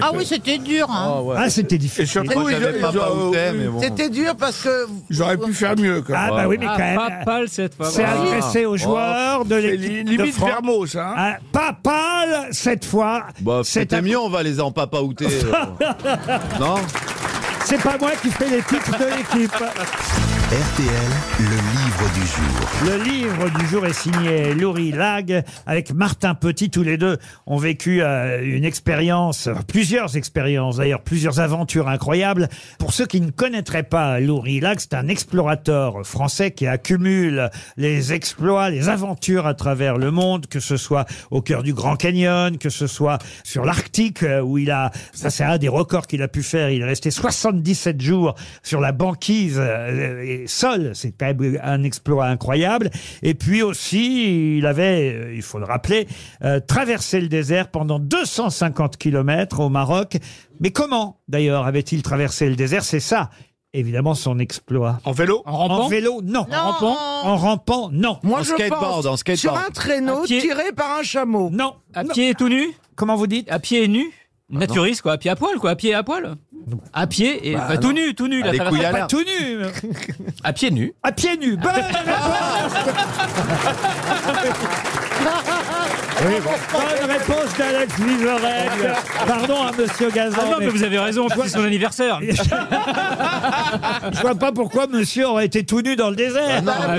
[SPEAKER 6] Ah oui, c'était dur. hein.
[SPEAKER 10] Oh,
[SPEAKER 2] Ah, c'était difficile.
[SPEAKER 7] surtout, Moi, ils- j'avais ils- pas ils- Paoutet, mais bon.
[SPEAKER 9] C'était dur parce que.
[SPEAKER 7] J'aurais pu faire mieux, quand
[SPEAKER 2] Ah, bah oui, mais quand même.
[SPEAKER 4] Papale cette fois.
[SPEAKER 2] C'est
[SPEAKER 4] voilà.
[SPEAKER 2] adressé aux joueurs de
[SPEAKER 7] Ah. C'est
[SPEAKER 2] l'équipe
[SPEAKER 7] limite
[SPEAKER 2] de France.
[SPEAKER 7] Vermeaux, ça, hein
[SPEAKER 2] Ah, pas pâle cette fois.
[SPEAKER 10] Bah,
[SPEAKER 2] C'est
[SPEAKER 10] c'était
[SPEAKER 2] un-
[SPEAKER 10] mieux, on va les
[SPEAKER 2] [LAUGHS]
[SPEAKER 10] empapaouter. euh, non
[SPEAKER 2] [LAUGHS] C'est pas moi qui fais les titres de l'équipe.
[SPEAKER 1] RTL, le livre du jour.
[SPEAKER 2] Le livre du jour est signé Laurie Lag avec Martin Petit. Tous les deux ont vécu euh, une expérience, euh, plusieurs expériences d'ailleurs, plusieurs aventures incroyables. Pour ceux qui ne connaîtraient pas Laurie Lag, c'est un explorateur français qui accumule les exploits, les aventures à travers le monde, que ce soit au cœur du Grand Canyon, que ce soit sur l'Arctique euh, où il a, ça c'est un des records qu'il a pu faire. Il est resté 77 jours sur la banquise euh, et seul. C'est quand même un exploit incroyable. Et puis aussi, il avait, euh, il faut le rappeler, euh, traversé le désert pendant 250 kilomètres au Maroc. Mais comment, d'ailleurs, avait-il traversé le désert C'est ça évidemment son exploit. En vélo En
[SPEAKER 4] rampant
[SPEAKER 2] vélo, non.
[SPEAKER 4] Non. En rampant
[SPEAKER 2] En rampant, non.
[SPEAKER 9] Moi, En je skateboard, pense. en skateboard. Sur un traîneau tiré
[SPEAKER 2] par un chameau. Non.
[SPEAKER 4] À pied tout nu
[SPEAKER 2] Comment vous dites Ah,
[SPEAKER 4] À pied nu Naturiste quoi, à pied à poil quoi, à pied à poil. À pied et
[SPEAKER 2] Bah,
[SPEAKER 4] bah, tout
[SPEAKER 2] non.
[SPEAKER 4] nu, tout nu.
[SPEAKER 2] Ah, les couilles à
[SPEAKER 4] pas
[SPEAKER 2] l'air.
[SPEAKER 4] tout
[SPEAKER 2] nu.
[SPEAKER 10] [LAUGHS]
[SPEAKER 4] à pied nu.
[SPEAKER 2] À pied nu. Bah, Bonne Oui, bon. Bonne réponse d'Alex Vizorek. Pardon à Monsieur Gazan.
[SPEAKER 4] Ah non, mais vous avez raison,
[SPEAKER 2] Je vois-
[SPEAKER 4] c'est son anniversaire.
[SPEAKER 2] [LAUGHS] Je vois pas pourquoi Monsieur aurait été tout nu dans le désert.
[SPEAKER 17] Bah,
[SPEAKER 6] Ah,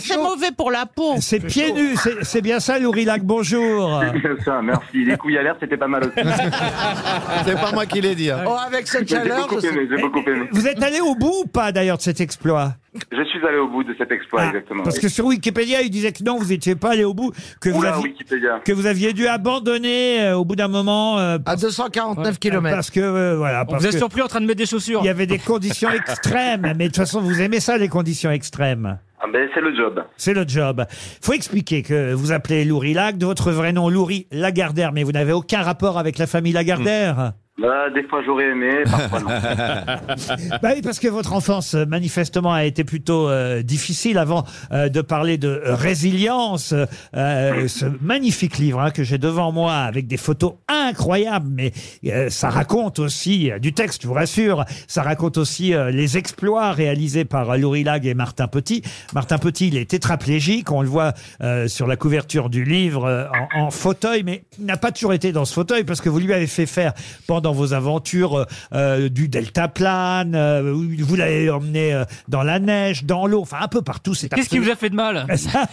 [SPEAKER 6] c'est mauvais pour la peau.
[SPEAKER 2] C'est pieds nus, c'est- c'est bien ça, Lourilac, bonjour.
[SPEAKER 17] Ça, merci. Les couilles à l'air, c'était pas mal aussi.
[SPEAKER 10] [LAUGHS] C'est pas moi qui l'ai dit. hein.
[SPEAKER 9] Oh, avec cette chaleur,
[SPEAKER 17] J'ai beaucoup
[SPEAKER 9] je
[SPEAKER 17] aimé, j'ai beaucoup aimé.
[SPEAKER 2] Vous êtes allé au bout ou pas d'ailleurs de cet exploit
[SPEAKER 17] Je suis allé au bout de cet exploit,
[SPEAKER 11] Ah.
[SPEAKER 17] exactement.
[SPEAKER 2] Parce que sur Wikipédia, il disait que non, vous n'étiez pas allé au bout, que vous,
[SPEAKER 17] Oula,
[SPEAKER 2] aviez,
[SPEAKER 17] Wikipédia.
[SPEAKER 2] que vous aviez dû abandonner euh, au bout d'un moment. à
[SPEAKER 9] 249 kilomètres.
[SPEAKER 2] Parce que, euh, voilà.
[SPEAKER 4] On
[SPEAKER 2] parce
[SPEAKER 4] vous a
[SPEAKER 2] que
[SPEAKER 4] surpris en train de mettre des chaussures.
[SPEAKER 2] Il y avait des conditions extrêmes, mais de toute façon, vous aimez ça, les conditions extrêmes.
[SPEAKER 17] Ah ben, c'est le job.
[SPEAKER 2] C'est le job. Faut expliquer que vous appelez Loury Lac, de votre vrai nom Loury Lagardère, mais vous n'avez aucun rapport avec la famille Lagardère.
[SPEAKER 17] Bah, des fois, j'aurais aimé, parfois non.
[SPEAKER 2] [LAUGHS] Bah oui, parce que votre enfance, euh, manifestement, a été plutôt euh, difficile avant euh, de parler de euh, résilience. euh, ce magnifique livre hein, que j'ai devant moi avec des photos incroyables, mais euh, ça raconte aussi euh, du texte, je vous rassure. Ça raconte aussi euh, les exploits réalisés par euh, Laurie Lag et Martin Petit. Martin Petit, il est tétraplégique, on le voit euh, sur la couverture du livre euh, en, en fauteuil, mais il n'a pas toujours été dans ce fauteuil parce que vous lui avez fait faire pendant vos aventures euh, euh, du deltaplane, euh, vous l'avez emmené euh, dans la neige, dans l'eau, enfin un peu partout.
[SPEAKER 4] [LAUGHS]
[SPEAKER 2] C'est
[SPEAKER 4] Qu'est-ce qui
[SPEAKER 2] absolument-
[SPEAKER 4] vous a fait de mal
[SPEAKER 2] [LAUGHS]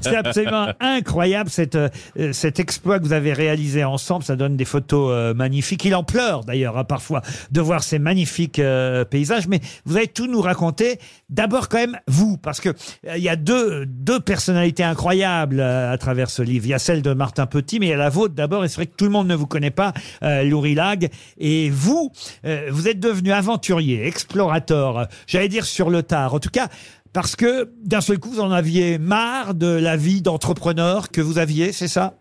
[SPEAKER 2] c'est absolument incroyable cette, euh, cet exploit que vous avez réalisé ensemble. Ça donne des photos euh, magnifiques. Il en pleure d'ailleurs hein, parfois de voir ces magnifiques euh, paysages. Mais vous allez tout nous raconter. D'abord quand même vous, parce que euh, il y a deux, deux personnalités incroyables euh, à travers ce livre. Il y a celle de Martin Petit, mais il y a la vôtre d'abord. Et c'est vrai que tout le monde ne vous connaît pas, euh, Loury Lag. Et vous, euh, vous êtes devenu aventurier, explorateur. euh, J'allais dire sur le tard. En tout cas. Parce que d'un seul coup, vous en aviez marre de la vie d'entrepreneur que vous aviez, c'est ça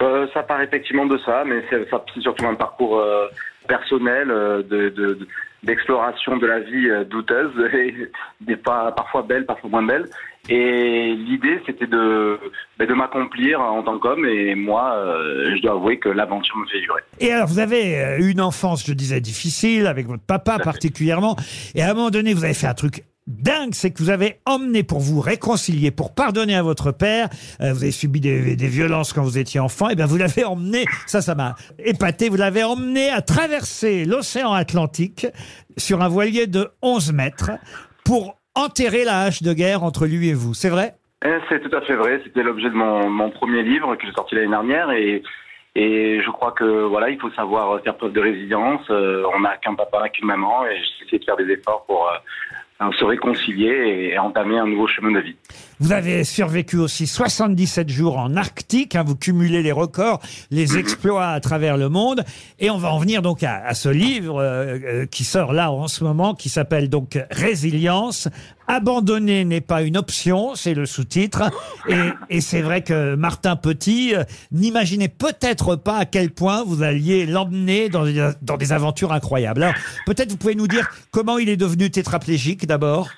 [SPEAKER 17] Euh, ça part effectivement de ça, mais c'est ça- c'est surtout un parcours euh, personnel euh, de- de- de- d'exploration de, la vie euh, douteuse, [LAUGHS] et des pas, parfois belle, parfois moins belle. Et l'idée, c'était de, ben, de m'accomplir en tant qu'homme, et moi, euh, je dois avouer que l'aventure me fait vibrer.
[SPEAKER 2] Et alors, vous avez euh, une enfance, je disais, difficile, avec votre papa particulièrement. Et à un moment donné, vous avez fait un truc dingue, c'est que vous avez emmené pour vous réconcilier, pour pardonner à votre père. euh, vous avez subi des, des violences quand vous étiez enfant. Et bien, vous l'avez emmené, ça, ça m'a épaté, vous l'avez emmené à traverser l'océan Atlantique sur un voilier de 11 mètres pour enterrer la hache de guerre entre lui et vous. C'est vrai
[SPEAKER 17] Eh, C'est tout à fait vrai. C'était l'objet de mon, mon premier livre que j'ai sorti l'année dernière et et je crois que voilà, il faut savoir faire preuve de résilience. Euh, on n'a qu'un papa, qu'une maman et j'ai essayé de faire des efforts pour euh, se réconcilier et, et entamer un nouveau chemin de vie.
[SPEAKER 2] Vous avez survécu aussi 77 jours en Arctique, hein, vous cumulez les records, les exploits à travers le monde, et on va en venir donc à, à ce livre euh, euh, qui sort là en ce moment, qui s'appelle donc Résilience. Abandonner n'est pas une option, c'est le sous-titre. Et, et c'est vrai que Martin Petit euh, n'imaginait peut-être pas à quel point vous alliez l'emmener dans, des- dans des aventures incroyables. Alors peut-être vous pouvez nous dire comment il est devenu tétraplégique d'abord.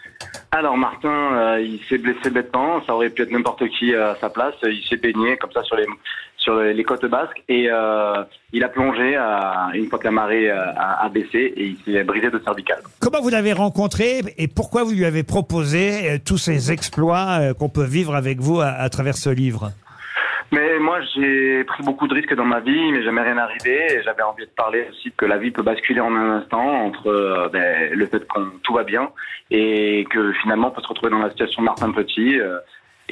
[SPEAKER 17] Alors Martin, euh, il s'est blessé bêtement, ça aurait pu être n'importe qui euh, à sa place. Il s'est baigné comme ça sur les sur les, les côtes basques et euh, il a plongé à, une fois que la marée euh, a, a baissé et il s'est brisé de cervicale.
[SPEAKER 2] Comment vous l'avez rencontré et pourquoi vous lui avez proposé euh, tous ces exploits euh, qu'on peut vivre avec vous à, à travers ce livre
[SPEAKER 17] Mais moi, j'ai pris beaucoup de risques dans ma vie, mais jamais rien arrivé. Et j'avais envie de parler aussi que la vie peut basculer en un instant entre euh, ben, le fait qu'on tout va bien et que finalement, on peut se retrouver dans la situation de Martin Petit. euh,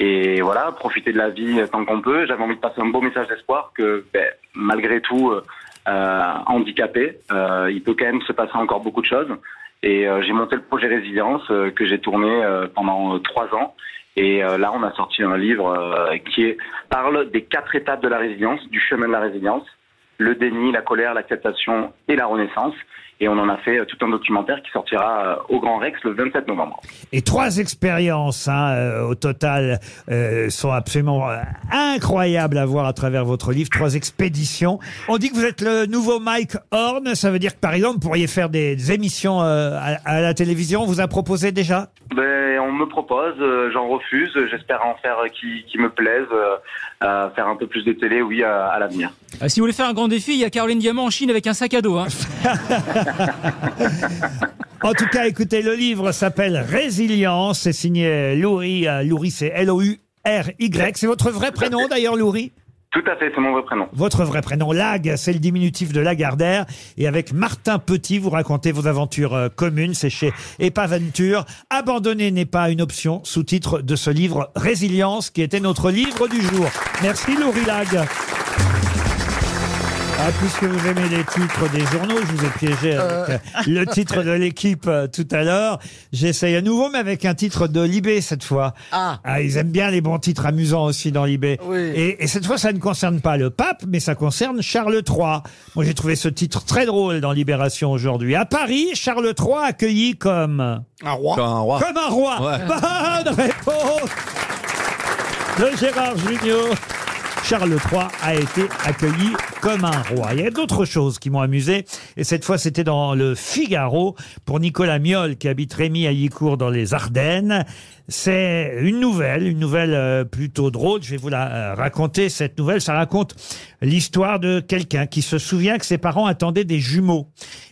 [SPEAKER 17] et voilà, profiter de la vie tant qu'on peut. J'avais envie de passer un beau message d'espoir que ben, malgré tout, euh, euh, handicapé, euh, il peut quand même se passer encore beaucoup de choses. Et euh, j'ai monté le projet Résilience euh, que j'ai tourné euh, pendant euh, trois ans. Et euh, là, on a sorti un livre euh, qui est- parle des quatre étapes de la résilience, du chemin de la résilience. le déni, la colère, l'acceptation et la renaissance. Et on en a fait euh, tout un documentaire qui sortira euh, au Grand Rex le 27 novembre.
[SPEAKER 2] Et trois expériences hein, euh, au total euh, sont absolument euh, incroyables à voir à travers votre livre. Trois expéditions. On dit que vous êtes le nouveau Mike Horn. Ça veut dire que par exemple, vous pourriez faire des, des émissions euh, à, à la télévision. On vous a proposé déjà
[SPEAKER 17] Ben, on me propose, euh, j'en refuse. J'espère en faire euh, qui, qui me plaise, euh, euh, faire un peu plus de télé, oui, à, à l'avenir.
[SPEAKER 4] Ah, si vous voulez faire un grand défi, il y a Caroline Diamant en Chine avec un sac à
[SPEAKER 2] [LAUGHS]
[SPEAKER 4] dos. hein.
[SPEAKER 2] En tout cas, écoutez, le livre s'appelle Résilience. C'est signé Loury. Euh, Loury, c'est L-O-U-R-Y. C'est votre vrai prénom d'ailleurs, Loury
[SPEAKER 17] Tout à fait, c'est mon vrai prénom.
[SPEAKER 2] Votre vrai prénom, Lag, c'est le diminutif de Lagardère. Et avec Martin Petit, vous racontez vos aventures euh, communes. C'est chez Epaventure. Abandonner n'est pas une option. Sous-titre de ce livre, Résilience, qui était notre livre du jour. Merci, Laurie Lag. Ah, puisque vous aimez les titres des journaux, je vous ai piégé avec
[SPEAKER 5] Euh.
[SPEAKER 2] euh, le titre de l'équipe euh, tout à l'heure. J'essaye à nouveau, mais avec un titre de Libé cette fois.
[SPEAKER 9] Ah.
[SPEAKER 2] ils aiment bien les bons titres amusants aussi dans Libé.
[SPEAKER 9] Oui.
[SPEAKER 2] Et, et cette fois, ça ne concerne pas le pape, mais ça concerne Charles III. Moi, j'ai trouvé ce titre très drôle dans Libération aujourd'hui. À Paris, Charles III accueilli comme...
[SPEAKER 7] Un roi. Comme un roi.
[SPEAKER 2] Comme un roi.
[SPEAKER 7] Ouais.
[SPEAKER 2] [LAUGHS] Bonne réponse de Gérard Junior. Charles III a été accueilli comme un roi. Il y a d'autres choses qui m'ont amusé. Et cette fois, c'était dans le Figaro pour Nicolas Miol, qui habite Rémy à Yicourt dans les Ardennes. C'est une nouvelle, une nouvelle euh, plutôt drôle. Je vais vous la euh, raconter. Cette nouvelle, ça raconte l'histoire de quelqu'un qui se souvient que ses parents attendaient des jumeaux.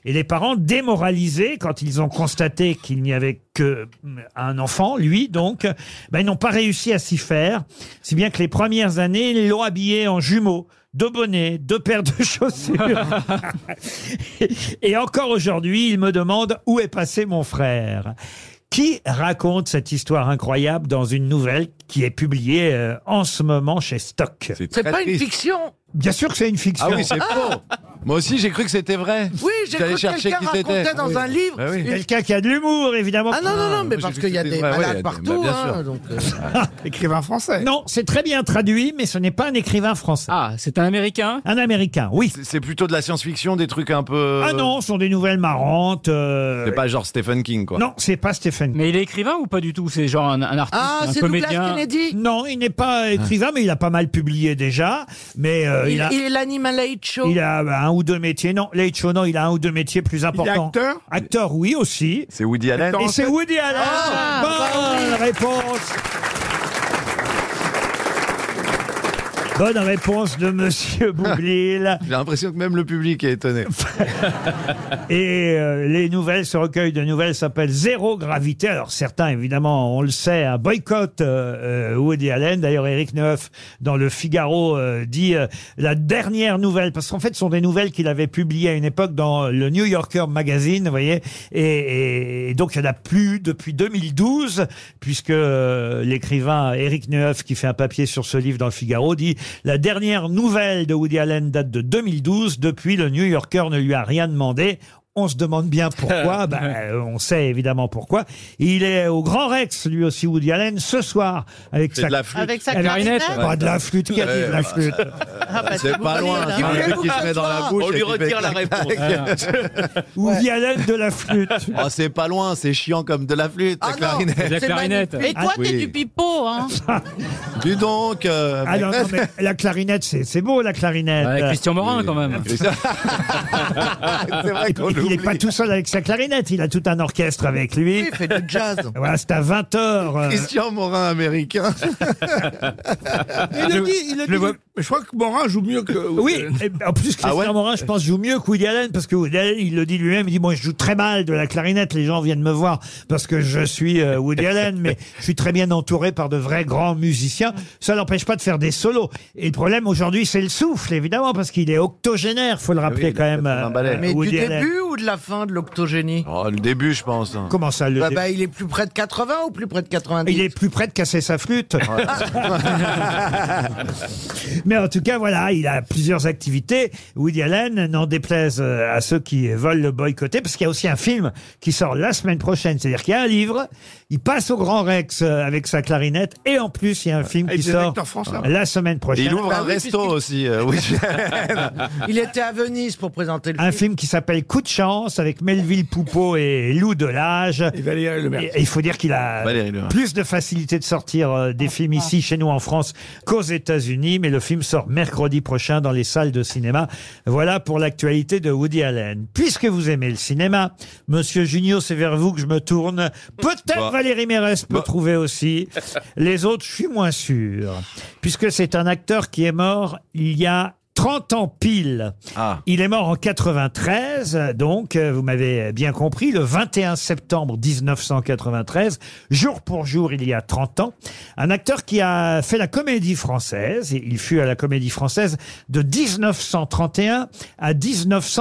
[SPEAKER 2] Et les parents, démoralisés, quand ils ont constaté qu'il n'y avait que euh, un enfant, lui donc, ben, ils n'ont pas réussi à s'y faire, si bien que les premières années, ils l'ont habillé en jumeau, deux bonnets, deux paires de [LAUGHS] chaussures. Et encore aujourd'hui, il me demande où est passé mon frère. Qui raconte cette histoire incroyable dans une nouvelle qui est publiée euh, en ce moment chez Stock
[SPEAKER 9] C'est pas une fiction
[SPEAKER 2] Bien sûr que c'est une fiction.
[SPEAKER 10] Ah oui, c'est faux. Moi aussi, j'ai cru que c'était vrai.
[SPEAKER 9] Oui, j'ai
[SPEAKER 10] J'allais
[SPEAKER 9] cru que
[SPEAKER 10] chercher
[SPEAKER 9] quelqu'un
[SPEAKER 10] qui c'était.
[SPEAKER 9] racontait dans un livre.
[SPEAKER 10] Bah oui.
[SPEAKER 2] Quelqu'un qui a de l'humour, évidemment.
[SPEAKER 9] Ah non, non, non, mais
[SPEAKER 10] j'ai
[SPEAKER 9] parce
[SPEAKER 10] cru
[SPEAKER 9] qu'il y a
[SPEAKER 10] que
[SPEAKER 9] des
[SPEAKER 10] c'était vrai,
[SPEAKER 9] malades
[SPEAKER 10] ouais,
[SPEAKER 9] partout,
[SPEAKER 10] bah, bien
[SPEAKER 9] hein,
[SPEAKER 10] sûr.
[SPEAKER 9] donc, euh.
[SPEAKER 2] Ah, écrivain français. Non, c'est très bien traduit, mais ce n'est pas un écrivain français.
[SPEAKER 4] Ah, c'est un Américain
[SPEAKER 2] Un Américain, oui.
[SPEAKER 10] C'est- C'est plutôt de la science-fiction, des trucs un peu.
[SPEAKER 2] Ah non, ce sont des nouvelles marrantes. euh,
[SPEAKER 10] C'est pas genre Stephen King, quoi.
[SPEAKER 2] Non, c'est pas Stephen.
[SPEAKER 4] Mais il est écrivain ou pas du tout C'est genre un, un artiste,
[SPEAKER 9] Ah,
[SPEAKER 4] un comédien
[SPEAKER 2] Non, il n'est pas écrivain, mais il a pas mal publié déjà. Mais euh, il,
[SPEAKER 9] il,
[SPEAKER 2] a.
[SPEAKER 9] il est l'animal late show.
[SPEAKER 2] il a bah, un ou deux métiers. Non, Late Show, non, il a un ou deux métiers plus importants.
[SPEAKER 9] acteur
[SPEAKER 2] Acteur, oui, aussi.
[SPEAKER 10] C'est Woody Allen.
[SPEAKER 2] Et c'est Woody Allen
[SPEAKER 9] Ah,
[SPEAKER 2] Bonne réponse Bonne réponse de
[SPEAKER 10] [LAUGHS]
[SPEAKER 2] Monsieur Boublil.
[SPEAKER 10] J'ai l'impression que même le public
[SPEAKER 2] [LAUGHS]
[SPEAKER 10] est étonné.
[SPEAKER 2] Et euh, les nouvelles, ce recueil de nouvelles s'appelle Zéro Gravité. Alors certains, évidemment, on le sait, un boycott euh, euh, Woody Allen. D'ailleurs, Eric Neuf, dans le Figaro, euh, dit euh, la dernière nouvelle, parce qu'en fait, ce sont des nouvelles qu'il avait publiées à une époque dans le New Yorker Magazine, vous voyez. Et, et- et donc, il n'y en a plus depuis 2012, puisque euh, l'écrivain Eric Neuf, qui fait un papier sur ce livre dans le Figaro, dit la dernière nouvelle de Woody Allen date de 2012. Depuis, le New Yorker ne lui a rien demandé. On se demande bien
[SPEAKER 10] [LAUGHS]
[SPEAKER 2] pourquoi. Ben, euh, on sait évidemment pourquoi. Il est au Grand Rex, lui aussi, Woody Allen, ce soir. Avec
[SPEAKER 10] C'est
[SPEAKER 2] sa,
[SPEAKER 10] de la flûte.
[SPEAKER 6] Avec sa clarinette.
[SPEAKER 2] Pas de la flûte. Qui a dit de la flûte
[SPEAKER 6] bah,
[SPEAKER 10] C'est
[SPEAKER 6] vous
[SPEAKER 10] pas
[SPEAKER 6] voulez,
[SPEAKER 10] loin.
[SPEAKER 6] là.
[SPEAKER 10] c'est un
[SPEAKER 6] Il
[SPEAKER 10] truc
[SPEAKER 6] voulait
[SPEAKER 10] qui
[SPEAKER 6] vous
[SPEAKER 10] se met dans la
[SPEAKER 6] asseoir.
[SPEAKER 10] bouche.
[SPEAKER 6] On lui
[SPEAKER 10] et qui
[SPEAKER 6] retire
[SPEAKER 10] fait
[SPEAKER 6] la
[SPEAKER 10] clac, clac.
[SPEAKER 9] [LAUGHS]
[SPEAKER 2] Woody Allen de la flûte.
[SPEAKER 10] Ah, [LAUGHS] Oh, c'est pas loin, c'est chiant comme de la flûte,
[SPEAKER 9] Ah,
[SPEAKER 10] la clarinette.
[SPEAKER 6] Ah
[SPEAKER 10] Ah,
[SPEAKER 6] C'est magnifique. Et toi, t'es
[SPEAKER 10] Oui.
[SPEAKER 6] du pipeau, hein
[SPEAKER 10] Dis donc. euh,
[SPEAKER 2] Ah non,
[SPEAKER 10] mec.
[SPEAKER 2] non, mais la clarinette, c'est c'est beau, la clarinette.
[SPEAKER 4] Ouais, Ah, Christian Morin, quand même.
[SPEAKER 10] [LAUGHS]
[SPEAKER 4] [LAUGHS]
[SPEAKER 10] C'est vrai qu'on
[SPEAKER 2] il
[SPEAKER 10] l'oublie.
[SPEAKER 2] n'est pas tout seul avec sa clarinette, il a tout un orchestre avec lui.
[SPEAKER 9] Il fait du jazz.
[SPEAKER 2] Voilà, c'est à euh. 20h.
[SPEAKER 10] Christian Morin américain.
[SPEAKER 7] Il le dit, il le dit. Je crois que Morin joue mieux que. euh,
[SPEAKER 2] Oui, ben, et en plus, Christian Morin, je pense, joue mieux que Woody Allen, parce que Woody Allen, il le dit lui-même, il dit, moi, je joue très mal de la clarinette, les gens viennent me voir parce que je suis euh, Woody Allen, mais je suis très bien entouré par de vrais grands musiciens. Ça n'empêche pas de faire des solos. Et le problème aujourd'hui, c'est le souffle, évidemment, parce qu'il est octogénaire, faut le rappeler quand même. euh,
[SPEAKER 9] Mais
[SPEAKER 2] Woody
[SPEAKER 9] du
[SPEAKER 2] Allen.
[SPEAKER 9] début ou de la fin de l'octogénie
[SPEAKER 10] Oh, le début, je pense. hein.
[SPEAKER 2] Comment ça, le
[SPEAKER 9] bah,
[SPEAKER 2] dé-
[SPEAKER 9] bah, Il est plus près de 80 ou plus près de Ah. 90
[SPEAKER 2] Il est plus près de casser sa flûte. Mais en tout cas, voilà, il a plusieurs activités. Woody Allen, n'en déplaise euh, à ceux qui veulent le boycotter, parce qu'il y a aussi un film qui sort la semaine prochaine. C'est-à-dire qu'il y a un livre, il passe au Grand Rex euh, avec sa clarinette, et en plus, il y a un film
[SPEAKER 9] Avec
[SPEAKER 2] qui
[SPEAKER 9] des
[SPEAKER 2] sort
[SPEAKER 9] acteurs français.
[SPEAKER 2] la semaine prochaine.
[SPEAKER 10] Il ouvre un resto aussi. euh, oui.
[SPEAKER 9] Bah [LAUGHS] Il était à Venise pour présenter le
[SPEAKER 2] Un film qui s'appelle Coup de chance avec Melville Poupeau et Lou Delage. Et
[SPEAKER 7] Valérie Lemercier.
[SPEAKER 2] Et- et Il faut dire qu'il a
[SPEAKER 10] Valérie Lemercier.
[SPEAKER 2] plus de facilité de sortir euh, des films ici, chez nous en France, qu'aux États-Unis. Mais le film sort mercredi prochain dans les salles de cinéma. Voilà pour l'actualité de Woody Allen. Puisque vous aimez le cinéma, Monsieur Junio, c'est vers vous que je me tourne. Peut-être
[SPEAKER 10] Bah.
[SPEAKER 2] Valérie Mérès peut
[SPEAKER 10] Bah.
[SPEAKER 2] trouver aussi. Les autres, je suis moins sûr. Puisque c'est un acteur qui est mort il y a 30 ans pile.
[SPEAKER 9] Ah.
[SPEAKER 2] Il est mort en 93, donc euh, vous m'avez bien compris, le 21 septembre 1993, jour pour jour il y a 30 ans, un acteur qui a fait la comédie française, et il fut à la comédie française de 1931 à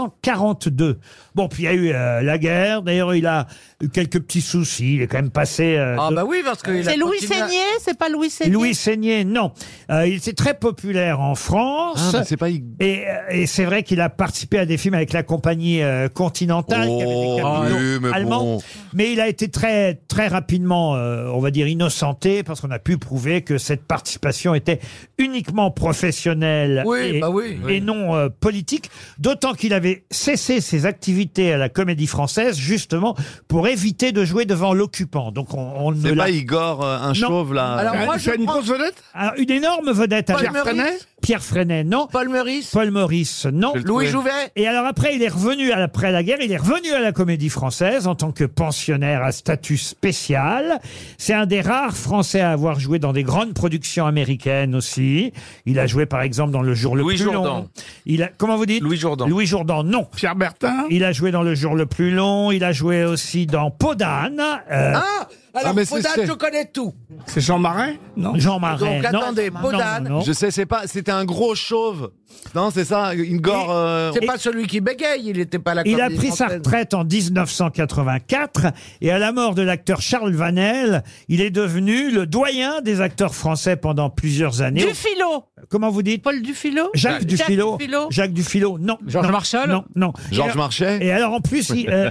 [SPEAKER 2] 1942. Bon, puis il y a eu euh, la guerre, d'ailleurs il a eu quelques petits soucis, il est quand même passé... euh,
[SPEAKER 9] Ah
[SPEAKER 2] de-
[SPEAKER 9] bah oui, parce que... il a
[SPEAKER 6] C'est Louis
[SPEAKER 9] continué à-
[SPEAKER 6] Seigné, c'est pas Louis Seigné.
[SPEAKER 2] Louis Seigné, non. Euh, il était très populaire en France.
[SPEAKER 10] Ah, mais c'est pas-
[SPEAKER 2] Et, euh, et c'est vrai qu'il a participé à des films avec la compagnie euh, Continentale, qui avait des capitaux
[SPEAKER 10] Oh, oui, mais bon.
[SPEAKER 2] allemands. Mais il a été très, très rapidement, euh, on va dire, innocenté, parce qu'on a pu prouver que cette participation était uniquement professionnelle
[SPEAKER 9] Oui,
[SPEAKER 2] et,
[SPEAKER 9] bah oui.
[SPEAKER 2] et non euh, politique. D'autant qu'il avait cessé ses activités à la comédie française, justement, pour éviter de jouer devant l'occupant. Donc on, on ne
[SPEAKER 10] C'est
[SPEAKER 2] l'a-
[SPEAKER 10] pas Igor, euh, un
[SPEAKER 2] Non.
[SPEAKER 10] chauve, là.
[SPEAKER 9] Alors moi, je prends-
[SPEAKER 7] vedette
[SPEAKER 2] ah, Une énorme vedette.
[SPEAKER 9] Paul
[SPEAKER 2] Pierre
[SPEAKER 9] Meurice
[SPEAKER 2] Freinet Pierre Freinet, non.
[SPEAKER 9] Paul Meurice
[SPEAKER 2] Paul Maurice, non.
[SPEAKER 9] Je le Louis trouvais. Jouvet
[SPEAKER 2] Et alors après, il est revenu à- après la guerre, il est revenu à la comédie française en tant que pensionnaire à statut spécial. C'est un des rares Français à avoir joué dans des grandes productions américaines aussi. Il a joué par exemple dans Le Jour le
[SPEAKER 3] Louis
[SPEAKER 2] plus
[SPEAKER 3] Jourdan.
[SPEAKER 2] long. Il a, comment vous dites Louis Jourdan. Louis Jourdan, non.
[SPEAKER 7] Pierre Bertin
[SPEAKER 2] Il a joué dans Le Jour le plus long. Il a joué aussi dans Podane. euh,
[SPEAKER 9] Ah Alors,
[SPEAKER 10] mais c'est-
[SPEAKER 9] Podane,
[SPEAKER 10] c'est-
[SPEAKER 9] je connais tout.
[SPEAKER 7] C'est Jean Marais Non.
[SPEAKER 2] Jean Marais.
[SPEAKER 9] Donc,
[SPEAKER 2] non.
[SPEAKER 9] attendez,
[SPEAKER 2] Non,
[SPEAKER 9] Podane.
[SPEAKER 2] non, non.
[SPEAKER 10] Je sais, c'est pas. C'était un gros chauve. Non, c'est ça, Igor. euh,
[SPEAKER 9] C'est pas celui qui bégaye, il n'était pas à la
[SPEAKER 2] Il a
[SPEAKER 9] comédie
[SPEAKER 2] pris sa
[SPEAKER 9] française.
[SPEAKER 2] retraite en 1984 et à la mort de l'acteur Charles Vanel, il est devenu le doyen des acteurs français pendant plusieurs années.
[SPEAKER 6] Dufilo.
[SPEAKER 2] Comment vous dites
[SPEAKER 6] Paul Dufilo.
[SPEAKER 2] Jacques Dufilo.
[SPEAKER 6] Dufilo.
[SPEAKER 2] Jacques Dufilo, non.
[SPEAKER 4] Georges
[SPEAKER 2] non,
[SPEAKER 4] Marchal
[SPEAKER 2] Non, non.
[SPEAKER 10] Georges
[SPEAKER 2] Et-
[SPEAKER 10] Marchais
[SPEAKER 2] Et alors en plus, il, euh,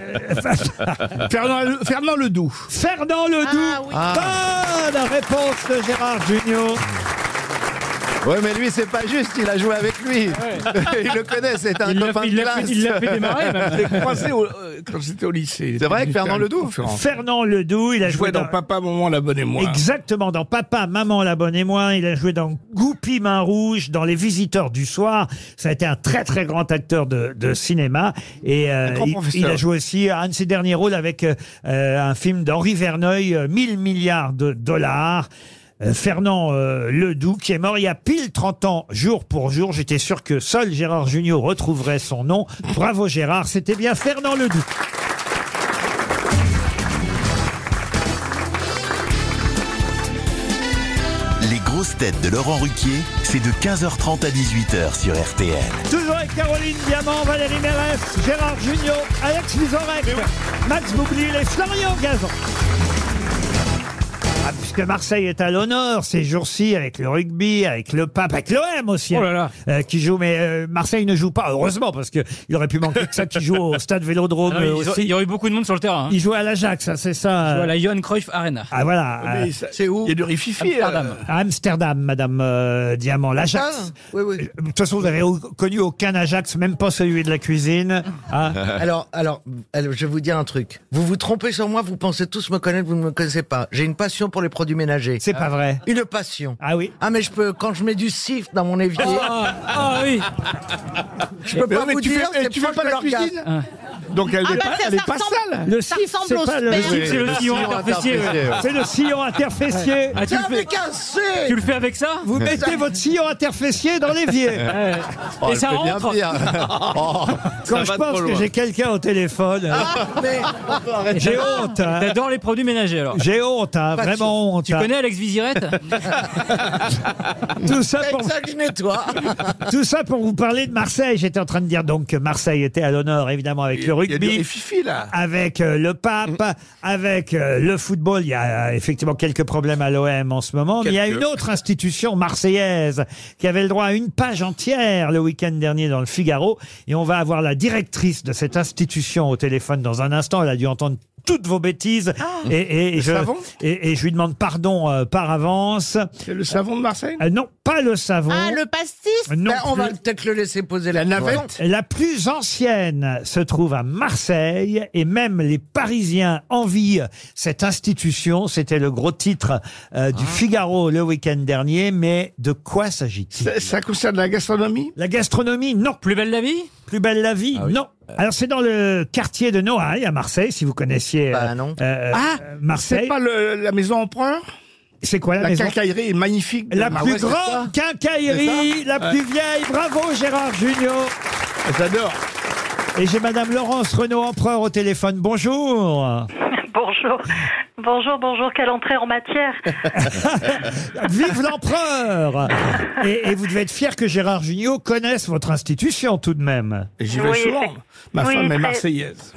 [SPEAKER 2] [LAUGHS]
[SPEAKER 7] Fernand, Le- Fernand Ledoux.
[SPEAKER 2] Fernand Ledoux.
[SPEAKER 6] Ah oui.
[SPEAKER 2] Bonne réponse de Gérard Junior.
[SPEAKER 10] Ouais, mais lui, c'est pas juste, il a joué avec lui.
[SPEAKER 7] [LAUGHS]
[SPEAKER 10] il le connaît, c'est un
[SPEAKER 4] Il l'a
[SPEAKER 10] copain
[SPEAKER 4] fait-
[SPEAKER 10] de
[SPEAKER 4] il l'a fait-
[SPEAKER 10] classe.
[SPEAKER 4] il l'a fait démarrer, même.
[SPEAKER 7] Je l'ai croisé au- euh, quand j'étais au lycée.
[SPEAKER 10] C'est vrai que Fernand Ledoux
[SPEAKER 7] Je
[SPEAKER 2] Fernand Ledoux, il a joué
[SPEAKER 7] jouais dans Papa, Maman, la bonne et moi.
[SPEAKER 2] Exactement, dans Papa, Maman, la bonne et moi. Il a joué dans Goupy, Main Rouge, dans Les Visiteurs du Soir. Ça a été un très, très grand acteur de, de cinéma. Et euh,
[SPEAKER 7] grand
[SPEAKER 2] il,
[SPEAKER 7] professeur.
[SPEAKER 2] il a joué aussi un de ses derniers rôles avec euh, euh, un film d'Henri Verneuil, euh, 1000 milliards de dollars. Euh, Fernand euh, Ledoux, qui est mort il y a pile 30 ans, jour pour jour. J'étais sûr que seul Gérard Junior retrouverait son nom. Bravo Gérard, c'était bien Fernand Ledoux.
[SPEAKER 1] Les grosses têtes de Laurent Ruquier, c'est de 15h30 à 18h sur RTL.
[SPEAKER 2] Toujours avec Caroline Diamant, Valérie Mérès, Gérard Junior, Alex Vizorek, Max Boublil et Florian Gazan. Ah, puisque Marseille est à l'honneur ces jours-ci avec le rugby, avec le pape, avec l'OM aussi,
[SPEAKER 4] Oh là là.
[SPEAKER 2] euh, qui joue. Mais euh, Marseille ne joue pas, heureusement, parce que il aurait pu manquer que ça qui joue au stade Vélodrome
[SPEAKER 4] Ah oui,
[SPEAKER 2] euh,
[SPEAKER 4] ils ont-
[SPEAKER 2] aussi.
[SPEAKER 4] il y aurait eu beaucoup de monde sur le terrain. hein.
[SPEAKER 2] Il joue à l'Ajax, hein, c'est ça.
[SPEAKER 4] Ils jouent
[SPEAKER 2] euh,
[SPEAKER 4] à la Johan Cruyff Arena.
[SPEAKER 2] Ah voilà. euh,
[SPEAKER 7] Mais ça- Il y a du rififi. euh,
[SPEAKER 4] Amsterdam.
[SPEAKER 2] à Amsterdam, Madame euh, Diamant, l'Ajax.
[SPEAKER 9] Ah, oui, oui.
[SPEAKER 2] De toute façon, vous n'avez au- connu aucun Ajax, même pas celui de la cuisine. hein.
[SPEAKER 9] Ah. Alors, alors, alors, je vais vous dire un truc. Vous vous trompez sur moi, vous pensez tous me connaître, vous ne me connaissez pas. J'ai une passion pour les produits ménagers.
[SPEAKER 2] C'est pas vrai.
[SPEAKER 9] Une passion.
[SPEAKER 2] Ah oui.
[SPEAKER 9] Ah mais je peux, quand je mets du sif dans mon évier,
[SPEAKER 4] Ah, ah [LAUGHS] oui.
[SPEAKER 9] je peux
[SPEAKER 7] Mais
[SPEAKER 9] pas
[SPEAKER 7] oui, mais
[SPEAKER 9] vous
[SPEAKER 7] tu
[SPEAKER 9] dire,
[SPEAKER 7] fais- mais
[SPEAKER 9] c'est
[SPEAKER 7] tu fais
[SPEAKER 9] proche
[SPEAKER 7] pas
[SPEAKER 9] de
[SPEAKER 7] la
[SPEAKER 9] l'orgasme.
[SPEAKER 7] cuisine Donc elle
[SPEAKER 6] Ah
[SPEAKER 7] n'est
[SPEAKER 6] bah,
[SPEAKER 7] pas,
[SPEAKER 6] ça-
[SPEAKER 7] elle est
[SPEAKER 6] ça
[SPEAKER 7] pas
[SPEAKER 6] ressemble.
[SPEAKER 7] sale.
[SPEAKER 2] Le
[SPEAKER 6] Ça
[SPEAKER 2] sif,
[SPEAKER 6] ressemble
[SPEAKER 2] c'est
[SPEAKER 6] au
[SPEAKER 2] pas le.
[SPEAKER 6] sperme.
[SPEAKER 2] sif,
[SPEAKER 4] C'est le sillon
[SPEAKER 10] sillon
[SPEAKER 4] interfessier. ouais.
[SPEAKER 10] interfessier, ouais.
[SPEAKER 2] C'est le sillon interfessier.
[SPEAKER 4] Ah, tu, le
[SPEAKER 9] Ça me
[SPEAKER 4] fais,
[SPEAKER 9] cassé
[SPEAKER 4] tu le fais avec ça
[SPEAKER 2] Vous mettez votre sillon interfessier dans
[SPEAKER 4] [LAUGHS]
[SPEAKER 2] l'évier.
[SPEAKER 4] Ouais.
[SPEAKER 10] Oh,
[SPEAKER 4] Et
[SPEAKER 10] elle
[SPEAKER 4] ça
[SPEAKER 10] fait bien
[SPEAKER 4] rentre [LAUGHS]
[SPEAKER 10] pire. Oh, ça
[SPEAKER 2] Quand
[SPEAKER 10] va
[SPEAKER 2] je
[SPEAKER 10] trop
[SPEAKER 2] pense que
[SPEAKER 10] loin. Ah,
[SPEAKER 2] j'ai quelqu'un au téléphone,
[SPEAKER 9] Mais
[SPEAKER 2] j'ai honte. hein.
[SPEAKER 4] T'adores les produits ménagers alors.
[SPEAKER 2] J'ai honte, hein,
[SPEAKER 9] Pas de
[SPEAKER 2] vraiment honte.
[SPEAKER 4] Tu
[SPEAKER 2] hein.
[SPEAKER 4] connais Alex
[SPEAKER 9] [LAUGHS]
[SPEAKER 4] Vizirette
[SPEAKER 2] Tout ça
[SPEAKER 9] c'est
[SPEAKER 2] pour
[SPEAKER 9] avec ça que je nettoie.
[SPEAKER 2] Tout ça pour vous parler de Marseille. J'étais en train de dire donc que Marseille était à l'honneur, évidemment, avec le rugby.
[SPEAKER 7] Il y a du rififi, là.
[SPEAKER 2] Avec euh, le pape, avec euh, le football. Il y a euh, effectivement quelques problèmes à l'OM en ce moment. Mais il y a
[SPEAKER 7] Quelques.
[SPEAKER 2] une autre institution marseillaise qui avait le droit à une page entière le week-end dernier dans le Figaro. Et on va avoir la directrice de cette institution au téléphone dans un instant. Elle a dû entendre toutes vos bêtises. Et, et- et
[SPEAKER 7] Ah. Le
[SPEAKER 2] je,
[SPEAKER 7] savon
[SPEAKER 2] et, et je lui demande pardon euh, par avance. Euh,
[SPEAKER 7] C'est le savon de Marseille Ben,
[SPEAKER 2] Non, pas le savon.
[SPEAKER 6] Ah, le pastis
[SPEAKER 2] Non
[SPEAKER 9] on va
[SPEAKER 2] plus.
[SPEAKER 9] peut-être le laisser poser la navette.
[SPEAKER 2] La plus ancienne se trouve à Marseille et même les Parisiens envient cette institution. C'était le gros titre euh,
[SPEAKER 7] Ah.
[SPEAKER 2] du Figaro le week-end dernier. Mais de quoi s'agit-il
[SPEAKER 7] Ça- ça concerne la gastronomie
[SPEAKER 2] La gastronomie, non.
[SPEAKER 4] Plus belle la vie
[SPEAKER 2] Plus belle la vie, non. Alors c'est dans le quartier de Noailles à Marseille, si vous connaissiez euh, euh,
[SPEAKER 7] Ah,
[SPEAKER 2] euh, Marseille.
[SPEAKER 7] C'est pas le- la maison empereur
[SPEAKER 2] C'est quoi la
[SPEAKER 7] La
[SPEAKER 2] maison
[SPEAKER 7] quincaillerie est magnifique. de
[SPEAKER 2] La
[SPEAKER 7] Marseille.
[SPEAKER 2] plus grande
[SPEAKER 7] Ah C'est ça
[SPEAKER 2] quincaillerie,
[SPEAKER 7] C'est
[SPEAKER 2] la
[SPEAKER 7] ça
[SPEAKER 2] plus
[SPEAKER 7] Ouais.
[SPEAKER 2] vieille. Bravo Gérard Junior.
[SPEAKER 7] J'adore.
[SPEAKER 2] Et j'ai Madame Laurence Renaud Empereur au téléphone.
[SPEAKER 7] [LAUGHS]
[SPEAKER 2] Bonjour.
[SPEAKER 18] [LAUGHS] Bonjour, bonjour, bonjour, quelle entrée en matière
[SPEAKER 2] [LAUGHS] Vive l'empereur et, et vous devez être fier que Gérard Junior connaisse votre institution tout de même.
[SPEAKER 7] J'y vais
[SPEAKER 18] Oui,
[SPEAKER 7] souvent.
[SPEAKER 18] effect-
[SPEAKER 7] Ma
[SPEAKER 18] oui,
[SPEAKER 7] femme est
[SPEAKER 18] très-
[SPEAKER 7] marseillaise.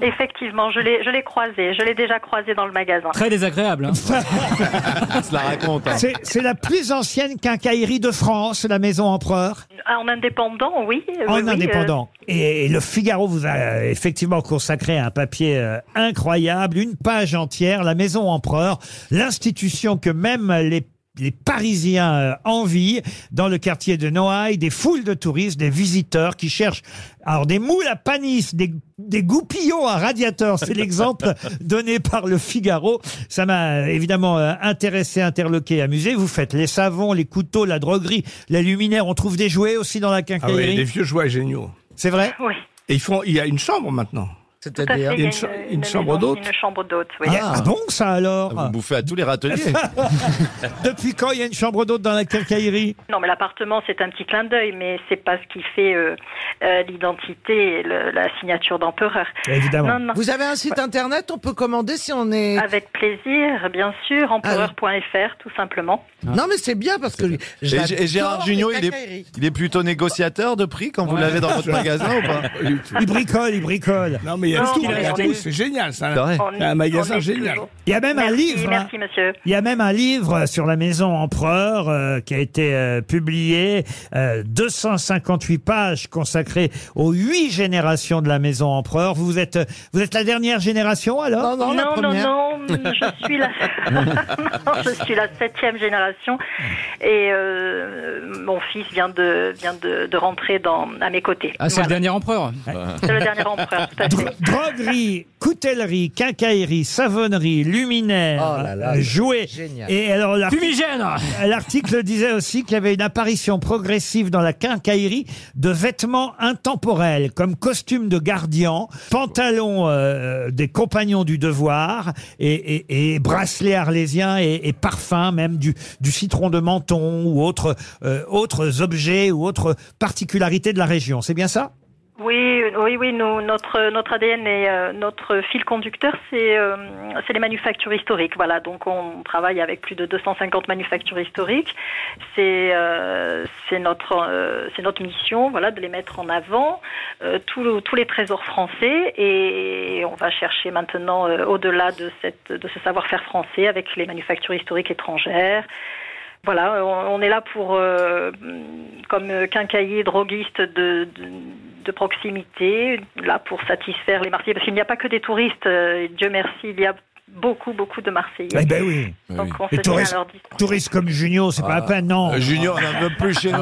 [SPEAKER 18] Effectivement, je l'ai je l'ai croisée, je l'ai déjà croisée dans le magasin.
[SPEAKER 4] [LAUGHS] Très désagréable.
[SPEAKER 10] [LAUGHS]
[SPEAKER 4] hein.
[SPEAKER 10] se la raconte. hein.
[SPEAKER 2] C'est c'est la plus ancienne quincaillerie de France, la maison empereur.
[SPEAKER 18] Ah, En indépendant, oui.
[SPEAKER 2] En
[SPEAKER 18] oui, oui,
[SPEAKER 2] indépendant.
[SPEAKER 18] euh,
[SPEAKER 2] Et le Figaro vous a euh, effectivement consacré un papier euh, incroyable, une page entière, la maison empereur, l'institution que même les les Parisiens euh, envient dans le quartier de Noailles, des foules de touristes, des visiteurs qui cherchent alors des moules à panis, des, des goupillons à radiateurs. C'est
[SPEAKER 7] [LAUGHS]
[SPEAKER 2] l'exemple donné par le Figaro. Ça m'a évidemment euh, intéressé, interloqué, amusé. Vous faites les savons, les couteaux, la droguerie, la luminaire. On trouve des jouets aussi dans la
[SPEAKER 7] Ah oui,
[SPEAKER 2] quincaillerie.
[SPEAKER 7] des vieux jouets géniaux.
[SPEAKER 2] C'est vrai
[SPEAKER 18] Oui.
[SPEAKER 7] Et ils font, il y a une chambre maintenant.
[SPEAKER 18] tout à fait,
[SPEAKER 7] Il y a une, cha- une chambre
[SPEAKER 18] maison-
[SPEAKER 7] d'hôte.
[SPEAKER 18] Une chambre d'hôte, oui.
[SPEAKER 2] Ah, bon, ça alors
[SPEAKER 10] Vous bouffez à tous les
[SPEAKER 2] [LAUGHS]
[SPEAKER 10] râteliers.
[SPEAKER 2] Depuis quand il y a une chambre d'hôte dans la quincaillerie
[SPEAKER 18] Non, mais l'appartement, c'est un petit clin d'œil, mais c'est pas ce qui fait euh, euh, l'identité et le- la signature d'empereur. Non, non.
[SPEAKER 9] Vous avez un site internet, on peut commander si on est.
[SPEAKER 18] Avec plaisir, bien sûr, empereur.fr, tout simplement.
[SPEAKER 9] Non, mais c'est bien parce que.
[SPEAKER 10] Et, G- et Gérard Junior, il est, il est plutôt négociateur de prix quand vous l'avez
[SPEAKER 2] [LAUGHS]
[SPEAKER 10] dans votre magasin ou pas
[SPEAKER 2] Il bricole, il bricole.
[SPEAKER 7] Non, mais il y a
[SPEAKER 10] Non,
[SPEAKER 7] tout.
[SPEAKER 10] mais
[SPEAKER 7] il y a
[SPEAKER 10] on
[SPEAKER 7] tout,
[SPEAKER 10] est-
[SPEAKER 7] C'est génial, ça.
[SPEAKER 10] C'est vrai.
[SPEAKER 7] C'est un magasin
[SPEAKER 10] on est
[SPEAKER 7] génial.
[SPEAKER 2] Il y a même un livre. hein.
[SPEAKER 18] Merci, monsieur.
[SPEAKER 2] Il y a même un livre sur la maison empereur euh, qui a été euh, publié, euh, 258 pages consacrées aux huit générations de la maison empereur. Vous êtes, euh, vous êtes la dernière génération alors
[SPEAKER 18] non, non, [LAUGHS] non, je suis la, Non, je suis la septième génération et euh, mon fils vient de vient de, de rentrer dans à mes côtés.
[SPEAKER 4] Ah, c'est le
[SPEAKER 18] Voilà.
[SPEAKER 4] dernier empereur.
[SPEAKER 9] [LAUGHS]
[SPEAKER 18] C'est le dernier empereur. tout à
[SPEAKER 2] [LAUGHS]
[SPEAKER 18] fait.
[SPEAKER 2] Droguerie, coutellerie, quincaillerie, savonnerie, luminaire,
[SPEAKER 9] Oh là là,
[SPEAKER 2] euh, jouets.
[SPEAKER 9] génial.
[SPEAKER 2] Et alors l'arti-
[SPEAKER 4] Fumigène
[SPEAKER 2] L'article disait aussi qu'il y avait une apparition progressive dans la quincaillerie de vêtements intemporels comme costumes de gardien, pantalons euh, des compagnons du devoir et, et- et bracelets arlésiens et, et parfums même du, du citron de menton ou autres euh, autres objets ou autres particularités de la région. C'est bien ça
[SPEAKER 18] Oui, oui, oui. Nous, notre notre ADN et euh, notre fil conducteur, c'est euh, c'est les manufactures historiques. Voilà. Donc on travaille avec plus de 250 manufactures historiques. C'est euh, c'est notre euh, c'est notre mission. Voilà, de les mettre en avant euh, tous le- tous les trésors français et on va chercher maintenant euh, au-delà de cette de ce savoir-faire français avec les manufactures historiques étrangères. Voilà, on, on est là pour euh, comme euh, quincaillier droguiste de, de de proximité, là pour satisfaire les Marseillais, parce qu'il n'y a pas que des touristes, euh, Dieu merci, il y a beaucoup, beaucoup de Marseillais.
[SPEAKER 2] Eh ben oui.
[SPEAKER 18] Donc on se
[SPEAKER 2] Les
[SPEAKER 18] tient à
[SPEAKER 2] touristes,
[SPEAKER 18] leur discours.
[SPEAKER 2] touristes comme Junio, c'est pas la peine, non.
[SPEAKER 10] Euh, Junior, on n'en veut plus chez nous.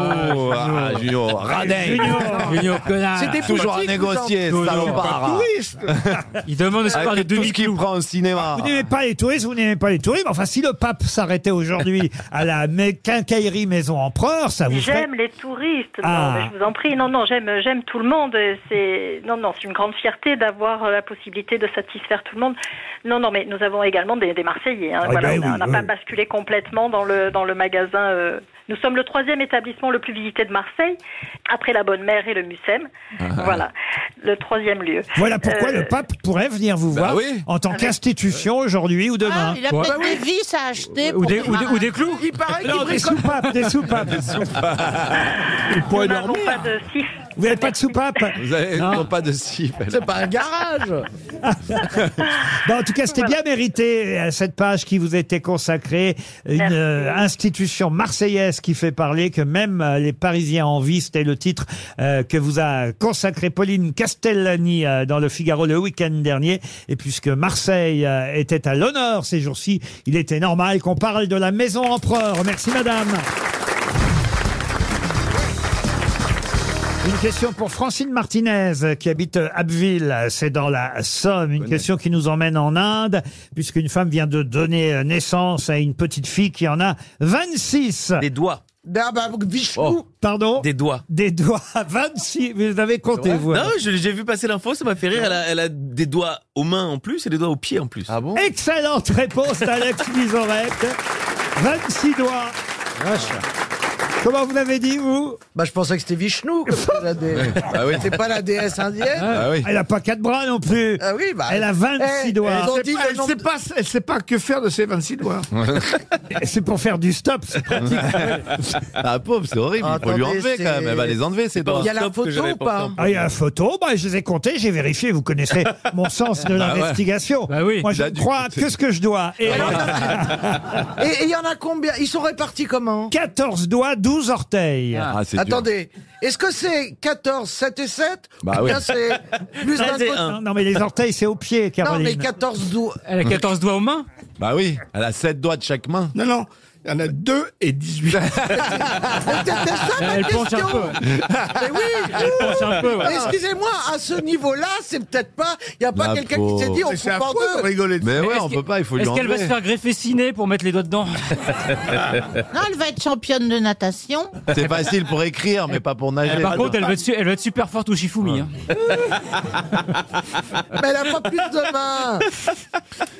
[SPEAKER 10] Ah, Junior, radin.
[SPEAKER 2] Junior.
[SPEAKER 4] Junior connard.
[SPEAKER 10] C'est toujours à négocier,
[SPEAKER 4] Junior.
[SPEAKER 10] salopard.
[SPEAKER 4] Il demande est-ce qu'on parle de
[SPEAKER 10] Avec tout
[SPEAKER 4] demi
[SPEAKER 10] ce qu'il prend au cinéma.
[SPEAKER 2] Vous n'aimez pas les touristes, vous n'aimez pas les touristes. mais Enfin, si le pape s'arrêtait aujourd'hui à
[SPEAKER 10] [LAUGHS]
[SPEAKER 2] la mé- quincaillerie Maison Empereur, ça vous ferait...
[SPEAKER 18] J'aime les touristes, non,
[SPEAKER 2] Ah.
[SPEAKER 18] mais je vous en prie. Non, non, j'aime, j'aime tout le monde. C'est, non, non, c'est une grande fierté d'avoir euh, la possibilité de satisfaire tout le monde. Non, non, mais nous avons également des, des Marseillais. hein.
[SPEAKER 2] Ah,
[SPEAKER 18] Voilà,
[SPEAKER 2] ben
[SPEAKER 18] on a-
[SPEAKER 2] oui,
[SPEAKER 18] on n'a
[SPEAKER 2] oui.
[SPEAKER 18] pas basculé complètement dans le, dans le magasin. euh. Nous sommes le troisième établissement le plus visité de Marseille, après la Bonne Mère et le Mucem. Voilà, le troisième lieu.
[SPEAKER 2] Ah. Voilà pourquoi
[SPEAKER 18] Euh, Ah,
[SPEAKER 2] le pape pourrait venir vous
[SPEAKER 10] Bah
[SPEAKER 2] voir en tant qu'institution aujourd'hui ou demain.
[SPEAKER 6] Ah, il a peut-être des vis à acheter.
[SPEAKER 2] Bah Ou
[SPEAKER 6] pour
[SPEAKER 2] des-
[SPEAKER 6] les
[SPEAKER 2] ou des-
[SPEAKER 6] marins.
[SPEAKER 2] ou des clous.
[SPEAKER 6] Il paraît
[SPEAKER 2] Non, des soupapes, des soupapes.
[SPEAKER 7] Il pourrait
[SPEAKER 18] Nous n'avons
[SPEAKER 7] dormir.
[SPEAKER 18] pas de sifflet.
[SPEAKER 2] Vous n'avez pas de soupape
[SPEAKER 10] Vous avez
[SPEAKER 2] Non.
[SPEAKER 10] pas de scie.
[SPEAKER 5] C'est pas un garage
[SPEAKER 2] [LAUGHS] Bon, en tout cas, c'était bien mérité euh, cette page qui vous était consacrée. Une euh, institution marseillaise qui fait parler que même euh, les Parisiens en vie, c'était le titre euh, que vous a consacré Pauline Castellani euh, dans le Figaro le week-end dernier. Et puisque Marseille euh, était à l'honneur ces jours-ci, il était normal qu'on parle de la maison empereur. Merci, madame. Une question pour Francine Martinez, euh, qui habite euh, Abbeville, euh, c'est dans la Somme. Une question qui nous emmène en Inde, puisqu'une femme vient de donner euh, naissance à une petite fille qui en a 26. Des doigts. Pardon
[SPEAKER 3] Oh. Des doigts.
[SPEAKER 2] Des doigts, 26. Vous avez compté, vous.
[SPEAKER 3] Non,
[SPEAKER 2] alors.
[SPEAKER 3] je- j'ai vu passer l'info, ça m'a fait rire. Elle a, elle a des doigts aux mains en plus et des doigts aux pieds en plus. Ah bon
[SPEAKER 2] Excellente réponse d'Alex Vizorek. 26 doigts. Comment vous l'avez dit, vous
[SPEAKER 9] Bah, je pensais que c'était Vishnu. comme c'est la dé-
[SPEAKER 10] [LAUGHS]
[SPEAKER 2] Ah oui.
[SPEAKER 9] C'est pas la déesse indienne
[SPEAKER 10] Ah
[SPEAKER 2] Elle n'a pas quatre bras non plus.
[SPEAKER 9] Ah oui, bah,
[SPEAKER 2] elle a 26
[SPEAKER 9] eh,
[SPEAKER 2] doigts.
[SPEAKER 9] elles ont
[SPEAKER 7] Elle
[SPEAKER 9] dit
[SPEAKER 7] sait pas-
[SPEAKER 9] le
[SPEAKER 7] elle
[SPEAKER 9] nombre-
[SPEAKER 7] sait pas, elle sait pas que faire de ses 26 doigts.
[SPEAKER 2] [LAUGHS] C'est pour faire du stop,
[SPEAKER 3] [LAUGHS]
[SPEAKER 2] c'est pratique.
[SPEAKER 10] [LAUGHS] Ah pauvre, c'est horrible. Il faut lui
[SPEAKER 2] Attendez,
[SPEAKER 10] enlever
[SPEAKER 2] c'est-
[SPEAKER 10] quand même. Elle va les enlever
[SPEAKER 2] C'est
[SPEAKER 10] ces
[SPEAKER 2] pas
[SPEAKER 10] doigts.
[SPEAKER 2] au Il y a la stop que photo j'avais ou pas pensé. Ah, il y a la photo, bah, je les ai comptés, j'ai vérifié, vous
[SPEAKER 10] [LAUGHS]
[SPEAKER 2] connaissez mon sens de
[SPEAKER 10] Bah ouais.
[SPEAKER 2] l'investigation. Moi, je
[SPEAKER 10] Il a
[SPEAKER 2] ne
[SPEAKER 10] dû
[SPEAKER 2] crois que ce que je dois.
[SPEAKER 10] Ah,
[SPEAKER 2] Et
[SPEAKER 9] Et et il y en a combien Ils sont répartis comment
[SPEAKER 2] 14 doigts, 12 orteils.
[SPEAKER 10] Ah,
[SPEAKER 9] Attendez, est-ce que c'est 14, 7 et 7
[SPEAKER 2] Bah
[SPEAKER 9] Ou
[SPEAKER 2] oui.
[SPEAKER 9] bien c'est plus d'un côté
[SPEAKER 2] Non, non, mais les orteils, c'est au pied,
[SPEAKER 9] Non,
[SPEAKER 2] Caroline.
[SPEAKER 9] mais 14 doigts.
[SPEAKER 4] Elle a 14 doigts aux mains
[SPEAKER 10] Bah oui, elle a 7 doigts de chaque main.
[SPEAKER 7] Non, non, il y en a 2 et
[SPEAKER 10] [LAUGHS]
[SPEAKER 7] 18.
[SPEAKER 9] C'était ça ma
[SPEAKER 7] Elle penche un
[SPEAKER 9] question.
[SPEAKER 7] peu.
[SPEAKER 9] Mais oui.
[SPEAKER 7] Elle penche un peu, ouais.
[SPEAKER 9] Excusez-moi, à ce niveau-là, c'est peut-être pas. Il n'y a pas
[SPEAKER 10] La
[SPEAKER 9] quelqu'un qui s'est dit on
[SPEAKER 10] pauvre.
[SPEAKER 9] coupe en deux.
[SPEAKER 10] Mais ouais,
[SPEAKER 4] Est-ce
[SPEAKER 10] on
[SPEAKER 4] que-
[SPEAKER 10] peut pas, il faut lui
[SPEAKER 4] Est-ce
[SPEAKER 10] enlever.
[SPEAKER 4] qu'elle va se faire greffer ciné pour mettre les doigts
[SPEAKER 10] [LAUGHS]
[SPEAKER 4] dedans
[SPEAKER 6] Non, elle va être championne de natation.
[SPEAKER 10] C'est facile pour écrire, mais pas pour nager.
[SPEAKER 4] Eh, Par contre, elle va, être, su- elle va être super forte au Shifumi. hein.
[SPEAKER 9] Mais elle a pas plus de main.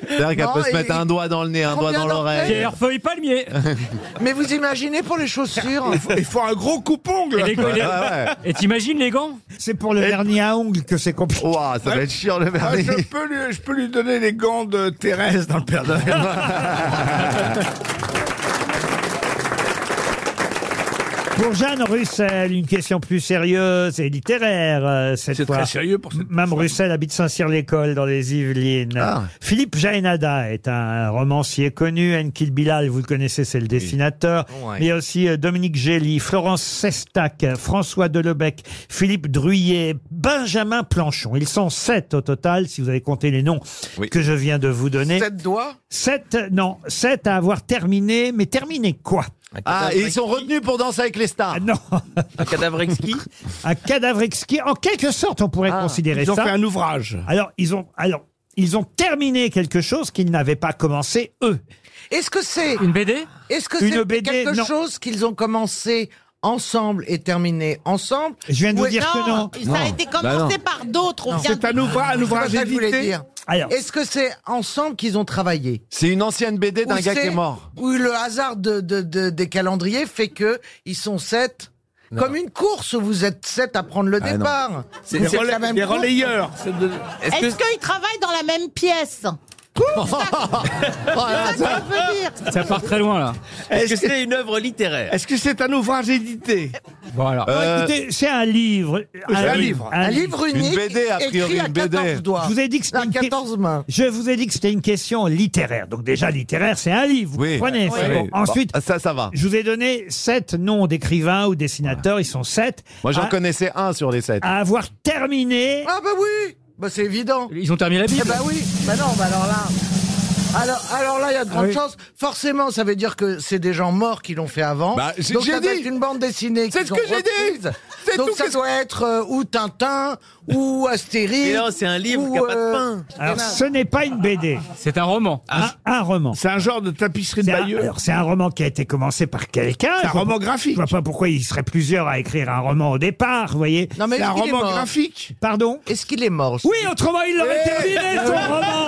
[SPEAKER 10] C'est-à-dire qu'elle
[SPEAKER 9] Non,
[SPEAKER 10] peut se
[SPEAKER 9] et-
[SPEAKER 10] mettre un doigt dans le nez, un doigt
[SPEAKER 9] Combien
[SPEAKER 10] dans l'oreille.
[SPEAKER 9] d'orteils Pierre
[SPEAKER 4] feuille
[SPEAKER 10] [LAUGHS]
[SPEAKER 4] palmier.
[SPEAKER 9] Mais vous imaginez pour les chaussures
[SPEAKER 7] Il faut, il faut un gros coupongle.
[SPEAKER 4] Et les- les- Et t'imagines les gants
[SPEAKER 2] Ah, C'est pour le dernier à ongles que c'est compliqué.
[SPEAKER 10] Ouah, ça va être chiant le
[SPEAKER 7] Ah,
[SPEAKER 10] vernis.
[SPEAKER 7] je, peux lui, je peux lui donner les gants de Thérèse dans le Père
[SPEAKER 10] [LAUGHS]
[SPEAKER 7] Noël.
[SPEAKER 2] Pour Jeanne Russell, une question plus sérieuse et littéraire euh, cette
[SPEAKER 7] C'est
[SPEAKER 2] fois.
[SPEAKER 7] très sérieux pour cette Ah.
[SPEAKER 2] Mme Russell habite Saint-Cyr-l'École dans les Yvelines. Philippe Jaénada est un romancier connu. Enkil Bilal, vous le connaissez, c'est le dessinateur.
[SPEAKER 5] Ouais.
[SPEAKER 2] Mais il y a aussi euh, Dominique Gély, Florence Sestac, euh, François Delebec, Philippe Druillet, Benjamin Planchon. Ils sont sept au total, si vous avez compté les noms que je viens de vous donner. Sept
[SPEAKER 9] doigts
[SPEAKER 2] Sept, euh, non, sept à avoir terminé. Mais terminé quoi
[SPEAKER 10] Ah, et ils sont retenus pour danser avec les stars.
[SPEAKER 2] Non.
[SPEAKER 3] Un cadavre exquis
[SPEAKER 2] [LAUGHS] un cadavre exquis. En quelque sorte, on pourrait
[SPEAKER 10] Ah.
[SPEAKER 2] considérer
[SPEAKER 7] ils ont
[SPEAKER 2] ça.
[SPEAKER 7] fait un ouvrage.
[SPEAKER 2] Alors, ils ont, alors, ils ont terminé quelque chose qu'ils n'avaient pas commencé eux.
[SPEAKER 9] Est-ce que c'est
[SPEAKER 4] une BD
[SPEAKER 9] Est-ce que
[SPEAKER 2] Une
[SPEAKER 9] c'est
[SPEAKER 2] BD,
[SPEAKER 9] quelque
[SPEAKER 2] non.
[SPEAKER 9] chose qu'ils ont commencé ensemble et terminé ensemble
[SPEAKER 2] Je viens de vous
[SPEAKER 9] Ou est-
[SPEAKER 2] dire que non.
[SPEAKER 6] Ça a
[SPEAKER 10] Bah
[SPEAKER 6] été commencé par d'autres. on vient de-
[SPEAKER 9] C'est pas ça que je voulais dire.
[SPEAKER 2] Alors.
[SPEAKER 9] Est-ce que c'est ensemble qu'ils ont travaillé
[SPEAKER 10] C'est une ancienne BD d'un
[SPEAKER 9] Ou
[SPEAKER 10] gars qui
[SPEAKER 9] c'est-
[SPEAKER 10] est mort.
[SPEAKER 9] Ou le hasard de, de- de- des calendriers fait que ils sont sept. Comme une course où vous êtes sept à prendre le
[SPEAKER 10] Ah, non.
[SPEAKER 9] départ.
[SPEAKER 10] C'est-
[SPEAKER 9] Vous
[SPEAKER 10] c'est
[SPEAKER 9] faites la
[SPEAKER 10] rela-
[SPEAKER 9] même
[SPEAKER 10] des
[SPEAKER 9] course.
[SPEAKER 10] relayeurs, c'est de-
[SPEAKER 6] Est-ce qu'ils travaillent dans la même pièce C'est
[SPEAKER 9] [LAUGHS]
[SPEAKER 6] ça
[SPEAKER 9] Oh,
[SPEAKER 6] que- c'est ça que je veux dire.
[SPEAKER 4] Ça part très loin là.
[SPEAKER 3] Est-ce que c'est une œuvre littéraire
[SPEAKER 7] Est-ce que c'est un ouvrage édité
[SPEAKER 4] Bon alors.
[SPEAKER 2] Non,
[SPEAKER 10] Euh,
[SPEAKER 2] écoutez, c'est un livre.
[SPEAKER 7] C'est un livre.
[SPEAKER 9] Un livre unique écrit à 14 doigts.
[SPEAKER 2] Je vous ai dit que c'était
[SPEAKER 9] À
[SPEAKER 2] une que-
[SPEAKER 9] 14 mains.
[SPEAKER 2] Je vous ai dit que c'était une question littéraire. Donc déjà littéraire, c'est un livre. Vous comprenez
[SPEAKER 10] Oui.
[SPEAKER 2] c'est bon.
[SPEAKER 10] Oui.
[SPEAKER 2] Ensuite,
[SPEAKER 10] Bon, ça, ça va.
[SPEAKER 2] je vous ai donné sept noms d'écrivains ou dessinateurs. Ils sont sept.
[SPEAKER 10] Moi, j'en
[SPEAKER 2] à-
[SPEAKER 10] connaissais un sur les 7.
[SPEAKER 2] à avoir terminé.
[SPEAKER 9] Ah bah oui Bah c'est évident.
[SPEAKER 4] Ils ont terminé la Bible
[SPEAKER 9] Eh bah oui Bah non, bah alors là... Alors, alors là, il y a de
[SPEAKER 2] Ah
[SPEAKER 9] grandes
[SPEAKER 10] oui.
[SPEAKER 9] chances. Forcément, ça veut dire que c'est des gens morts qui l'ont fait avant.
[SPEAKER 10] Bah, j'ai-
[SPEAKER 9] Donc
[SPEAKER 10] j'ai
[SPEAKER 9] ça doit
[SPEAKER 10] dit.
[SPEAKER 9] être une bande dessinée.
[SPEAKER 10] C'est
[SPEAKER 9] qu'ils
[SPEAKER 10] ce que
[SPEAKER 9] ont
[SPEAKER 10] j'ai dit.
[SPEAKER 9] reprise.
[SPEAKER 10] C'est
[SPEAKER 9] Donc
[SPEAKER 10] tout
[SPEAKER 9] ça
[SPEAKER 10] que-
[SPEAKER 9] doit être euh, ou Tintin, ou Astérix.
[SPEAKER 3] Mais non, c'est un livre
[SPEAKER 9] ou,
[SPEAKER 3] qui a pas de
[SPEAKER 9] euh,
[SPEAKER 3] fin.
[SPEAKER 2] Alors, ce n'est pas une BD.
[SPEAKER 4] C'est un roman.
[SPEAKER 2] Ah, Un, un roman.
[SPEAKER 7] Ah. C'est un genre de tapisserie de
[SPEAKER 2] C'est un-
[SPEAKER 7] Bayeux.
[SPEAKER 2] alors, c'est un roman qui a été commencé par quelqu'un.
[SPEAKER 7] C'est un
[SPEAKER 2] Je vois
[SPEAKER 7] roman
[SPEAKER 2] pas-
[SPEAKER 7] graphique.
[SPEAKER 2] Je vois pas pourquoi il serait plusieurs à écrire un roman au départ, vous voyez.
[SPEAKER 9] Non, mais
[SPEAKER 7] C'est un
[SPEAKER 9] est-ce qu'il est
[SPEAKER 7] roman
[SPEAKER 9] mort
[SPEAKER 7] graphique.
[SPEAKER 2] Pardon
[SPEAKER 9] Est-ce qu'il est mort
[SPEAKER 2] Eh Oui, autrement il l'aurait
[SPEAKER 9] Oui.
[SPEAKER 2] terminé son roman.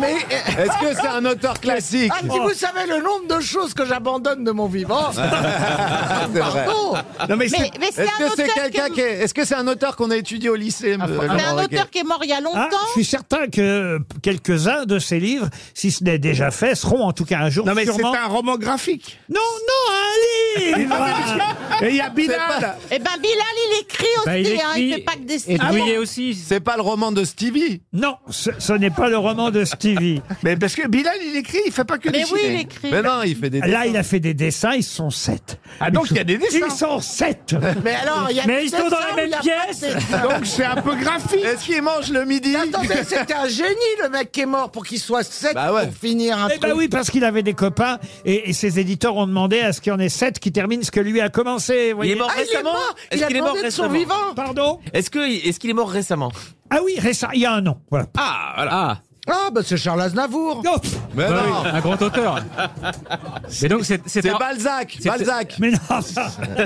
[SPEAKER 9] Mais eh,
[SPEAKER 10] Est-ce que
[SPEAKER 5] c'est un auteur classique.
[SPEAKER 9] Ah, si vous savez le nombre de choses que j'abandonne de
[SPEAKER 2] [LAUGHS]
[SPEAKER 9] mon vivant.
[SPEAKER 6] Pardon.
[SPEAKER 5] Non, mais
[SPEAKER 6] Mais-
[SPEAKER 5] c'est-
[SPEAKER 6] mais
[SPEAKER 5] est-ce
[SPEAKER 6] c'est
[SPEAKER 5] que
[SPEAKER 6] un
[SPEAKER 5] c'est
[SPEAKER 6] auteur
[SPEAKER 5] quelqu'un
[SPEAKER 6] que-
[SPEAKER 5] qui est- Est-ce que c'est un auteur qu'on a étudié au lycée
[SPEAKER 9] Ah,
[SPEAKER 5] euh,
[SPEAKER 6] C'est
[SPEAKER 5] Laurent
[SPEAKER 6] un
[SPEAKER 5] Ruquier
[SPEAKER 6] auteur qui est mort
[SPEAKER 2] Ah.
[SPEAKER 6] il y a longtemps.
[SPEAKER 2] Je suis certain que quelques-uns de ces livres, si ce n'est déjà fait, seront en tout cas un jour
[SPEAKER 7] Non, mais
[SPEAKER 2] sûrement...
[SPEAKER 7] c'est un roman graphique.
[SPEAKER 2] Non, non, un
[SPEAKER 9] [LAUGHS]
[SPEAKER 2] livre
[SPEAKER 7] Et il y a Bilal
[SPEAKER 6] Eh ben Bilal, il écrit aussi,
[SPEAKER 2] Bah, il
[SPEAKER 6] hein,
[SPEAKER 2] écrit
[SPEAKER 6] il fait pas que des
[SPEAKER 2] et Douillet
[SPEAKER 4] aussi.
[SPEAKER 2] C'est pas le roman de Stevie Non, ce, ce n'est pas le roman de Stevie.
[SPEAKER 7] mais parce que Bilal, il écrit, il fait pas que
[SPEAKER 6] Mais oui, il écrit. Mais non, il fait des
[SPEAKER 2] Là,
[SPEAKER 6] dessins.
[SPEAKER 2] il a fait des dessins, ils sont sept.
[SPEAKER 7] Ah, donc il y a des dessins.
[SPEAKER 2] Ils sont sept
[SPEAKER 9] Mais alors, il y a
[SPEAKER 2] Ah, Mais
[SPEAKER 9] des
[SPEAKER 2] ils sont dans
[SPEAKER 9] dessins
[SPEAKER 2] la
[SPEAKER 9] ou
[SPEAKER 2] même
[SPEAKER 9] il y a pas de
[SPEAKER 2] pièce
[SPEAKER 9] dessins
[SPEAKER 7] Donc, c'est un peu graphique.
[SPEAKER 9] Est-ce qu'il mange le midi Attendez, c'était un génie le mec qui est mort pour qu'il soit sec
[SPEAKER 10] Bah
[SPEAKER 9] pour finir un
[SPEAKER 2] Eh ben
[SPEAKER 9] truc.
[SPEAKER 2] oui, parce qu'il avait des copains et, et ses éditeurs ont demandé à ce qu'il y en ait sept qui terminent ce que lui a commencé. vous voyez.
[SPEAKER 3] mort Ah, il est récemment mort Est-ce Il a qu'il est mort demandé de son récemment vivant
[SPEAKER 2] Pardon
[SPEAKER 3] Est-ce que est-ce qu'il est mort récemment
[SPEAKER 2] Ah oui, récemment, il y a un an. Voilà.
[SPEAKER 3] Ah, voilà.
[SPEAKER 9] Ah, bah c'est Charles Aznavour.
[SPEAKER 4] Bah oui, un grand
[SPEAKER 10] [LAUGHS]
[SPEAKER 4] auteur. Mais donc c'est
[SPEAKER 9] C'est Balzac, [LAUGHS] Balzac.
[SPEAKER 10] [LAUGHS]
[SPEAKER 2] Mais non.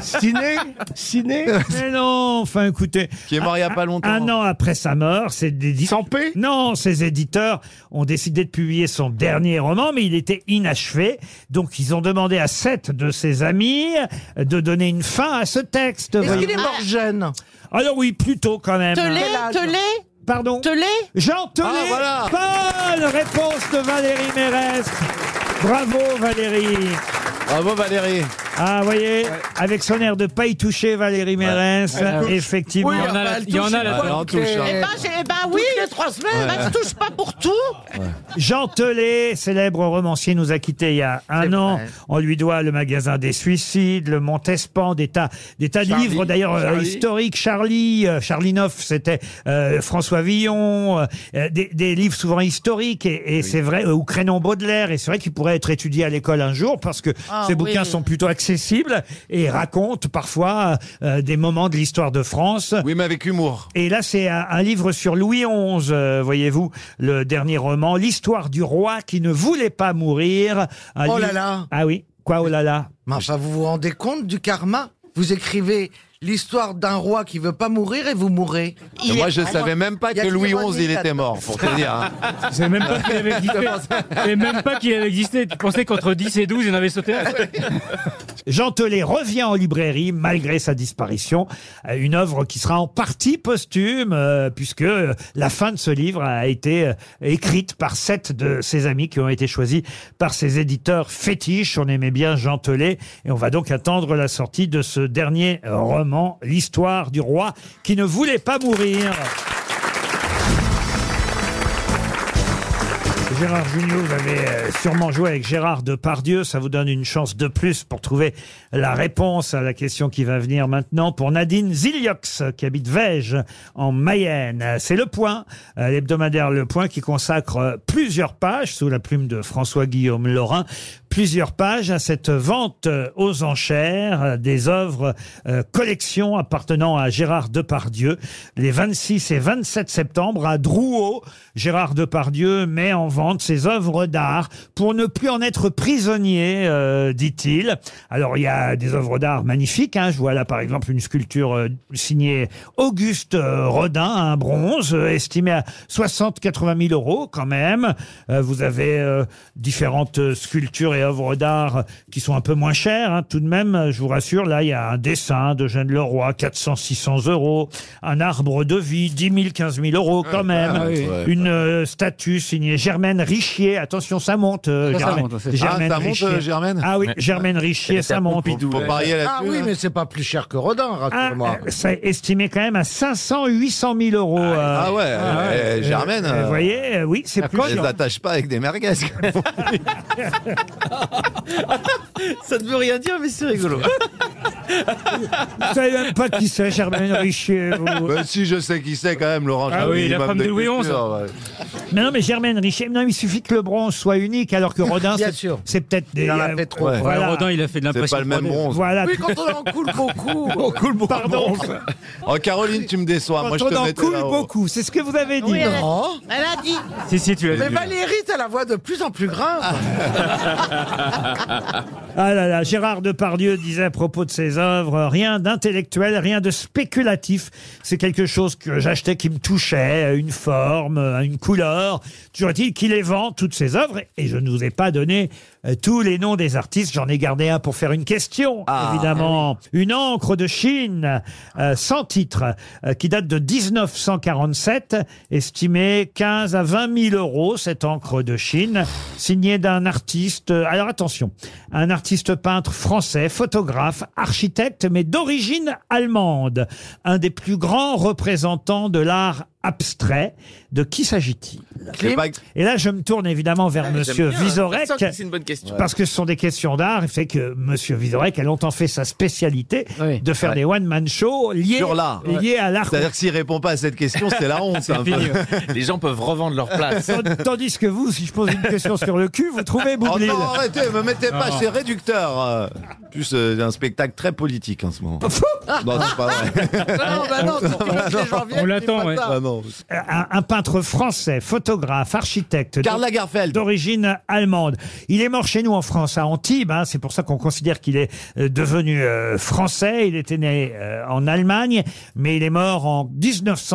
[SPEAKER 7] Ciné Ciné
[SPEAKER 2] Mais non, enfin écoutez.
[SPEAKER 10] Qui est mort il y a
[SPEAKER 2] un-
[SPEAKER 10] pas longtemps.
[SPEAKER 2] Un an après sa mort, c'est des Sans
[SPEAKER 7] paix
[SPEAKER 2] Non, ses éditeurs ont décidé de publier son dernier roman, mais il était inachevé. Donc ils ont demandé à sept de ses amis euh, de donner une fin à ce texte.
[SPEAKER 9] Est-ce
[SPEAKER 2] voyez.
[SPEAKER 9] qu'il est mort jeune
[SPEAKER 2] Alors oui, plutôt quand même.
[SPEAKER 6] Telé, Telé
[SPEAKER 2] Pardon
[SPEAKER 6] Telé
[SPEAKER 2] Jean Telé
[SPEAKER 6] Ah,
[SPEAKER 2] Bonne réponse de Valérie Mérès Bravo Valérie
[SPEAKER 10] Bravo Valérie
[SPEAKER 2] ah, voyez, avec son air de pas y toucher, Valérie Mérès,
[SPEAKER 10] Elle touche.
[SPEAKER 2] effectivement.
[SPEAKER 10] Oui, Il y en a la- elle il y en a touche la- une fois
[SPEAKER 2] en
[SPEAKER 10] Elle touche, hein.
[SPEAKER 6] Eh ben, j'ai- eh ben oui, les trois semaines,
[SPEAKER 2] Ouais.
[SPEAKER 6] je touche pas pour tout.
[SPEAKER 2] Jean Telet, célèbre romancier, nous a quittés il y a un an. On lui doit le magasin des suicides, le Montespan, des tas, des tas de
[SPEAKER 10] Charlie,
[SPEAKER 2] livres d'ailleurs euh,
[SPEAKER 10] Charlie.
[SPEAKER 2] historiques. Charlie, euh, Charlinoff, c'était euh, François Villon, euh, euh, des, des livres souvent historiques. Et, et c'est vrai, euh, ou Crénon Baudelaire. Et c'est vrai qu'il pourrait être étudié à l'école un jour parce que
[SPEAKER 6] Ah,
[SPEAKER 2] ces
[SPEAKER 6] oui.
[SPEAKER 2] bouquins sont plutôt accessibles et racontent parfois euh, des moments de l'histoire de France.
[SPEAKER 10] Oui, mais avec humour.
[SPEAKER 2] Et là, c'est un, un livre sur Louis XI, euh, voyez-vous, le dernier roman, l'histoire du roi qui ne voulait pas mourir. Un
[SPEAKER 9] Oh là
[SPEAKER 2] livre-
[SPEAKER 9] là.
[SPEAKER 2] Ah oui, quoi, oh là là
[SPEAKER 9] Mais enfin, Ah, vous vous rendez compte du karma Vous écrivez l'histoire d'un roi qui veut pas mourir et vous mourrez.
[SPEAKER 10] Et moi, je savais même pas
[SPEAKER 9] Il y a
[SPEAKER 10] que
[SPEAKER 9] de
[SPEAKER 10] Louis
[SPEAKER 9] l'ironie
[SPEAKER 10] XI, il était
[SPEAKER 9] là-dedans.
[SPEAKER 10] mort, pour te dire.
[SPEAKER 2] [LAUGHS]
[SPEAKER 10] hein.
[SPEAKER 4] C'est même pas qu'il avait existé. C'est
[SPEAKER 9] [LAUGHS]
[SPEAKER 4] même pas qu'il avait existé. Tu pensais qu'entre 10 et 12, il y en avait sauté un.
[SPEAKER 2] Jean Telet revient en librairie malgré sa disparition. Euh, Une œuvre qui sera en partie posthume, euh, puisque euh, la fin de ce livre a été euh, écrite par sept de ses amis qui ont été choisis par ses éditeurs fétiches. On aimait bien Jean Telet et on va donc attendre la sortie de ce dernier roman, L'histoire du roi qui ne voulait pas mourir. Gérard Junior, vous avez euh, sûrement joué avec Gérard Depardieu. Ça vous donne une chance de plus pour trouver la réponse à la question qui va venir maintenant pour Nadine Ziliox, qui habite Vège, en Mayenne. Euh, C'est Le Point, euh, l'hebdomadaire Le Point, qui consacre euh, plusieurs pages, sous la plume de François-Guillaume Laurin, plusieurs pages à cette vente euh, aux enchères euh, des œuvres euh, collection appartenant à Gérard Depardieu. Les 26 et 27 septembre, à Drouot, Gérard Depardieu met en vente ses œuvres d'art pour ne plus en être prisonnier, euh, dit-il. Alors, il y a des œuvres d'art magnifiques. hein. Je vois là, par exemple, une sculpture euh, signée Auguste euh, Rodin, un bronze, euh, estimé à 60-80 000 euros quand même. Euh, vous avez euh, différentes euh, sculptures et œuvres d'art qui sont un peu moins chères, hein, tout de même, euh, je vous rassure. Là, il y a un dessin de Jeanne Leroy, 400-600 euros. Un arbre de vie, 10 000, 15 000 euros quand même.
[SPEAKER 4] ah oui. Ouais.
[SPEAKER 2] Une euh, statue signée Germaine Richier. Attention, ça monte. euh,
[SPEAKER 4] Ça, ça
[SPEAKER 2] Germaine,
[SPEAKER 4] monte, c'est-
[SPEAKER 2] Germaine
[SPEAKER 10] Ah, ça monte,
[SPEAKER 2] Richier.
[SPEAKER 10] euh, Germaine
[SPEAKER 2] Ah oui,
[SPEAKER 10] Ouais.
[SPEAKER 2] Germaine
[SPEAKER 10] Elle
[SPEAKER 2] Richier,
[SPEAKER 10] était à
[SPEAKER 2] ça monte.
[SPEAKER 10] Pompidou. Faut parier là-dessus,
[SPEAKER 9] Ah oui, mais c'est pas plus cher que Rodin,
[SPEAKER 2] Ah,
[SPEAKER 9] rassure-moi.
[SPEAKER 2] euh, c'est estimé quand même à 500 800 000 euros. euh,
[SPEAKER 10] Ah ouais, euh,
[SPEAKER 2] euh,
[SPEAKER 10] Germaine.
[SPEAKER 2] euh,
[SPEAKER 10] euh,
[SPEAKER 2] vous voyez, euh, oui, c'est
[SPEAKER 10] elle
[SPEAKER 2] plus.
[SPEAKER 10] les attache pas avec des merguez.
[SPEAKER 3] Ça ne veut rien dire, mais c'est rigolo.
[SPEAKER 2] Vous savez même pas qui c'est, Germaine Richier. vous.
[SPEAKER 10] Bah, si, je sais qui c'est quand même, Laurent.
[SPEAKER 2] Ah
[SPEAKER 10] j'ai un
[SPEAKER 2] oui, la
[SPEAKER 10] minimum
[SPEAKER 2] femme de Louis XI.
[SPEAKER 10] culture, ouais.
[SPEAKER 2] Mais [LAUGHS] non, mais Germaine Richier, non, il suffit que le bronze soit unique, alors
[SPEAKER 9] [LAUGHS]
[SPEAKER 2] que Rodin,
[SPEAKER 9] Bien
[SPEAKER 2] c'est-
[SPEAKER 9] sûr.
[SPEAKER 2] c'est peut-être des.
[SPEAKER 9] Il en a
[SPEAKER 2] euh,
[SPEAKER 9] fait trop. Ouais,
[SPEAKER 2] voilà.
[SPEAKER 4] Rodin, il a fait de l'impression.
[SPEAKER 10] pas le même
[SPEAKER 4] 3D.
[SPEAKER 10] bronze.
[SPEAKER 2] Voilà.
[SPEAKER 9] Oui, quand on en coule
[SPEAKER 10] [LAUGHS]
[SPEAKER 9] beaucoup.
[SPEAKER 10] On coule beaucoup.
[SPEAKER 2] Pardon.
[SPEAKER 10] Oh, Caroline, tu me déçois. Ah, Moi, je
[SPEAKER 2] Quand
[SPEAKER 10] te
[SPEAKER 2] on en
[SPEAKER 10] mettais
[SPEAKER 2] coule
[SPEAKER 10] là-haut.
[SPEAKER 2] beaucoup, c'est ce que vous avez dit.
[SPEAKER 9] Oui, elle, a,
[SPEAKER 10] Non.
[SPEAKER 9] elle a dit.
[SPEAKER 4] Si, si, tu
[SPEAKER 9] Mais
[SPEAKER 4] l'as dit.
[SPEAKER 9] Valérie, t'as la voix de plus en plus grave.
[SPEAKER 2] Ah là là, Gérard Depardieu disait à propos de ses œuvres, euh, rien d'intellectuel, rien de spéculatif. C'est quelque chose que j'achetais qui me touchait, euh, une forme, euh, une couleur. Toujours est-il qu'il les vend, toutes ses œuvres, et je ne vous ai pas donné euh, tous les noms des artistes. J'en ai gardé un pour faire une question, évidemment. Une encre de Chine, euh, sans titre, euh, qui date de 1947, estimée 15 à 20 000 euros, cette encre de Chine, signée d'un artiste, euh, alors attention, un artiste peintre français, photographe, architecte, mais d'origine allemande. Un des plus grands représentants de l'art abstrait. De qui s'agit-il
[SPEAKER 10] Klimt
[SPEAKER 2] Et là, je me tourne évidemment vers
[SPEAKER 10] Ah, mais
[SPEAKER 2] Monsieur
[SPEAKER 10] j'aime bien, hein.
[SPEAKER 2] Vizorek.
[SPEAKER 10] Ça, c'est une bonne question.
[SPEAKER 2] Parce que ce sont des questions d'art, et fait que Monsieur Vizorek a longtemps fait sa spécialité de faire des one-man shows liés,
[SPEAKER 10] Sur l'art.
[SPEAKER 2] liés à l'art.
[SPEAKER 10] C'est-à-dire que s'il répond pas à cette question, c'est
[SPEAKER 3] [LAUGHS]
[SPEAKER 10] la honte. hein.
[SPEAKER 2] C'est
[SPEAKER 10] un peu.
[SPEAKER 2] fini.
[SPEAKER 3] Les gens peuvent revendre leur
[SPEAKER 2] [LAUGHS]
[SPEAKER 3] place.
[SPEAKER 2] Tand- Tandis que vous, si je pose une question sur le cul, vous trouvez
[SPEAKER 10] Oh
[SPEAKER 2] Boublil.
[SPEAKER 10] non, arrêtez, me mettez pas,
[SPEAKER 2] Non.
[SPEAKER 10] c'est réducteur. euh. En Plus, euh, c'est un spectacle très politique en
[SPEAKER 2] [LAUGHS]
[SPEAKER 10] ce moment. non, c'est pas vrai.
[SPEAKER 9] Non, bah non,
[SPEAKER 10] Non, non.
[SPEAKER 9] viennent, On l'attend, ouais.
[SPEAKER 10] Ah non.
[SPEAKER 2] un, un peintre français, photographe, architecte. Karl Lagerfeld. D'origine allemande. Il est mort chez nous en France, à Antibes. hein. C'est pour ça qu'on considère qu'il est euh, devenu euh, français. Il était né euh, en Allemagne, mais il est mort en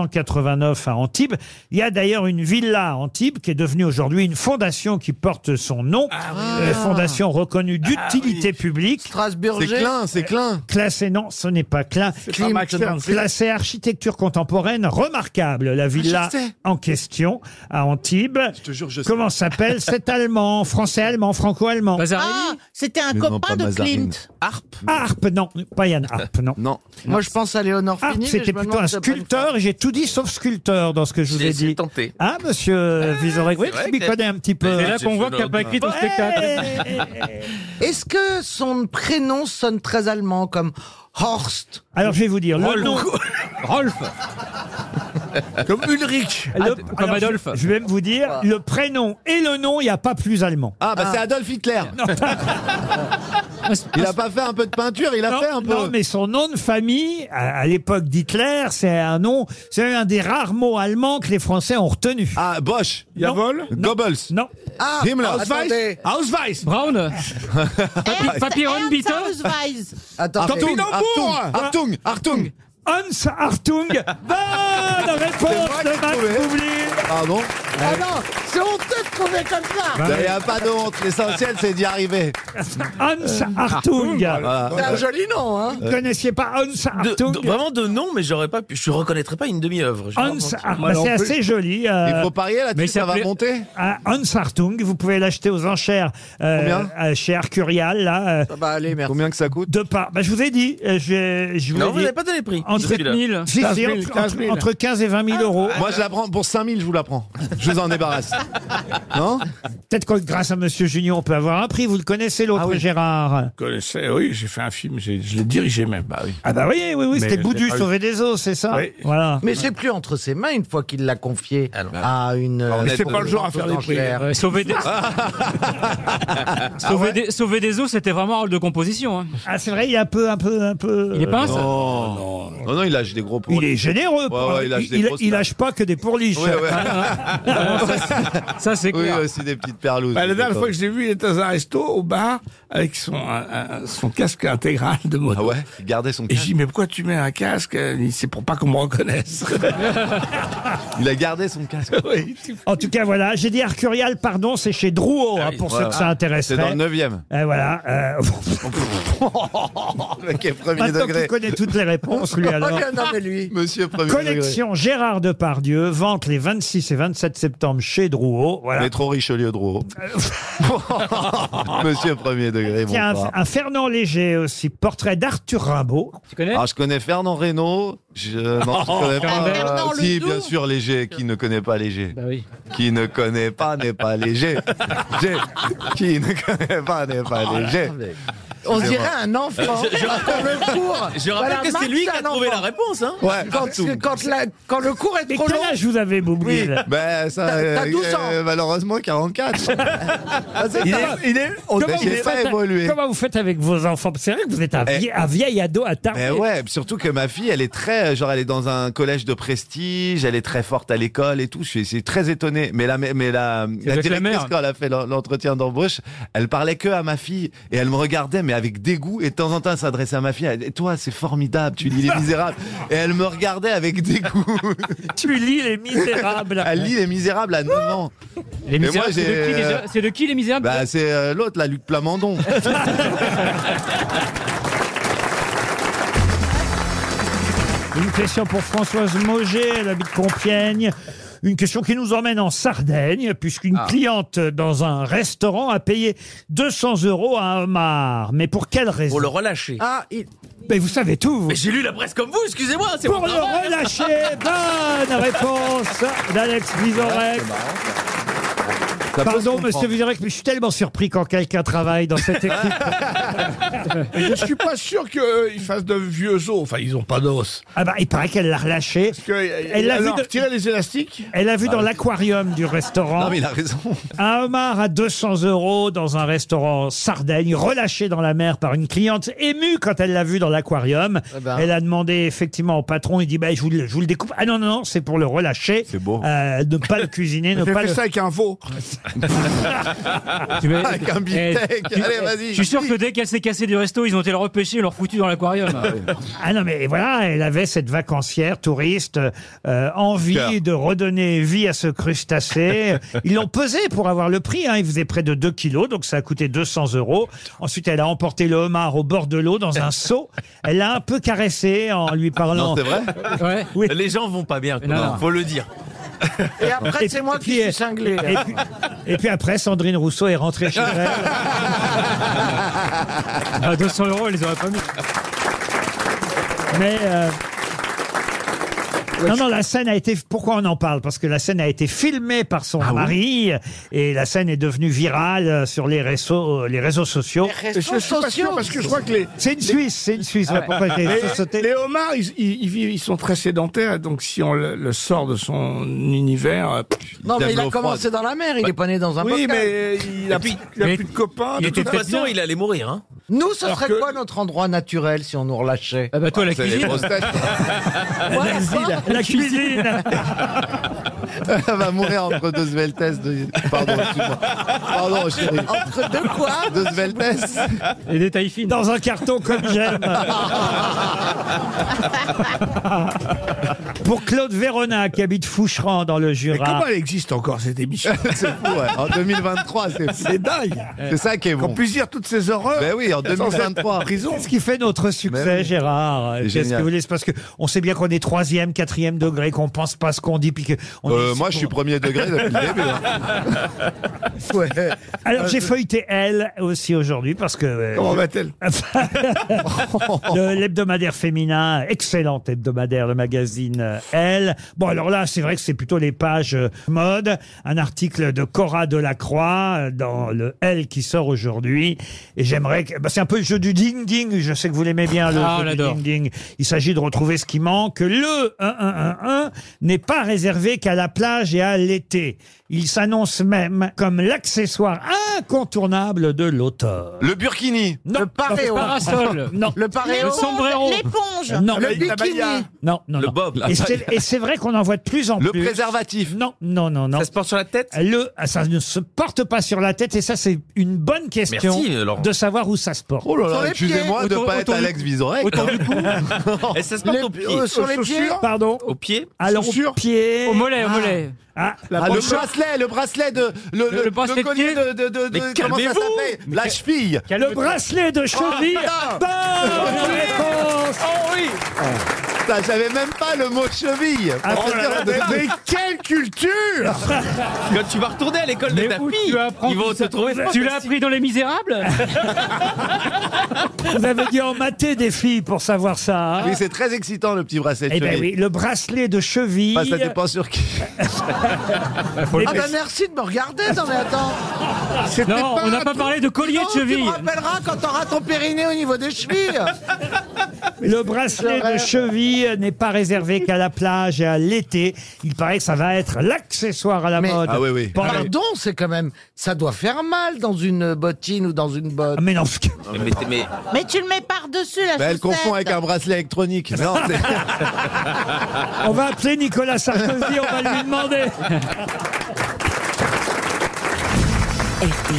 [SPEAKER 2] 1989 à Antibes. Il y a d'ailleurs une villa à Antibes qui est devenue aujourd'hui une fondation qui porte son nom.
[SPEAKER 9] Ah
[SPEAKER 2] Euh, fondation reconnue d'utilité publique.
[SPEAKER 9] Strasburger. Ah C'est Klein, c'est Klein.
[SPEAKER 2] Classé, non, ce n'est pas Klein.
[SPEAKER 9] pas Klimt. Max Ernst.
[SPEAKER 2] Classé architecture contemporaine remarquable. La villa
[SPEAKER 10] Ah, je sais.
[SPEAKER 2] en question à Antibes. Comment
[SPEAKER 10] [LAUGHS]
[SPEAKER 2] s'appelle cet Allemand, français-allemand, franco-allemand
[SPEAKER 6] Ah, c'était un
[SPEAKER 2] Mais non,
[SPEAKER 6] copain
[SPEAKER 2] pas
[SPEAKER 6] de
[SPEAKER 2] Mazarine.
[SPEAKER 6] Klimt.
[SPEAKER 2] Harpe Harpe, Ah, non. Pas Yann Harpe, non.
[SPEAKER 10] non.
[SPEAKER 9] Moi, je pense à Léonore Fini. mais je
[SPEAKER 2] Ah, c'était
[SPEAKER 9] me
[SPEAKER 2] plutôt
[SPEAKER 9] demande
[SPEAKER 2] un
[SPEAKER 9] si c'est pas une
[SPEAKER 2] sculpteur, et j'ai tout dit sauf sculpteur dans ce que je vous ai dit.
[SPEAKER 3] tenté.
[SPEAKER 2] Ah, monsieur Vizorek, oui,
[SPEAKER 9] vrai
[SPEAKER 2] je m'y
[SPEAKER 9] que-
[SPEAKER 2] connais un petit peu.
[SPEAKER 4] C'est là qu'on voit que t'as pas écrit ton spectacle.
[SPEAKER 9] Est-ce que son prénom sonne très allemand comme Horst
[SPEAKER 2] Alors je vais vous dire
[SPEAKER 9] Rolf.
[SPEAKER 2] le
[SPEAKER 9] [LAUGHS]
[SPEAKER 2] nom.
[SPEAKER 4] Rolf.
[SPEAKER 2] Comme Ulrich.
[SPEAKER 4] Comme Adolphe.
[SPEAKER 2] Je, je vais même vous dire le prénom et le nom, il n'y a pas plus allemand.
[SPEAKER 10] Ah, bah c'est Adolf Hitler.
[SPEAKER 2] [LAUGHS]
[SPEAKER 10] il a pas fait un peu de peinture, il a
[SPEAKER 2] non,
[SPEAKER 10] fait un peu.
[SPEAKER 2] non, mais son nom de famille, à, à l'époque d'Hitler, c'est un nom, c'est un des rares mots allemands que les Français ont retenu.
[SPEAKER 10] Ah, Bosch.
[SPEAKER 2] Yavol
[SPEAKER 10] Goebbels.
[SPEAKER 2] Non.
[SPEAKER 9] Ah,
[SPEAKER 10] Himmler.
[SPEAKER 9] attendez.
[SPEAKER 10] Ausweis.
[SPEAKER 4] Braun.
[SPEAKER 6] Papyron
[SPEAKER 9] Attendez. Artung.
[SPEAKER 10] Artung,
[SPEAKER 8] hein.
[SPEAKER 9] Ah.
[SPEAKER 10] Artung, Artung, Artung.
[SPEAKER 2] Hans Hartung. Bonne réponse
[SPEAKER 10] C'est moi
[SPEAKER 2] de
[SPEAKER 10] qui
[SPEAKER 2] Max
[SPEAKER 10] trouvais.
[SPEAKER 2] Boublil.
[SPEAKER 10] Ah bon
[SPEAKER 9] Ah non, c'est honteux de trouver comme
[SPEAKER 10] Il
[SPEAKER 9] ça.
[SPEAKER 10] n'y a pas de honte, l'essentiel c'est d'y arriver.
[SPEAKER 2] Hans Hartung.
[SPEAKER 10] Voilà. Euh.
[SPEAKER 9] C'est un joli nom, hein.
[SPEAKER 2] Vous ne connaissiez pas Hans
[SPEAKER 3] De-
[SPEAKER 2] Hartung
[SPEAKER 3] de- vraiment de nom, mais j'aurais pas pu, je reconnaîtrais pas une demi-œuvre. J'ai
[SPEAKER 2] Hans,
[SPEAKER 3] vraiment-
[SPEAKER 2] ah, bah, c'est assez joli. euh,
[SPEAKER 10] Il faut parier là-dessus, ça va monter
[SPEAKER 2] Ah, Hans Hartung, vous pouvez l'acheter aux enchères euh,
[SPEAKER 10] Combien
[SPEAKER 2] euh, chez Arcurial. Là, euh,
[SPEAKER 9] Ça va aller, merci.
[SPEAKER 10] Combien que ça coûte
[SPEAKER 2] de par... bah, je vous ai dit. euh, Je, je vous
[SPEAKER 3] Non,
[SPEAKER 2] ai
[SPEAKER 3] vous
[SPEAKER 2] dit.
[SPEAKER 3] n'avez pas donné le prix. Ah.
[SPEAKER 2] Entre,
[SPEAKER 3] 17 000.
[SPEAKER 2] Si, si,
[SPEAKER 7] 15 000,
[SPEAKER 2] entre,
[SPEAKER 7] 15
[SPEAKER 2] entre,
[SPEAKER 7] 000.
[SPEAKER 2] entre 15 et 20 000 euros.
[SPEAKER 10] Moi je la prends pour 5000, je vous la prends. Je vous
[SPEAKER 2] [LAUGHS]
[SPEAKER 10] en débarrasse. Non
[SPEAKER 2] Peut-être que grâce à Monsieur Junior, on peut avoir un prix. Vous le connaissez, l'autre Gérard
[SPEAKER 7] Vous connaissez, oui, j'ai fait un film, j'ai- je l'ai dirigé même. Bah oui.
[SPEAKER 2] Ah bah oui, oui, oui,
[SPEAKER 7] Mais
[SPEAKER 2] c'était le bout
[SPEAKER 7] j'ai
[SPEAKER 2] du
[SPEAKER 7] pas eu-
[SPEAKER 2] sauver des eaux, c'est ça
[SPEAKER 7] Oui.
[SPEAKER 2] Voilà.
[SPEAKER 9] Mais c'est plus entre ses mains une fois qu'il l'a confié à une.
[SPEAKER 7] Mais
[SPEAKER 9] euh,
[SPEAKER 7] c'est pas le genre à faire des prix.
[SPEAKER 9] enchère.
[SPEAKER 4] Ouais, sauver des... sauver, des... sauver des eaux, c'était vraiment un rôle de composition. hein.
[SPEAKER 2] Ah, c'est vrai, il est un peu, un peu, un peu. euh,
[SPEAKER 4] Il est pas un,
[SPEAKER 2] Oh,
[SPEAKER 4] ça
[SPEAKER 10] non. non, non, il lâche des gros pots.
[SPEAKER 2] Il est généreux. pour-
[SPEAKER 10] ouais, il lâche des
[SPEAKER 2] il,
[SPEAKER 10] grosses
[SPEAKER 2] il
[SPEAKER 10] tartes.
[SPEAKER 2] lâche pas que des pourliches.
[SPEAKER 10] Oui,
[SPEAKER 2] [LAUGHS]
[SPEAKER 10] ouais.
[SPEAKER 4] Ça, c'est
[SPEAKER 10] oui,
[SPEAKER 4] clair.
[SPEAKER 10] aussi des petites perlouses.
[SPEAKER 7] Bah, la dernière fois que je l'ai vu, il était dans un resto au bar avec son, un- un- son casque intégral de moto.
[SPEAKER 10] Ah ouais, il gardait son
[SPEAKER 7] Et je
[SPEAKER 10] casque.
[SPEAKER 7] dis, mais pourquoi tu mets un casque Il dit, C'est pour pas qu'on me reconnaisse.
[SPEAKER 10] [LAUGHS] Il a gardé son casque.
[SPEAKER 7] [LAUGHS] Oui, tu-
[SPEAKER 2] En tout cas, voilà. J'ai dit Arcurial, pardon, c'est chez Drouot,
[SPEAKER 7] Ah
[SPEAKER 2] hein, pour ceux
[SPEAKER 10] voilà.
[SPEAKER 2] que ça
[SPEAKER 10] C'est
[SPEAKER 2] intéresserait.
[SPEAKER 10] dans le 9ème.
[SPEAKER 2] Euh, voilà. euh, [LAUGHS]
[SPEAKER 10] Le mec est premier
[SPEAKER 2] maintenant qu'il
[SPEAKER 10] degré.
[SPEAKER 2] connaît toutes les réponses,
[SPEAKER 10] [LAUGHS]
[SPEAKER 2] lui, alors.
[SPEAKER 9] Ah, non,
[SPEAKER 2] [LAUGHS]
[SPEAKER 9] mais lui.
[SPEAKER 10] Monsieur premier degré.
[SPEAKER 2] Collection Gérard Depardieu, vente les 26 et 27 septembre chez Drouot. Voilà. Euh,
[SPEAKER 10] Métro Richelieu Drouot. [LAUGHS]
[SPEAKER 2] [LAUGHS]
[SPEAKER 10] Monsieur premier degré,
[SPEAKER 2] Tiens, un,
[SPEAKER 10] bonsoir.
[SPEAKER 2] un Fernand Léger aussi, portrait d'Arthur Rimbaud.
[SPEAKER 4] Tu connais
[SPEAKER 10] Alors, Ah, je connais Fernand Reynaud. Je... Non, je connais pas. Ah,
[SPEAKER 6] Fernand
[SPEAKER 10] si,
[SPEAKER 6] Ledoux.
[SPEAKER 10] bien sûr, Léger. Qui ne connaît pas Léger
[SPEAKER 4] Bah oui.
[SPEAKER 10] Qui ne connaît
[SPEAKER 16] Ah,
[SPEAKER 14] Ah,
[SPEAKER 10] pas n'est pas Léger. Euh, J'ai- Qui ne connaît pas n'est pas Léger.
[SPEAKER 9] On dirait un enfant.
[SPEAKER 3] Je, je
[SPEAKER 9] Quand le cours.
[SPEAKER 3] je rappelle
[SPEAKER 9] voilà,
[SPEAKER 3] que c'est
[SPEAKER 9] Max,
[SPEAKER 3] lui qui
[SPEAKER 9] c'est
[SPEAKER 3] a
[SPEAKER 9] un
[SPEAKER 3] trouvé
[SPEAKER 9] enfant.
[SPEAKER 3] la réponse. Hein
[SPEAKER 9] Quand, quand la- quand le cours est
[SPEAKER 2] Mais
[SPEAKER 9] trop
[SPEAKER 2] quel
[SPEAKER 9] long.
[SPEAKER 2] âge vous avez, Boublil
[SPEAKER 10] Ben, ça,
[SPEAKER 9] T'as- t'as
[SPEAKER 10] euh,
[SPEAKER 9] 12 ans. Ah,
[SPEAKER 10] euh, malheureusement,
[SPEAKER 9] [LAUGHS]
[SPEAKER 10] 44. Ah,
[SPEAKER 2] Il est-
[SPEAKER 10] il est- on-
[SPEAKER 2] comment,
[SPEAKER 10] j'ai
[SPEAKER 2] vous
[SPEAKER 10] pas
[SPEAKER 2] faites-
[SPEAKER 10] évolué.
[SPEAKER 2] comment vous faites avec vos enfants C'est vrai que vous êtes un
[SPEAKER 10] Eh.
[SPEAKER 2] vieil, un vieil ado à
[SPEAKER 10] Mais ouais, surtout que ma fille, elle est très, euh, genre, elle est dans un collège de prestige, elle est très forte à l'école et tout. Je suis, je suis très étonné. Mais la, mais la, la
[SPEAKER 4] avec la
[SPEAKER 10] directrice,
[SPEAKER 4] mère.
[SPEAKER 10] quand elle a fait l'en- l'entretien d'embauche, elle parlait que à ma fille et elle me regardait, mais avec dégoût. Et de temps en temps, elle s'adressait à ma fille. Elle disait, toi, c'est formidable, tu lis Les Misérables. Et elle me regardait avec dégoût.
[SPEAKER 2] [LAUGHS] tu lis Les Misérables.
[SPEAKER 10] elle lit Les Misérables à 9 ans.
[SPEAKER 4] Les
[SPEAKER 10] Et moi,
[SPEAKER 4] Misérables, c'est de
[SPEAKER 10] j'ai-
[SPEAKER 4] qui, déjà C'est de qui,
[SPEAKER 10] [LAUGHS]
[SPEAKER 4] les Misérables
[SPEAKER 10] Bah, c'est euh, l'autre, là, Luc
[SPEAKER 4] [LAUGHS]
[SPEAKER 10] Plamondon.
[SPEAKER 2] Une question pour Françoise Moget, elle habite Compiègne. Une question qui nous emmène en Sardaigne, puisqu'une
[SPEAKER 3] Ah.
[SPEAKER 2] cliente dans un restaurant a payé 200 euros à un homard. Mais pour quelle raison
[SPEAKER 3] Pour le relâcher.
[SPEAKER 2] Ah, Mais vous savez tout, vous.
[SPEAKER 3] Mais j'ai lu la presse comme vous, excusez-moi. c'est
[SPEAKER 2] Pour
[SPEAKER 3] mon
[SPEAKER 2] le
[SPEAKER 3] travail. [LAUGHS]
[SPEAKER 2] [LAUGHS] relâcher, bonne réponse d'Alex
[SPEAKER 3] Ah,
[SPEAKER 2] Vizorek. Pardon, monsieur Vizorek, mais je suis tellement surpris quand quelqu'un travaille
[SPEAKER 3] [LAUGHS]
[SPEAKER 2] dans cette équipe.
[SPEAKER 7] Et je suis pas sûr qu'ils fassent de vieux os. Enfin, ils ont pas d'os.
[SPEAKER 2] Ah bah, il paraît qu'elle l'a relâché.
[SPEAKER 7] Elle a vu retirer les élastiques.
[SPEAKER 2] Elle a vu dans
[SPEAKER 7] Ah,
[SPEAKER 2] l'aquarium du restaurant.
[SPEAKER 10] Non, mais il a raison.
[SPEAKER 2] Un homard à 200 euros dans un restaurant Sardaigne, relâché dans la mer par une cliente émue quand elle l'a vu dans l'aquarium.
[SPEAKER 9] Eh ben.
[SPEAKER 2] Elle a demandé effectivement au patron, il dit bah, je, vous le, je vous le découpe. Ah non, non, non, c'est pour le relâcher. C'est beau. ne pas le cuisiner, ne
[SPEAKER 7] J'ai
[SPEAKER 2] pas
[SPEAKER 7] fait
[SPEAKER 2] le.
[SPEAKER 7] ça avec un
[SPEAKER 10] [LAUGHS]
[SPEAKER 7] veau.
[SPEAKER 4] Tu vas-
[SPEAKER 10] Avec un beefsteak.
[SPEAKER 4] Eh, tu-
[SPEAKER 10] Allez, vas-y.
[SPEAKER 4] Je suis sûr que dès qu'elle s'est cassée du resto, ils ont été le repêcher et l'ont foutu dans l'aquarium.
[SPEAKER 2] Ah non, mais voilà, elle avait cette vacancière touriste euh, envie de redonner vie à
[SPEAKER 3] [LAUGHS]
[SPEAKER 2] ce crustacé. Ils l'ont pesé pour avoir le prix. Hein. Il faisait près de 2 kilos, donc ça a coûté 200 euros. Ensuite, elle a emporté le homard au bord de l'eau dans un seau. Elle l'a un peu caressé en lui parlant.
[SPEAKER 3] Non, c'est vrai
[SPEAKER 4] Ouais.
[SPEAKER 3] Les gens vont pas bien,
[SPEAKER 2] Non,
[SPEAKER 3] Conan,
[SPEAKER 2] non.
[SPEAKER 3] faut le dire.
[SPEAKER 9] Et après,
[SPEAKER 2] Et
[SPEAKER 9] c'est moi qui
[SPEAKER 2] puis,
[SPEAKER 9] suis cinglé.
[SPEAKER 2] Et puis, et puis après, Sandrine Rousseau est rentrée chez
[SPEAKER 9] [LAUGHS]
[SPEAKER 2] elle. Ah,
[SPEAKER 4] À 200 euros, elle les aurait pas mis.
[SPEAKER 2] Mais. euh, Non, non, la scène a été. Pourquoi on en parle Parce que la scène a été filmée par
[SPEAKER 7] Ah
[SPEAKER 2] son mari et la scène est devenue virale euh, sur les réseaux, les réseaux sociaux.
[SPEAKER 7] Et je suis pas sûr parce que je crois que les.
[SPEAKER 2] C'est une
[SPEAKER 7] [LAUGHS]
[SPEAKER 2] Suisse, c'est une Suisse. ouais, pourquoi j'ai fait sauter
[SPEAKER 7] Les, les homards, ils, ils- ils vivent- ils sont très sédentaires, donc si on le, le sort de son univers. euh, pff,
[SPEAKER 9] Non, mais il a
[SPEAKER 7] développe-
[SPEAKER 9] commencé dans la mer, il est pas né dans un
[SPEAKER 7] Oui,
[SPEAKER 9] bocal.
[SPEAKER 7] mais il a, plus- il a plus de copains.
[SPEAKER 3] Il
[SPEAKER 7] de
[SPEAKER 3] était de
[SPEAKER 7] toute
[SPEAKER 3] toute façon, il
[SPEAKER 7] [LAUGHS]
[SPEAKER 3] allait mourir. Hein.
[SPEAKER 9] Nous, ce
[SPEAKER 7] Alors
[SPEAKER 9] serait
[SPEAKER 7] que-
[SPEAKER 9] quoi notre endroit naturel si on nous relâchait
[SPEAKER 4] Ah bah toi, la cuisine.
[SPEAKER 9] [LAUGHS] Moi, la
[SPEAKER 2] La,
[SPEAKER 9] porte,
[SPEAKER 2] cuisine.
[SPEAKER 10] [LAUGHS] Elle va mourir entre deux sveltes. de- Pardon, excuse-moi. Pardon, Oh, chérie.
[SPEAKER 9] Entre deux quoi [LAUGHS]
[SPEAKER 10] Deux sveltes.
[SPEAKER 4] Les détails fins.
[SPEAKER 2] Dans un carton comme
[SPEAKER 7] [LAUGHS]
[SPEAKER 2] j'aime. Pour Claude Vérona, qui habite Foucheran dans le
[SPEAKER 7] Mais
[SPEAKER 2] Jura.
[SPEAKER 7] comment elle existe encore cette émission
[SPEAKER 2] [LAUGHS]
[SPEAKER 10] C'est fou, ouais. En 2023, c'est fou.
[SPEAKER 7] C'est dingue.
[SPEAKER 10] C'est ça qui est
[SPEAKER 7] Qu'on
[SPEAKER 10] bon.
[SPEAKER 7] puisse dire toutes ces horreurs.
[SPEAKER 10] Ben oui, en
[SPEAKER 7] sans être
[SPEAKER 10] 2023.
[SPEAKER 7] en prison.
[SPEAKER 2] C'est ce qui fait notre succès,
[SPEAKER 10] Mais oui.
[SPEAKER 2] Gérard. Qu'est-ce
[SPEAKER 10] génial.
[SPEAKER 2] que vous voulez C'est parce que on sait bien qu'on est troisième, quatrième degré, qu'on pense pas ce qu'on dit, puis que on est
[SPEAKER 10] Euh,
[SPEAKER 2] ici
[SPEAKER 10] moi,
[SPEAKER 2] pour-
[SPEAKER 10] je suis premier degré depuis le début.
[SPEAKER 7] [LAUGHS]
[SPEAKER 10] hein.
[SPEAKER 2] [LAUGHS] Alors j'ai feuilleté elle aussi aujourd'hui parce que euh,
[SPEAKER 7] Euh, Comment va-t-elle
[SPEAKER 2] le- l'hebdomadaire féminin, excellent hebdomadaire, le magazine euh, Elle. Bon alors là, c'est vrai que c'est plutôt les pages euh, mode, un article de Cora Delacroix euh, dans le Elle qui sort aujourd'hui. Et j'aimerais que bah, c'est un peu le jeu du ding ding. Je sais que vous l'aimez bien le
[SPEAKER 4] Ah, on
[SPEAKER 2] jeu du
[SPEAKER 4] l'adore.
[SPEAKER 2] ding ding. Il s'agit de retrouver ce qui manque. Le 1111 n'est pas réservé qu'à la plage et à l'été. Il s'annonce même comme l'accessoire incontournable de l'auteur.
[SPEAKER 10] Le burkini.
[SPEAKER 2] Non,
[SPEAKER 9] Le paréo. [LAUGHS]
[SPEAKER 4] Parasol.
[SPEAKER 2] non,
[SPEAKER 9] Le paréo.
[SPEAKER 4] Le sombrero.
[SPEAKER 6] L'éponge.
[SPEAKER 2] non,
[SPEAKER 7] La-
[SPEAKER 9] Le
[SPEAKER 7] la
[SPEAKER 9] bikini.
[SPEAKER 7] baïa.
[SPEAKER 2] non, non.
[SPEAKER 3] Le
[SPEAKER 2] non.
[SPEAKER 3] bob, la
[SPEAKER 2] Et c'est- Et c'est vrai qu'on en voit de plus en
[SPEAKER 10] Le
[SPEAKER 2] plus.
[SPEAKER 10] préservatif.
[SPEAKER 2] Non, non, non, non.
[SPEAKER 3] Ça se porte sur la tête
[SPEAKER 2] Le, ah, ça ne se porte pas sur la tête et ça c'est une bonne question
[SPEAKER 3] Merci, euh, Laurent.
[SPEAKER 2] de savoir où ça se porte.
[SPEAKER 10] Oh là
[SPEAKER 9] Sur
[SPEAKER 10] là,
[SPEAKER 9] les
[SPEAKER 10] excusez-moi
[SPEAKER 4] pieds.
[SPEAKER 10] de
[SPEAKER 4] Autour-
[SPEAKER 10] pas être
[SPEAKER 4] autour du-
[SPEAKER 10] Alex Vizorek.
[SPEAKER 4] Autour du cou.
[SPEAKER 3] [LAUGHS] Et ça se porte
[SPEAKER 9] Les-
[SPEAKER 3] au pied.
[SPEAKER 9] euh, sur les
[SPEAKER 7] Chaussures.
[SPEAKER 9] pieds.
[SPEAKER 2] Pardon.
[SPEAKER 3] Au pied
[SPEAKER 2] Alors au
[SPEAKER 7] chaussures.
[SPEAKER 2] pied.
[SPEAKER 4] Au mollet, au mollet.
[SPEAKER 2] Ah,
[SPEAKER 10] Ah, le bracelet, le bracelet de. Le,
[SPEAKER 4] Le- le bracelet de
[SPEAKER 10] collier
[SPEAKER 4] pied.
[SPEAKER 10] de. de, de, de-
[SPEAKER 3] Mais
[SPEAKER 10] comment ça
[SPEAKER 3] calmez-vous.
[SPEAKER 10] s'appelle La cheville.
[SPEAKER 2] le bracelet de cheville.
[SPEAKER 9] Oh,
[SPEAKER 2] Bonne réponse.
[SPEAKER 10] Ça, J'avais même pas le mot cheville.
[SPEAKER 2] Ah,
[SPEAKER 10] Pour
[SPEAKER 2] oh là
[SPEAKER 10] dire
[SPEAKER 2] là,
[SPEAKER 10] de-
[SPEAKER 7] Mais quelle
[SPEAKER 4] [LAUGHS]
[SPEAKER 7] culture
[SPEAKER 3] Quand tu vas retourner à l'école de
[SPEAKER 4] Mais
[SPEAKER 3] ta
[SPEAKER 4] où
[SPEAKER 3] fille,
[SPEAKER 4] tu apprends
[SPEAKER 3] ils vont
[SPEAKER 4] tout
[SPEAKER 3] se
[SPEAKER 4] ça [LAUGHS]
[SPEAKER 3] trouver.
[SPEAKER 4] Tu l'as appris dans Les Misérables
[SPEAKER 2] Vous avez dit en maté des filles pour savoir ça. hein
[SPEAKER 10] Oui, c'est très excitant le petit bracelet de
[SPEAKER 2] Eh ben
[SPEAKER 10] cheville.
[SPEAKER 2] oui, le bracelet de cheville.
[SPEAKER 10] Enfin, ça dépend
[SPEAKER 2] [LAUGHS]
[SPEAKER 10] sur qui.
[SPEAKER 9] Ah bah merci de me regarder, non mais attends.
[SPEAKER 4] C'était Non, pas on n'a un pas truc- parlé de collier de
[SPEAKER 9] Non, Tu
[SPEAKER 4] cheville.
[SPEAKER 9] me rappelleras quand t'auras ton périnée au niveau
[SPEAKER 2] [LAUGHS]
[SPEAKER 9] des chevilles.
[SPEAKER 2] Le bracelet de cheville n'est pas réservé qu'à la plage et à l'été. Il paraît que ça va être l'accessoire à la mode.
[SPEAKER 10] Ah
[SPEAKER 2] Pendant-
[SPEAKER 9] Pardon, c'est quand même. Ça doit faire mal dans une bottine ou dans une botte.
[SPEAKER 2] Ah, mais non.
[SPEAKER 3] Mais, mais-
[SPEAKER 6] Mais tu le mets par-dessus la
[SPEAKER 10] Bah,
[SPEAKER 6] chaussette.
[SPEAKER 10] elle confond avec un bracelet électronique. Non, c'est-
[SPEAKER 2] On va appeler Nicolas Sarkozy, on va lui [LAUGHS]
[SPEAKER 10] [LAUGHS]
[SPEAKER 2] demander.
[SPEAKER 15] RTL,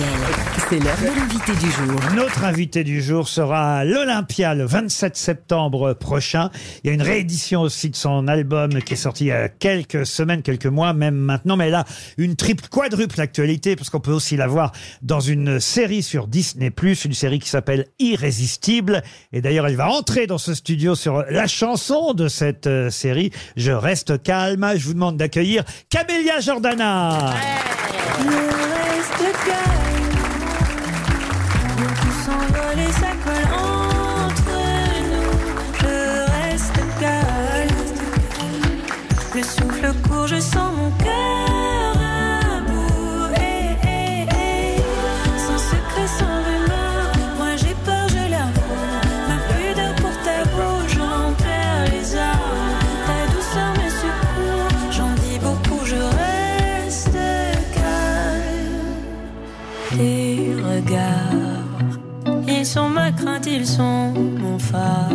[SPEAKER 15] c'est l'heure de l'invité du jour.
[SPEAKER 2] Notre invité du jour sera à l'Olympia le 27 septembre prochain. Il y a une réédition aussi de son album qui est sorti il y a quelques semaines, quelques mois, même maintenant. Mais elle a une triple, quadruple actualité, parce qu'on peut aussi la voir dans une série sur Disney+, une série qui s'appelle Irrésistible. Et d'ailleurs, elle va entrer dans ce studio sur la chanson de cette euh, série, Je reste calme. Je vous demande d'accueillir Camélia Jordana.
[SPEAKER 19] reste calme. Nous tous envolés, ça colle entre nous. Je reste calme. Le souffle court, je sens mon cœur à bout. Eh, eh, eh. Sans secret, sans rumeur. Moi j'ai peur, je l'avoue. Ma pudeur pour ta bouche, j'en perds les armes. Ta douceur me secoue. J'en dis beaucoup, je reste calme. Tes regards, ils sont ma crainte, ils sont mon phare.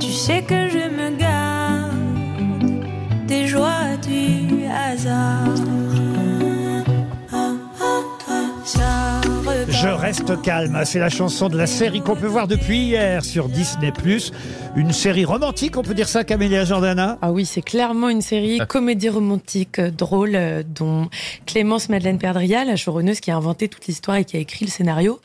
[SPEAKER 19] Tu sais que je me garde des joies du hasard. Ah, ah, ah, ça repart.
[SPEAKER 2] Je reste calme, c'est la chanson de la série qu'on peut voir depuis hier sur Disney+. Une série romantique, on peut dire ça, Camélia Jordana
[SPEAKER 16] Ah oui, c'est clairement une série comédie romantique euh, drôle euh, dont Clémence Madeleine Perdria, la showrunneuse qui a inventé toute l'histoire et qui a écrit le scénario,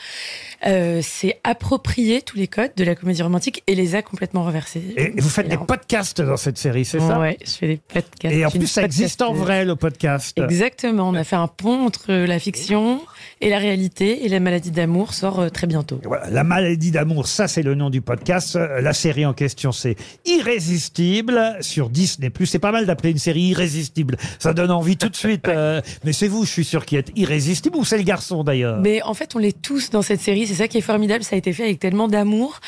[SPEAKER 16] euh, s'est approprié tous les codes de la comédie romantique et les a complètement reversés.
[SPEAKER 2] Et vous faites des podcasts dans cette série, c'est ça
[SPEAKER 16] Ouais, je fais des podcasts.
[SPEAKER 2] Et en
[SPEAKER 16] Je suis
[SPEAKER 2] plus,
[SPEAKER 16] une
[SPEAKER 2] ça existe en
[SPEAKER 16] podcasteuse.
[SPEAKER 2] vrai, le podcast.
[SPEAKER 16] Exactement, on a fait un pont entre la fiction et la réalité et la maladie d'amour sort euh, très bientôt.
[SPEAKER 2] Voilà, La maladie d'amour, ça c'est le nom du podcast. Euh, La série en question, c'est Irrésistible sur Disney+. C'est pas mal d'appeler une série Irrésistible. Ça donne envie tout
[SPEAKER 16] [LAUGHS]
[SPEAKER 2] de suite. euh, mais c'est vous, je suis sûr, qui êtes irrésistible ou c'est le garçon d'ailleurs
[SPEAKER 16] Mais en fait, on l'est tous dans cette série. C'est ça qui est formidable. Ça a été fait avec tellement d'amour.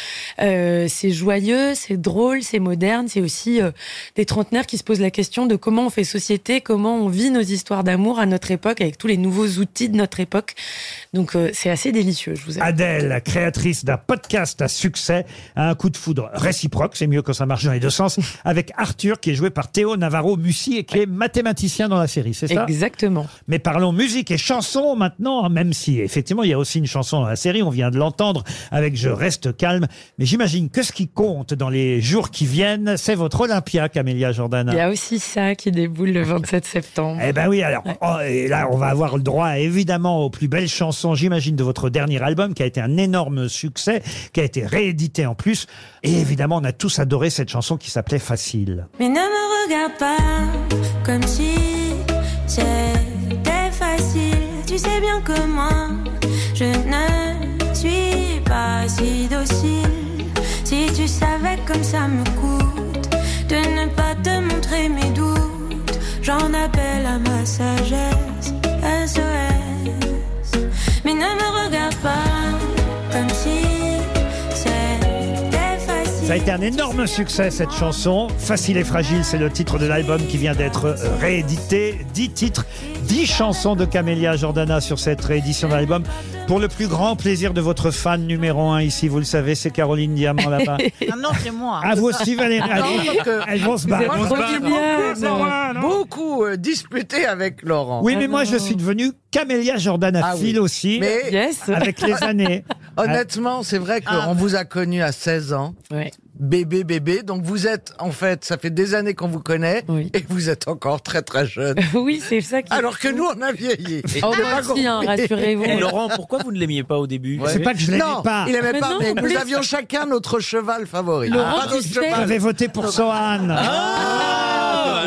[SPEAKER 16] Euh, c'est joyeux, c'est drôle, c'est moderne. C'est aussi euh, des trentenaires qui se posent la question de comment on fait société, comment on vit nos histoires d'amour à notre époque, avec tous les nouveaux outils de notre époque. Donc, euh, c'est assez délicieux, je vous avoue.
[SPEAKER 2] Adèle, créatrice d'un podcast à succès, a un coup de foudre réciproque, c'est mieux quand ça marche dans les deux
[SPEAKER 16] [LAUGHS]
[SPEAKER 2] sens, avec Arthur qui est joué par Théo Navarro Mussi et qui est mathématicien dans la série, c'est ça
[SPEAKER 16] Exactement.
[SPEAKER 2] Mais parlons musique et chanson maintenant, même si effectivement il y a aussi une chanson dans la série, on vient de l'entendre avec Je reste calme, mais j'imagine que ce qui compte dans les jours qui viennent, c'est votre Olympia, Camélia Jordana.
[SPEAKER 16] Il y a aussi ça qui déboule
[SPEAKER 2] [LAUGHS]
[SPEAKER 16] le 27 septembre.
[SPEAKER 2] Eh ben oui, alors oh, et là, on va avoir le droit évidemment aux plus belles chansons, j'imagine, de votre dernier album, qui a été un énorme succès, qui a été réédité en plus. Et évidemment, on a tous adoré cette chanson qui s'appelait Facile.
[SPEAKER 19] Mais ne me regarde pas comme si c'était facile. Tu sais bien que moi, je ne suis pas si docile. Si tu savais comme ça me coûte de ne pas te montrer mes doutes, j'en appelle à ma sagesse. SOS. Mais ne me regarde pas comme si c'était facile.
[SPEAKER 2] Ça a été un énorme succès cette chanson. Facile et fragile, c'est le titre de l'album qui vient d'être euh, réédité. 10 titres, 10 chansons de Camélia Jordana sur cette réédition de l'album. Pour le plus grand plaisir de votre fan numéro 1 ici, vous le savez, c'est Caroline Diamant là-bas.
[SPEAKER 6] Ah [LAUGHS] non, c'est moi.
[SPEAKER 2] À vous aussi, Valérie. Allez, elles vont se barrer.
[SPEAKER 9] euh, Moi,
[SPEAKER 2] Elles vont
[SPEAKER 9] je
[SPEAKER 2] se
[SPEAKER 9] me
[SPEAKER 2] barrer.
[SPEAKER 9] suis beaucoup, beaucoup, euh, disputé avec Laurent.
[SPEAKER 2] Oui, mais moi, je suis devenu Camélia Jordana
[SPEAKER 9] Ah oui.
[SPEAKER 2] Phil aussi,
[SPEAKER 9] Mais-
[SPEAKER 2] avec
[SPEAKER 9] [LAUGHS]
[SPEAKER 2] les années.
[SPEAKER 9] Honnêtement, c'est vrai qu'on
[SPEAKER 16] Ah.
[SPEAKER 9] vous a connu à 16 ans. Bébé, bébé. Donc vous êtes, en fait, ça fait des années qu'on vous connaît. Et vous êtes encore très, très jeune.
[SPEAKER 16] [LAUGHS] oui, c'est ça qui.
[SPEAKER 9] Alors que nous, on a vieilli.
[SPEAKER 16] Et- [LAUGHS] Oh,
[SPEAKER 9] C'est
[SPEAKER 16] moi
[SPEAKER 9] pas
[SPEAKER 16] aussi,
[SPEAKER 9] qu'on-
[SPEAKER 16] hein, rassurez-vous.
[SPEAKER 9] [LAUGHS] Et
[SPEAKER 16] Laurent,
[SPEAKER 3] pourquoi vous ne l'aimiez pas au début
[SPEAKER 9] Ouais. Non, Il aimait
[SPEAKER 16] Mais
[SPEAKER 9] pas,
[SPEAKER 16] non,
[SPEAKER 9] mais
[SPEAKER 16] en
[SPEAKER 9] nous
[SPEAKER 16] plus-
[SPEAKER 9] avions chacun notre cheval favori.
[SPEAKER 16] Laurent,
[SPEAKER 9] Pas
[SPEAKER 16] tu
[SPEAKER 9] notre
[SPEAKER 16] sais-
[SPEAKER 9] cheval. Ah,
[SPEAKER 2] J'avais voté pour Sohan.
[SPEAKER 4] Ah,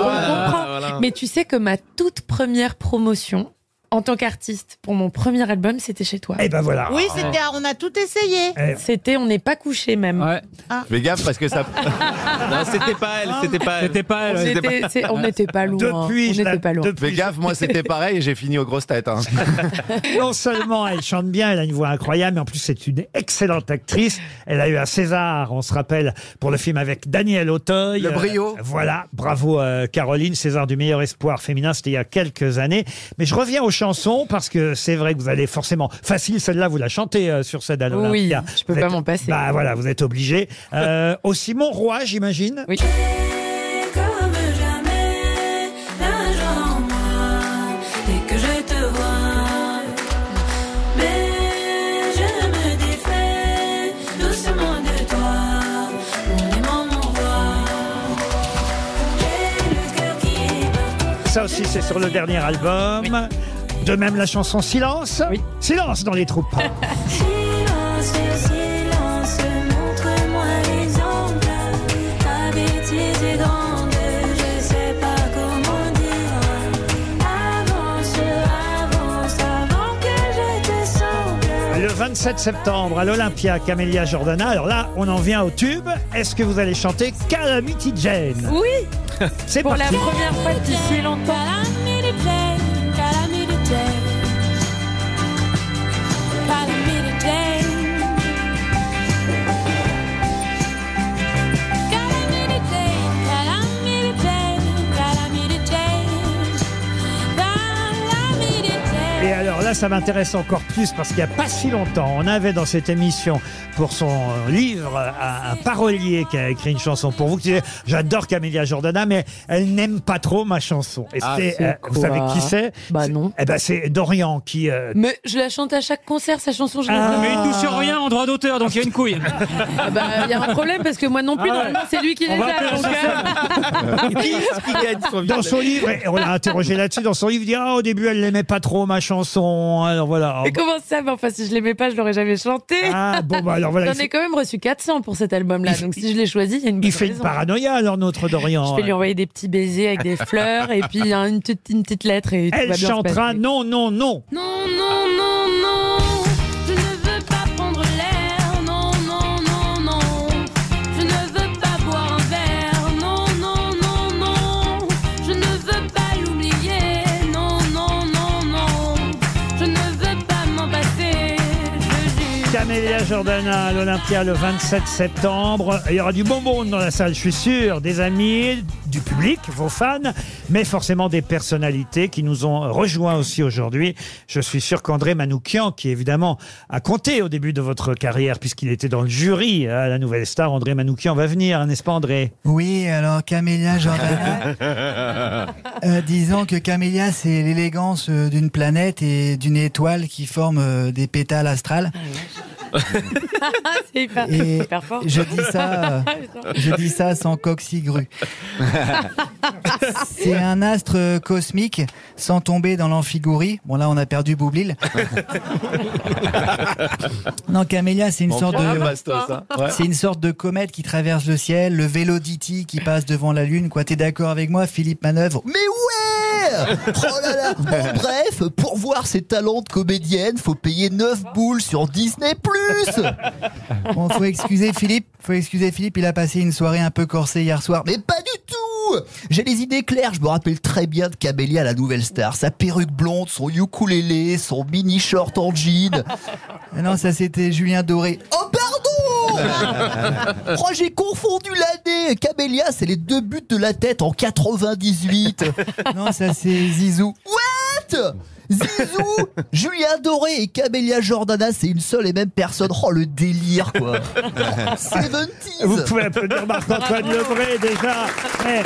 [SPEAKER 16] On comprend. Mais tu sais que ma toute première promotion, en tant qu'artiste pour mon premier album, c'était chez toi.
[SPEAKER 2] Eh ben voilà.
[SPEAKER 6] Oui, c'était, on a tout essayé. Ah.
[SPEAKER 10] Eh.
[SPEAKER 16] C'était On n'est pas couché même.
[SPEAKER 10] Fais gaffe parce que ça.
[SPEAKER 3] Non, c'était pas elle, c'était pas elle.
[SPEAKER 10] C'était pas
[SPEAKER 16] On était- c'est- On n'était pas loin. on n'était pas loin.
[SPEAKER 10] Fais gaffe, moi c'était pareil et j'ai fini aux grosses têtes. hein.
[SPEAKER 2] Euh, Non seulement elle chante bien, elle a une voix incroyable, mais en plus c'est une excellente actrice. Elle a eu un César, on se rappelle, pour le film avec Daniel Auteuil. Euh,
[SPEAKER 9] Le brio.
[SPEAKER 2] voilà, bravo euh, Caroline, César du meilleur espoir féminin, c'était il y a quelques années. Mais je reviens aux chansons, parce que c'est vrai que vous allez forcément... Facile, celle-là, vous la chantez euh, sur scène à l'Olympia.
[SPEAKER 16] Oui, je peux
[SPEAKER 2] Vous
[SPEAKER 16] pas
[SPEAKER 2] êtes-
[SPEAKER 16] m'en passer.
[SPEAKER 2] Bah voilà, vous êtes obligé. Euh, aussi Mon Roi, j'imagine
[SPEAKER 16] Oui.
[SPEAKER 19] Comme jamais, la joie en moi, dès que je te vois. Mais je me défais doucement de toi, mon aimant, mon roi.
[SPEAKER 2] Ça aussi, c'est sur le dernier album. De même, la chanson Silence. Silence dans les
[SPEAKER 16] [LAUGHS]
[SPEAKER 2] troupes.
[SPEAKER 19] Silence, silence, montre-moi les angles. Ta bêtise est grande, je sais pas comment dire. Avance, avance, avant que je te semble.
[SPEAKER 2] Le 27 septembre à l'Olympia, Camélia Jordana. Alors là, on en vient au tube. Est-ce que vous allez chanter Calamity Jane
[SPEAKER 16] Oui
[SPEAKER 2] C'est
[SPEAKER 16] Pour la
[SPEAKER 2] parti.
[SPEAKER 16] première fois depuis si longtemps.
[SPEAKER 19] Calamity Jane, Calamity Jane. Calamity Jane. Calamity Jane, Calamity Jane, Calamity Jane. Calamity Jane.
[SPEAKER 2] Et alors là, ça m'intéresse encore plus parce qu'il n'y a pas si longtemps, on avait dans cette émission pour son euh, livre un, un parolier qui a écrit une chanson pour vous qui disait J'adore Camélia Jordana, mais elle n'aime pas trop ma chanson. Et
[SPEAKER 16] Ah,
[SPEAKER 2] c'est,
[SPEAKER 16] c'est
[SPEAKER 2] euh, vous savez
[SPEAKER 16] quoi
[SPEAKER 2] qui c'est
[SPEAKER 16] Bah non.
[SPEAKER 2] Eh ben c'est Dorian qui. euh,
[SPEAKER 16] Mais je la chante à chaque concert, sa chanson. Je
[SPEAKER 2] Ah.
[SPEAKER 16] la
[SPEAKER 4] Mais il touche sur rien en droit d'auteur, donc il y a une couille.
[SPEAKER 16] Ah bah, Il y a un problème parce que moi non plus,
[SPEAKER 4] Ah ouais.
[SPEAKER 16] normalement, c'est lui qui
[SPEAKER 4] On
[SPEAKER 16] les
[SPEAKER 4] va
[SPEAKER 16] a.
[SPEAKER 4] appeler
[SPEAKER 16] donc,
[SPEAKER 4] le [LAUGHS]
[SPEAKER 2] dans son livre, eh, et on l'a interrogé là-dessus, dans son livre, il dit Ah, au début, elle n'aimait pas trop ma chanson. Alors voilà.
[SPEAKER 16] Mais comment ça Mais enfin, si je l'aimais pas, je l'aurais jamais chanté.
[SPEAKER 2] oh, Ah, bon, bah, alors voilà, il
[SPEAKER 16] J'en
[SPEAKER 2] fait-
[SPEAKER 16] ai quand même reçu 400 pour cet album-là. Donc si je l'ai choisi, il y a une bonne
[SPEAKER 2] Il fait une
[SPEAKER 16] raison.
[SPEAKER 2] paranoïa, alors, notre Dorian.
[SPEAKER 16] Je vais lui envoyer des petits baisers avec
[SPEAKER 20] [LAUGHS]
[SPEAKER 16] des fleurs et puis hein, une petite, une petite lettre et tout
[SPEAKER 2] Elle
[SPEAKER 16] va bien se
[SPEAKER 2] chantera
[SPEAKER 16] passer.
[SPEAKER 2] non, non, non.
[SPEAKER 19] Non, non, non, non, je ne veux pas prendre l'air, non, non, non, non, je ne veux pas boire un verre, non, non, non, non, je ne veux pas l'oublier, non, non, non, non, je ne veux pas m'en passer, je jure.
[SPEAKER 2] Camélia Jordana à l'Olympia le 27 septembre. Il y aura du bon monde dans la salle, je suis sûr. Des amis, du public, vos fans, mais forcément des personnalités qui nous ont rejoints aussi aujourd'hui. Je suis sûr qu'André Manoukian, qui évidemment a compté au début de votre carrière, puisqu'il était dans le jury à la Nouvelle Star, André Manoukian va venir, hein, n'est-ce pas André
[SPEAKER 20] Oui, alors Camélia
[SPEAKER 2] [LAUGHS]
[SPEAKER 20] Jordana, euh, disons que Camélia, c'est l'élégance euh, d'une planète et d'une étoile qui forme euh, des pétales astrales.
[SPEAKER 16] c'est hyper,
[SPEAKER 20] Et
[SPEAKER 16] [LAUGHS] hyper fort.
[SPEAKER 20] je dis ça,
[SPEAKER 16] [LAUGHS]
[SPEAKER 20] euh,
[SPEAKER 16] Putain.
[SPEAKER 20] je dis ça sans coxigru. C'est un astre euh, cosmique sans tomber dans l'amphigouri. Bon là, on a perdu Boublil. [LAUGHS] Non, Camélia, c'est une
[SPEAKER 10] Bon,
[SPEAKER 20] sorte
[SPEAKER 10] programme,
[SPEAKER 20] de,
[SPEAKER 10] Bastos, hein. Ouais.
[SPEAKER 20] c'est une sorte de comète qui traverse le ciel, le vélo d'Iti qui passe devant la lune. Quoi, t'es d'accord avec moi, Philippe Manœuvre
[SPEAKER 21] Mais ouais Oh là là
[SPEAKER 20] [LAUGHS]
[SPEAKER 21] Bon, bref, pour voir ses talents de comédienne, faut payer 9 boules sur Disney+.
[SPEAKER 20] Bon, faut excuser Philippe. Faut excuser Philippe. Il a passé une soirée un peu corsée hier soir.
[SPEAKER 21] Mais pas du tout J'ai les idées claires, je me rappelle très bien de Camélia, la nouvelle star. Sa perruque blonde, son ukulélé, son mini short en jean.
[SPEAKER 20] Ah Non, ça c'était Julien Doré.
[SPEAKER 21] Oh pardon
[SPEAKER 20] [LAUGHS]
[SPEAKER 21] Oh j'ai confondu l'année Camélia, c'est les deux buts de la tête en 98
[SPEAKER 20] Non, ça c'est Zizou.
[SPEAKER 21] What Zizou, Julien Doré et Camélia Jordana, c'est une seule et même personne. Oh le délire quoi Seventies
[SPEAKER 2] Vous pouvez applaudir Marc-Antoine Lebré déjà. Eh.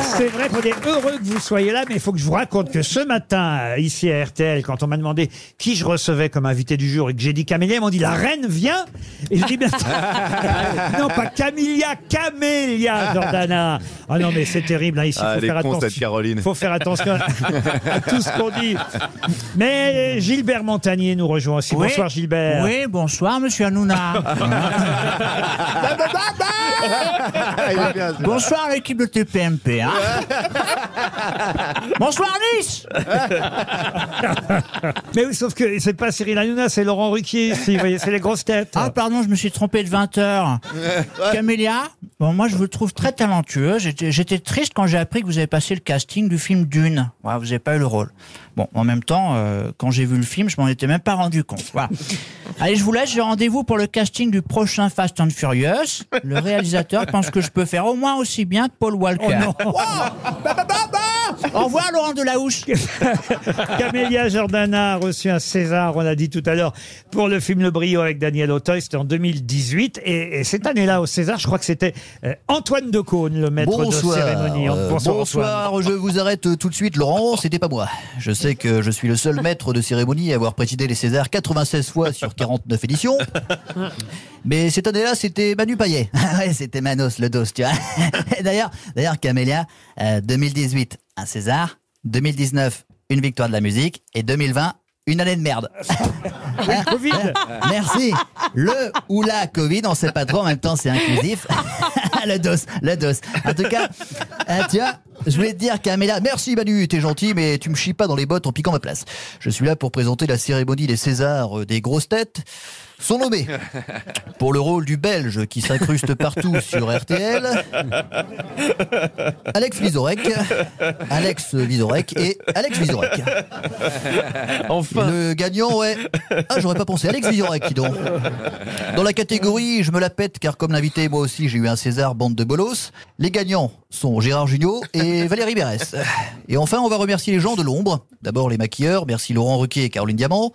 [SPEAKER 2] C'est vrai qu'on est heureux que vous soyez là, mais il faut que je vous raconte que ce matin, euh, ici à RTL, quand on m'a demandé qui je recevais comme invité du jour et que j'ai dit Camélia, ils m'ont dit la reine vient. Et je dis bien
[SPEAKER 10] [LAUGHS]
[SPEAKER 2] non pas Camélia, Camélia Jordana. Ah non mais c'est terrible, hein, ici
[SPEAKER 10] Ah,
[SPEAKER 2] faut
[SPEAKER 10] elle est
[SPEAKER 2] faire
[SPEAKER 10] con, cette
[SPEAKER 2] attention.
[SPEAKER 10] Caroline.
[SPEAKER 2] Faut faire attention
[SPEAKER 10] [LAUGHS]
[SPEAKER 2] à, à tout ce qu'on dit. Mais euh, Gilbert Montagnier nous rejoint aussi.
[SPEAKER 22] Oui.
[SPEAKER 2] Bonsoir Gilbert.
[SPEAKER 22] Oui, bonsoir, monsieur Hanouna.
[SPEAKER 21] Bonsoir Ah,
[SPEAKER 22] l'équipe de TPMP. arrivé, hein Bonsoir,
[SPEAKER 21] [LAUGHS]
[SPEAKER 22] Nice
[SPEAKER 2] Mais oui, sauf que c'est pas Cyril Hanouna, c'est Laurent Ruquier ici, vous voyez, c'est les grosses têtes.
[SPEAKER 22] Ah, pardon, je me suis trompé de 20 heures. Camélia, bon, moi, je vous trouve très talentueux. J'étais j'étais triste quand j'ai appris que vous avez passé le casting du film Dune. Voilà, vous n'avez pas eu le rôle. Bon, en même temps, euh, quand j'ai vu le film, je m'en étais même pas rendu compte. Voilà. Allez, je vous laisse. J'ai rendez-vous pour le casting du prochain Fast and Furious. Le réalisateur pense que je peux faire au moins aussi bien que Paul Walker. Au revoir, Laurent Delahouche.
[SPEAKER 2] Camélia Jordana a reçu un César, on l'a dit tout à l'heure, pour le film Le Brio avec Daniel Auteuil. C'était en 2018. Et, et cette année-là, au César, je crois que c'était euh, Antoine Decaune, le maître de cérémonie.
[SPEAKER 21] euh,
[SPEAKER 2] Antoine.
[SPEAKER 21] bonsoir, je vous arrête euh, tout de suite, Laurent, c'était pas moi. Je sais que je suis le seul maître de cérémonie à avoir présidé les Césars 96 fois sur 49 éditions. Mais cette année-là, c'était Manu Payet. [LAUGHS] ouais, c'était Manos le dos, tu vois. [LAUGHS] Et d'ailleurs, d'ailleurs, Camélia, euh, 2018, un César. 2019, une victoire de la musique. Et 2020, une année de
[SPEAKER 2] [LAUGHS]
[SPEAKER 21] merde. [LAUGHS] Merci. Le ou la Covid, on sait pas trop, en même temps c'est inclusif. [LAUGHS] le dos, le dos. En tout cas, euh, tu vois, je voulais te dire Camélia, merci Manu, t'es gentil, mais tu me chies pas dans les bottes en piquant ma place. Je suis là pour présenter la cérémonie des Césars euh, des grosses têtes. Sont nommés pour le rôle du Belge qui s'incruste partout sur RTL, Alex Vizorek, Alex Vizorek et Alex Vizorek.
[SPEAKER 19] Enfin.
[SPEAKER 21] Le gagnant, ouais. Ah, j'aurais pas pensé. Alex Vizorek, qui donc. Dans la catégorie, je me la pète, car comme l'invité, moi aussi, j'ai eu un César bande de bolos. Les gagnants sont Gérard Jugnot et Valérie Berès. Et enfin, on va remercier les gens de l'ombre. D'abord, les maquilleurs. Merci Laurent Ruquier et Caroline Diamant.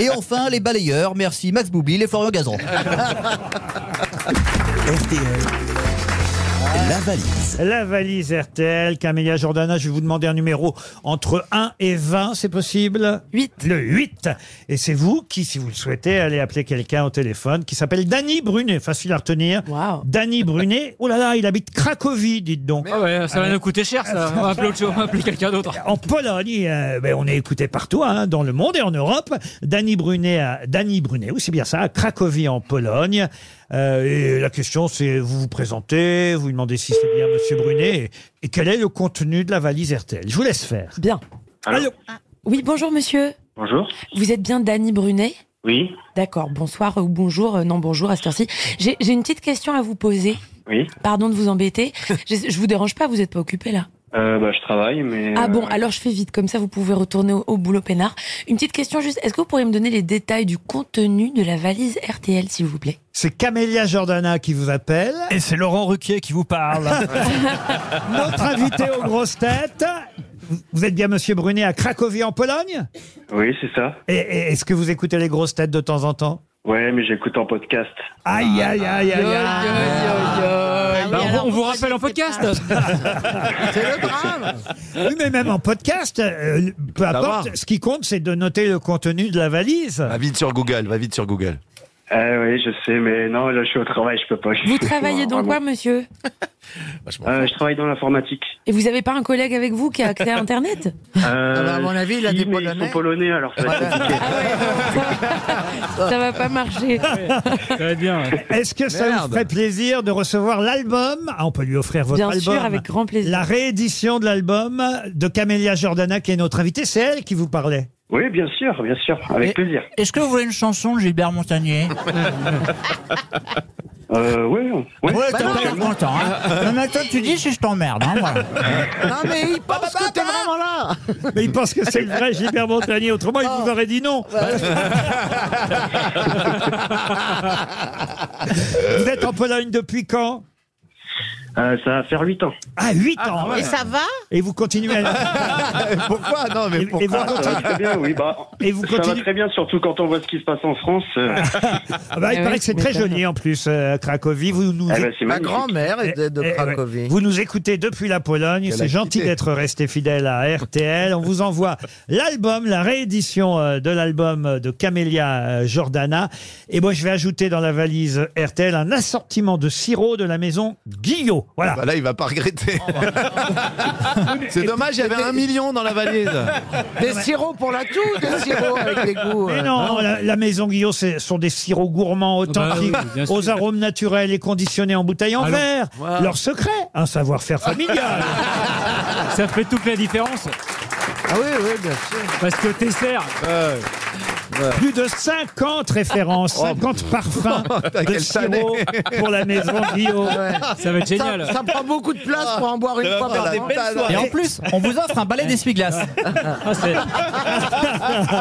[SPEAKER 21] Et enfin, les balayeurs. Merci Max Boublil et Florian Gazan.
[SPEAKER 2] La valise. La valise RTL, Camélia Jordana, je vais vous demander un numéro entre 1 et 20, c'est possible 8. Le 8. Et c'est vous qui, si vous le souhaitez, allez appeler quelqu'un au téléphone qui s'appelle Danny Brunet, facile à retenir. Danny Brunet, oh là là, il habite Cracovie, dites donc.
[SPEAKER 4] Ah ouais, ça va nous coûter cher, ça. On va appeler autre chose, on va appeler quelqu'un d'autre.
[SPEAKER 2] En Pologne, euh, ben, on est écouté partout, hein, dans le monde et en Europe. Danny Brunet, à, Danny Brunet, oui, c'est bien ça, à Cracovie, en Pologne. Euh, et la question, c'est vous vous présentez, vous lui demandez si c'est bien Monsieur Brunet et, et quel est le contenu de la valise RTL. Je vous laisse faire.
[SPEAKER 16] Bien. Ah.
[SPEAKER 2] Allô
[SPEAKER 16] Oui, bonjour monsieur.
[SPEAKER 17] Bonjour.
[SPEAKER 16] Vous êtes bien Dany Brunet
[SPEAKER 17] Oui.
[SPEAKER 16] D'accord, bonsoir ou bonjour, euh, non bonjour à cette heure-ci. J'ai j'ai une petite question à vous poser.
[SPEAKER 17] Oui.
[SPEAKER 16] Pardon de vous
[SPEAKER 17] [LAUGHS]
[SPEAKER 16] embêter. je, je vous dérange pas, vous êtes pas occupé là.
[SPEAKER 17] Euh, bah, je travaille, mais.
[SPEAKER 16] Ah
[SPEAKER 17] euh,
[SPEAKER 16] bon, alors je fais vite, comme ça vous pouvez retourner au, au boulot peinard. Une petite question juste, est-ce que vous pourriez me donner les détails du contenu de la valise RTL s'il vous plaît
[SPEAKER 2] C'est Camélia Jordana qui vous appelle. Et c'est Laurent Ruquier qui vous parle. [LAUGHS] Notre invité aux grosses têtes. Vous- Vous êtes bien Monsieur Brunet à Cracovie en Pologne
[SPEAKER 17] Oui, c'est ça.
[SPEAKER 2] Et, et est-ce que vous écoutez les grosses têtes de temps en temps
[SPEAKER 17] Ouais, mais j'écoute en podcast.
[SPEAKER 2] Aïe, aïe, aïe, aïe, aïe.
[SPEAKER 4] Bah, on- on vous rappelle en podcast.
[SPEAKER 2] Oui, mais même en podcast, euh, peu
[SPEAKER 10] va.
[SPEAKER 2] importe, ce qui compte, c'est de noter le contenu de la valise.
[SPEAKER 10] Va vite sur Google, va vite sur Google.
[SPEAKER 17] Eh oui, je sais, mais non, là, je suis au travail, je peux pas. Ah
[SPEAKER 16] Vous travaillez dans quoi monsieur Bah,
[SPEAKER 17] Euh, Je travaille dans l'informatique.
[SPEAKER 16] Et vous avez pas un collègue avec vous qui a accès à internet
[SPEAKER 17] Euh,
[SPEAKER 16] bah, à mon avis, il a
[SPEAKER 17] si,
[SPEAKER 16] des
[SPEAKER 17] mais Ils sont polonais, alors ça va être compliqué.
[SPEAKER 16] Ça va pas marcher.
[SPEAKER 4] [LAUGHS] Très bien.
[SPEAKER 2] Est-ce que ça vous ferait plaisir de recevoir l'album Ah, On peut lui offrir votre
[SPEAKER 16] Bien
[SPEAKER 2] album.
[SPEAKER 16] sûr, avec grand plaisir.
[SPEAKER 2] La réédition de l'album de Camélia Jordana, qui est notre invitée. C'est elle qui vous parlait.
[SPEAKER 17] Oui, bien sûr, bien sûr, avec plaisir.
[SPEAKER 22] Est-ce que vous voulez une chanson de Gilbert Montagnier
[SPEAKER 17] Euh, ouais, ouais.
[SPEAKER 22] Ouais, t'as pas l'air content. Hein. Non, mais attends, tu dis si je t'emmerde. Hein,
[SPEAKER 2] [LAUGHS]
[SPEAKER 22] voilà.
[SPEAKER 9] Non, mais il pense que t'es vraiment là.
[SPEAKER 2] Mais il pense que c'est le vrai Gilbert Montagnier. Autrement, il
[SPEAKER 6] Oh.
[SPEAKER 2] vous aurait dit non. [LAUGHS] vous êtes en Pologne depuis quand
[SPEAKER 17] Euh, ça va faire 8 ans.
[SPEAKER 2] Ah, 8 ans
[SPEAKER 6] bah Et ça va
[SPEAKER 2] Et vous continuez à...
[SPEAKER 10] [LAUGHS] pourquoi Non, mais
[SPEAKER 2] pourquoi
[SPEAKER 17] ça va très bien, oui. Bah,
[SPEAKER 2] [LAUGHS] Et vous
[SPEAKER 17] ça va
[SPEAKER 2] continuez-
[SPEAKER 17] très bien, surtout quand on voit ce qui se passe en France. euh.
[SPEAKER 2] Ah bah, il
[SPEAKER 14] Eh
[SPEAKER 2] paraît que c'est très joli en plus, euh, Cracovie. Vous nous...
[SPEAKER 17] Eh ben, c'est
[SPEAKER 9] Ma
[SPEAKER 17] magnifique.
[SPEAKER 9] grand-mère était de
[SPEAKER 2] Eh, eh,
[SPEAKER 9] Cracovie.
[SPEAKER 2] ouais. Vous nous écoutez depuis la Pologne.
[SPEAKER 9] Quelle
[SPEAKER 2] C'est gentil
[SPEAKER 9] activité.
[SPEAKER 2] d'être resté fidèle à RTL. On vous envoie l'album, la réédition euh, de l'album euh, de Camélia euh, Jordana. Et moi, je vais ajouter dans la valise RTL un assortiment de sirop de la maison Guillot. euros. Voilà.
[SPEAKER 10] Bah là, il va pas
[SPEAKER 2] [LAUGHS]
[SPEAKER 10] regretter. C'est dommage, il y avait un million dans la valise.
[SPEAKER 9] Des sirops pour la toux, des sirops avec les goûts. euh,
[SPEAKER 2] Mais non, la, la maison Guillot, ce sont des sirops gourmands authentiques,
[SPEAKER 9] Bah oui, bien sûr.
[SPEAKER 2] aux arômes naturels et conditionnés en bouteille en
[SPEAKER 4] Alors,
[SPEAKER 2] verre.
[SPEAKER 4] voilà.
[SPEAKER 2] Leur secret, un savoir-faire familial.
[SPEAKER 8] [LAUGHS]
[SPEAKER 4] Ça fait toute la différence.
[SPEAKER 9] Ah oui, oui, bien sûr.
[SPEAKER 4] Parce que Tesser.
[SPEAKER 2] Plus de 50 références, 50 parfums
[SPEAKER 4] t'as
[SPEAKER 2] de
[SPEAKER 4] quel tanné.
[SPEAKER 2] sirops pour la
[SPEAKER 9] [LAUGHS]
[SPEAKER 2] maison Guillot.
[SPEAKER 4] Ça va être génial.
[SPEAKER 9] Ça, ça prend beaucoup de place pour en boire une
[SPEAKER 4] Ça va
[SPEAKER 9] fois
[SPEAKER 4] faire
[SPEAKER 9] par
[SPEAKER 4] des
[SPEAKER 9] an.
[SPEAKER 4] belles soirées.
[SPEAKER 22] Et en plus, on vous offre un balai d'essuie-glace.
[SPEAKER 4] [LAUGHS] Ah, c'est-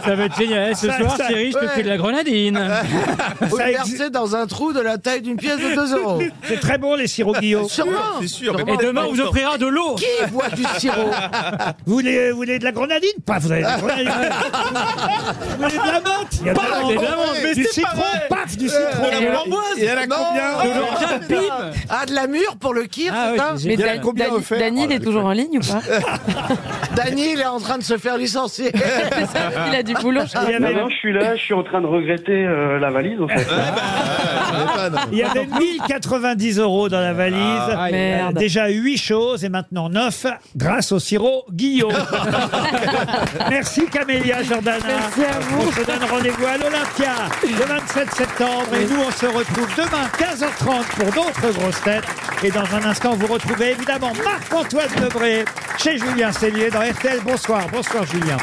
[SPEAKER 4] ça va être génial. Eh, Ce
[SPEAKER 22] Ça-
[SPEAKER 4] soir,
[SPEAKER 22] ça-
[SPEAKER 4] Thierry, je te
[SPEAKER 22] ouais.
[SPEAKER 4] fais de la grenadine. [LAUGHS]
[SPEAKER 9] Vous le versez dans un trou de la taille d'une pièce
[SPEAKER 2] [LAUGHS]
[SPEAKER 9] de 2 euros.
[SPEAKER 2] C'est très bon les sirops Guillot.
[SPEAKER 9] Sûrement.
[SPEAKER 2] C'est sûr,
[SPEAKER 9] Sûrement.
[SPEAKER 2] mais- Et demain, on vous offrira de l'eau.
[SPEAKER 9] Qui boit du sirop
[SPEAKER 2] [LAUGHS] Vous voulez, vous voulez de la grenadine Pas, vous avez de la grenadine. vous voulez de la menthe Il y a de la
[SPEAKER 19] Paf,
[SPEAKER 2] menthe.
[SPEAKER 19] de la menthe, mais
[SPEAKER 2] Du
[SPEAKER 19] c'est pas
[SPEAKER 2] citron,
[SPEAKER 19] vrai.
[SPEAKER 2] paf, du
[SPEAKER 19] Euh,
[SPEAKER 2] citron.
[SPEAKER 19] de la framboise.
[SPEAKER 2] Il y en a
[SPEAKER 19] Non.
[SPEAKER 2] combien
[SPEAKER 19] De l'orgeat,
[SPEAKER 9] bim. Ah, de la mûre pour le kir,
[SPEAKER 4] Ah,
[SPEAKER 9] c'est ça
[SPEAKER 16] Mais Dan- Dan- Dany, il est toujours en ligne ou
[SPEAKER 9] [LAUGHS]
[SPEAKER 16] pas
[SPEAKER 9] Dany, il est en train de se
[SPEAKER 4] [LAUGHS]
[SPEAKER 9] faire licencier.
[SPEAKER 16] [LAUGHS] Il a du
[SPEAKER 9] [LAUGHS]
[SPEAKER 16] boulot, je crois.
[SPEAKER 11] Non, non, je suis là, je suis en train de regretter euh, la valise en fait.
[SPEAKER 2] bah,
[SPEAKER 10] Ah,
[SPEAKER 2] Il y avait 1090 euros dans la valise.
[SPEAKER 11] Ah, merde.
[SPEAKER 2] déjà 8 choses et maintenant 9 grâce au sirop
[SPEAKER 11] [LAUGHS]
[SPEAKER 2] Guillaume. Merci Camélia Jordana.
[SPEAKER 19] Merci à vous.
[SPEAKER 2] On se donne rendez-vous à l'Olympia le 27 septembre et nous on se retrouve demain 15h30 pour d'autres grosses têtes. Et dans un instant, vous retrouvez évidemment Marc-Antoine Debré chez Julien Cellier dans RTL. Bonsoir, bonsoir Julien.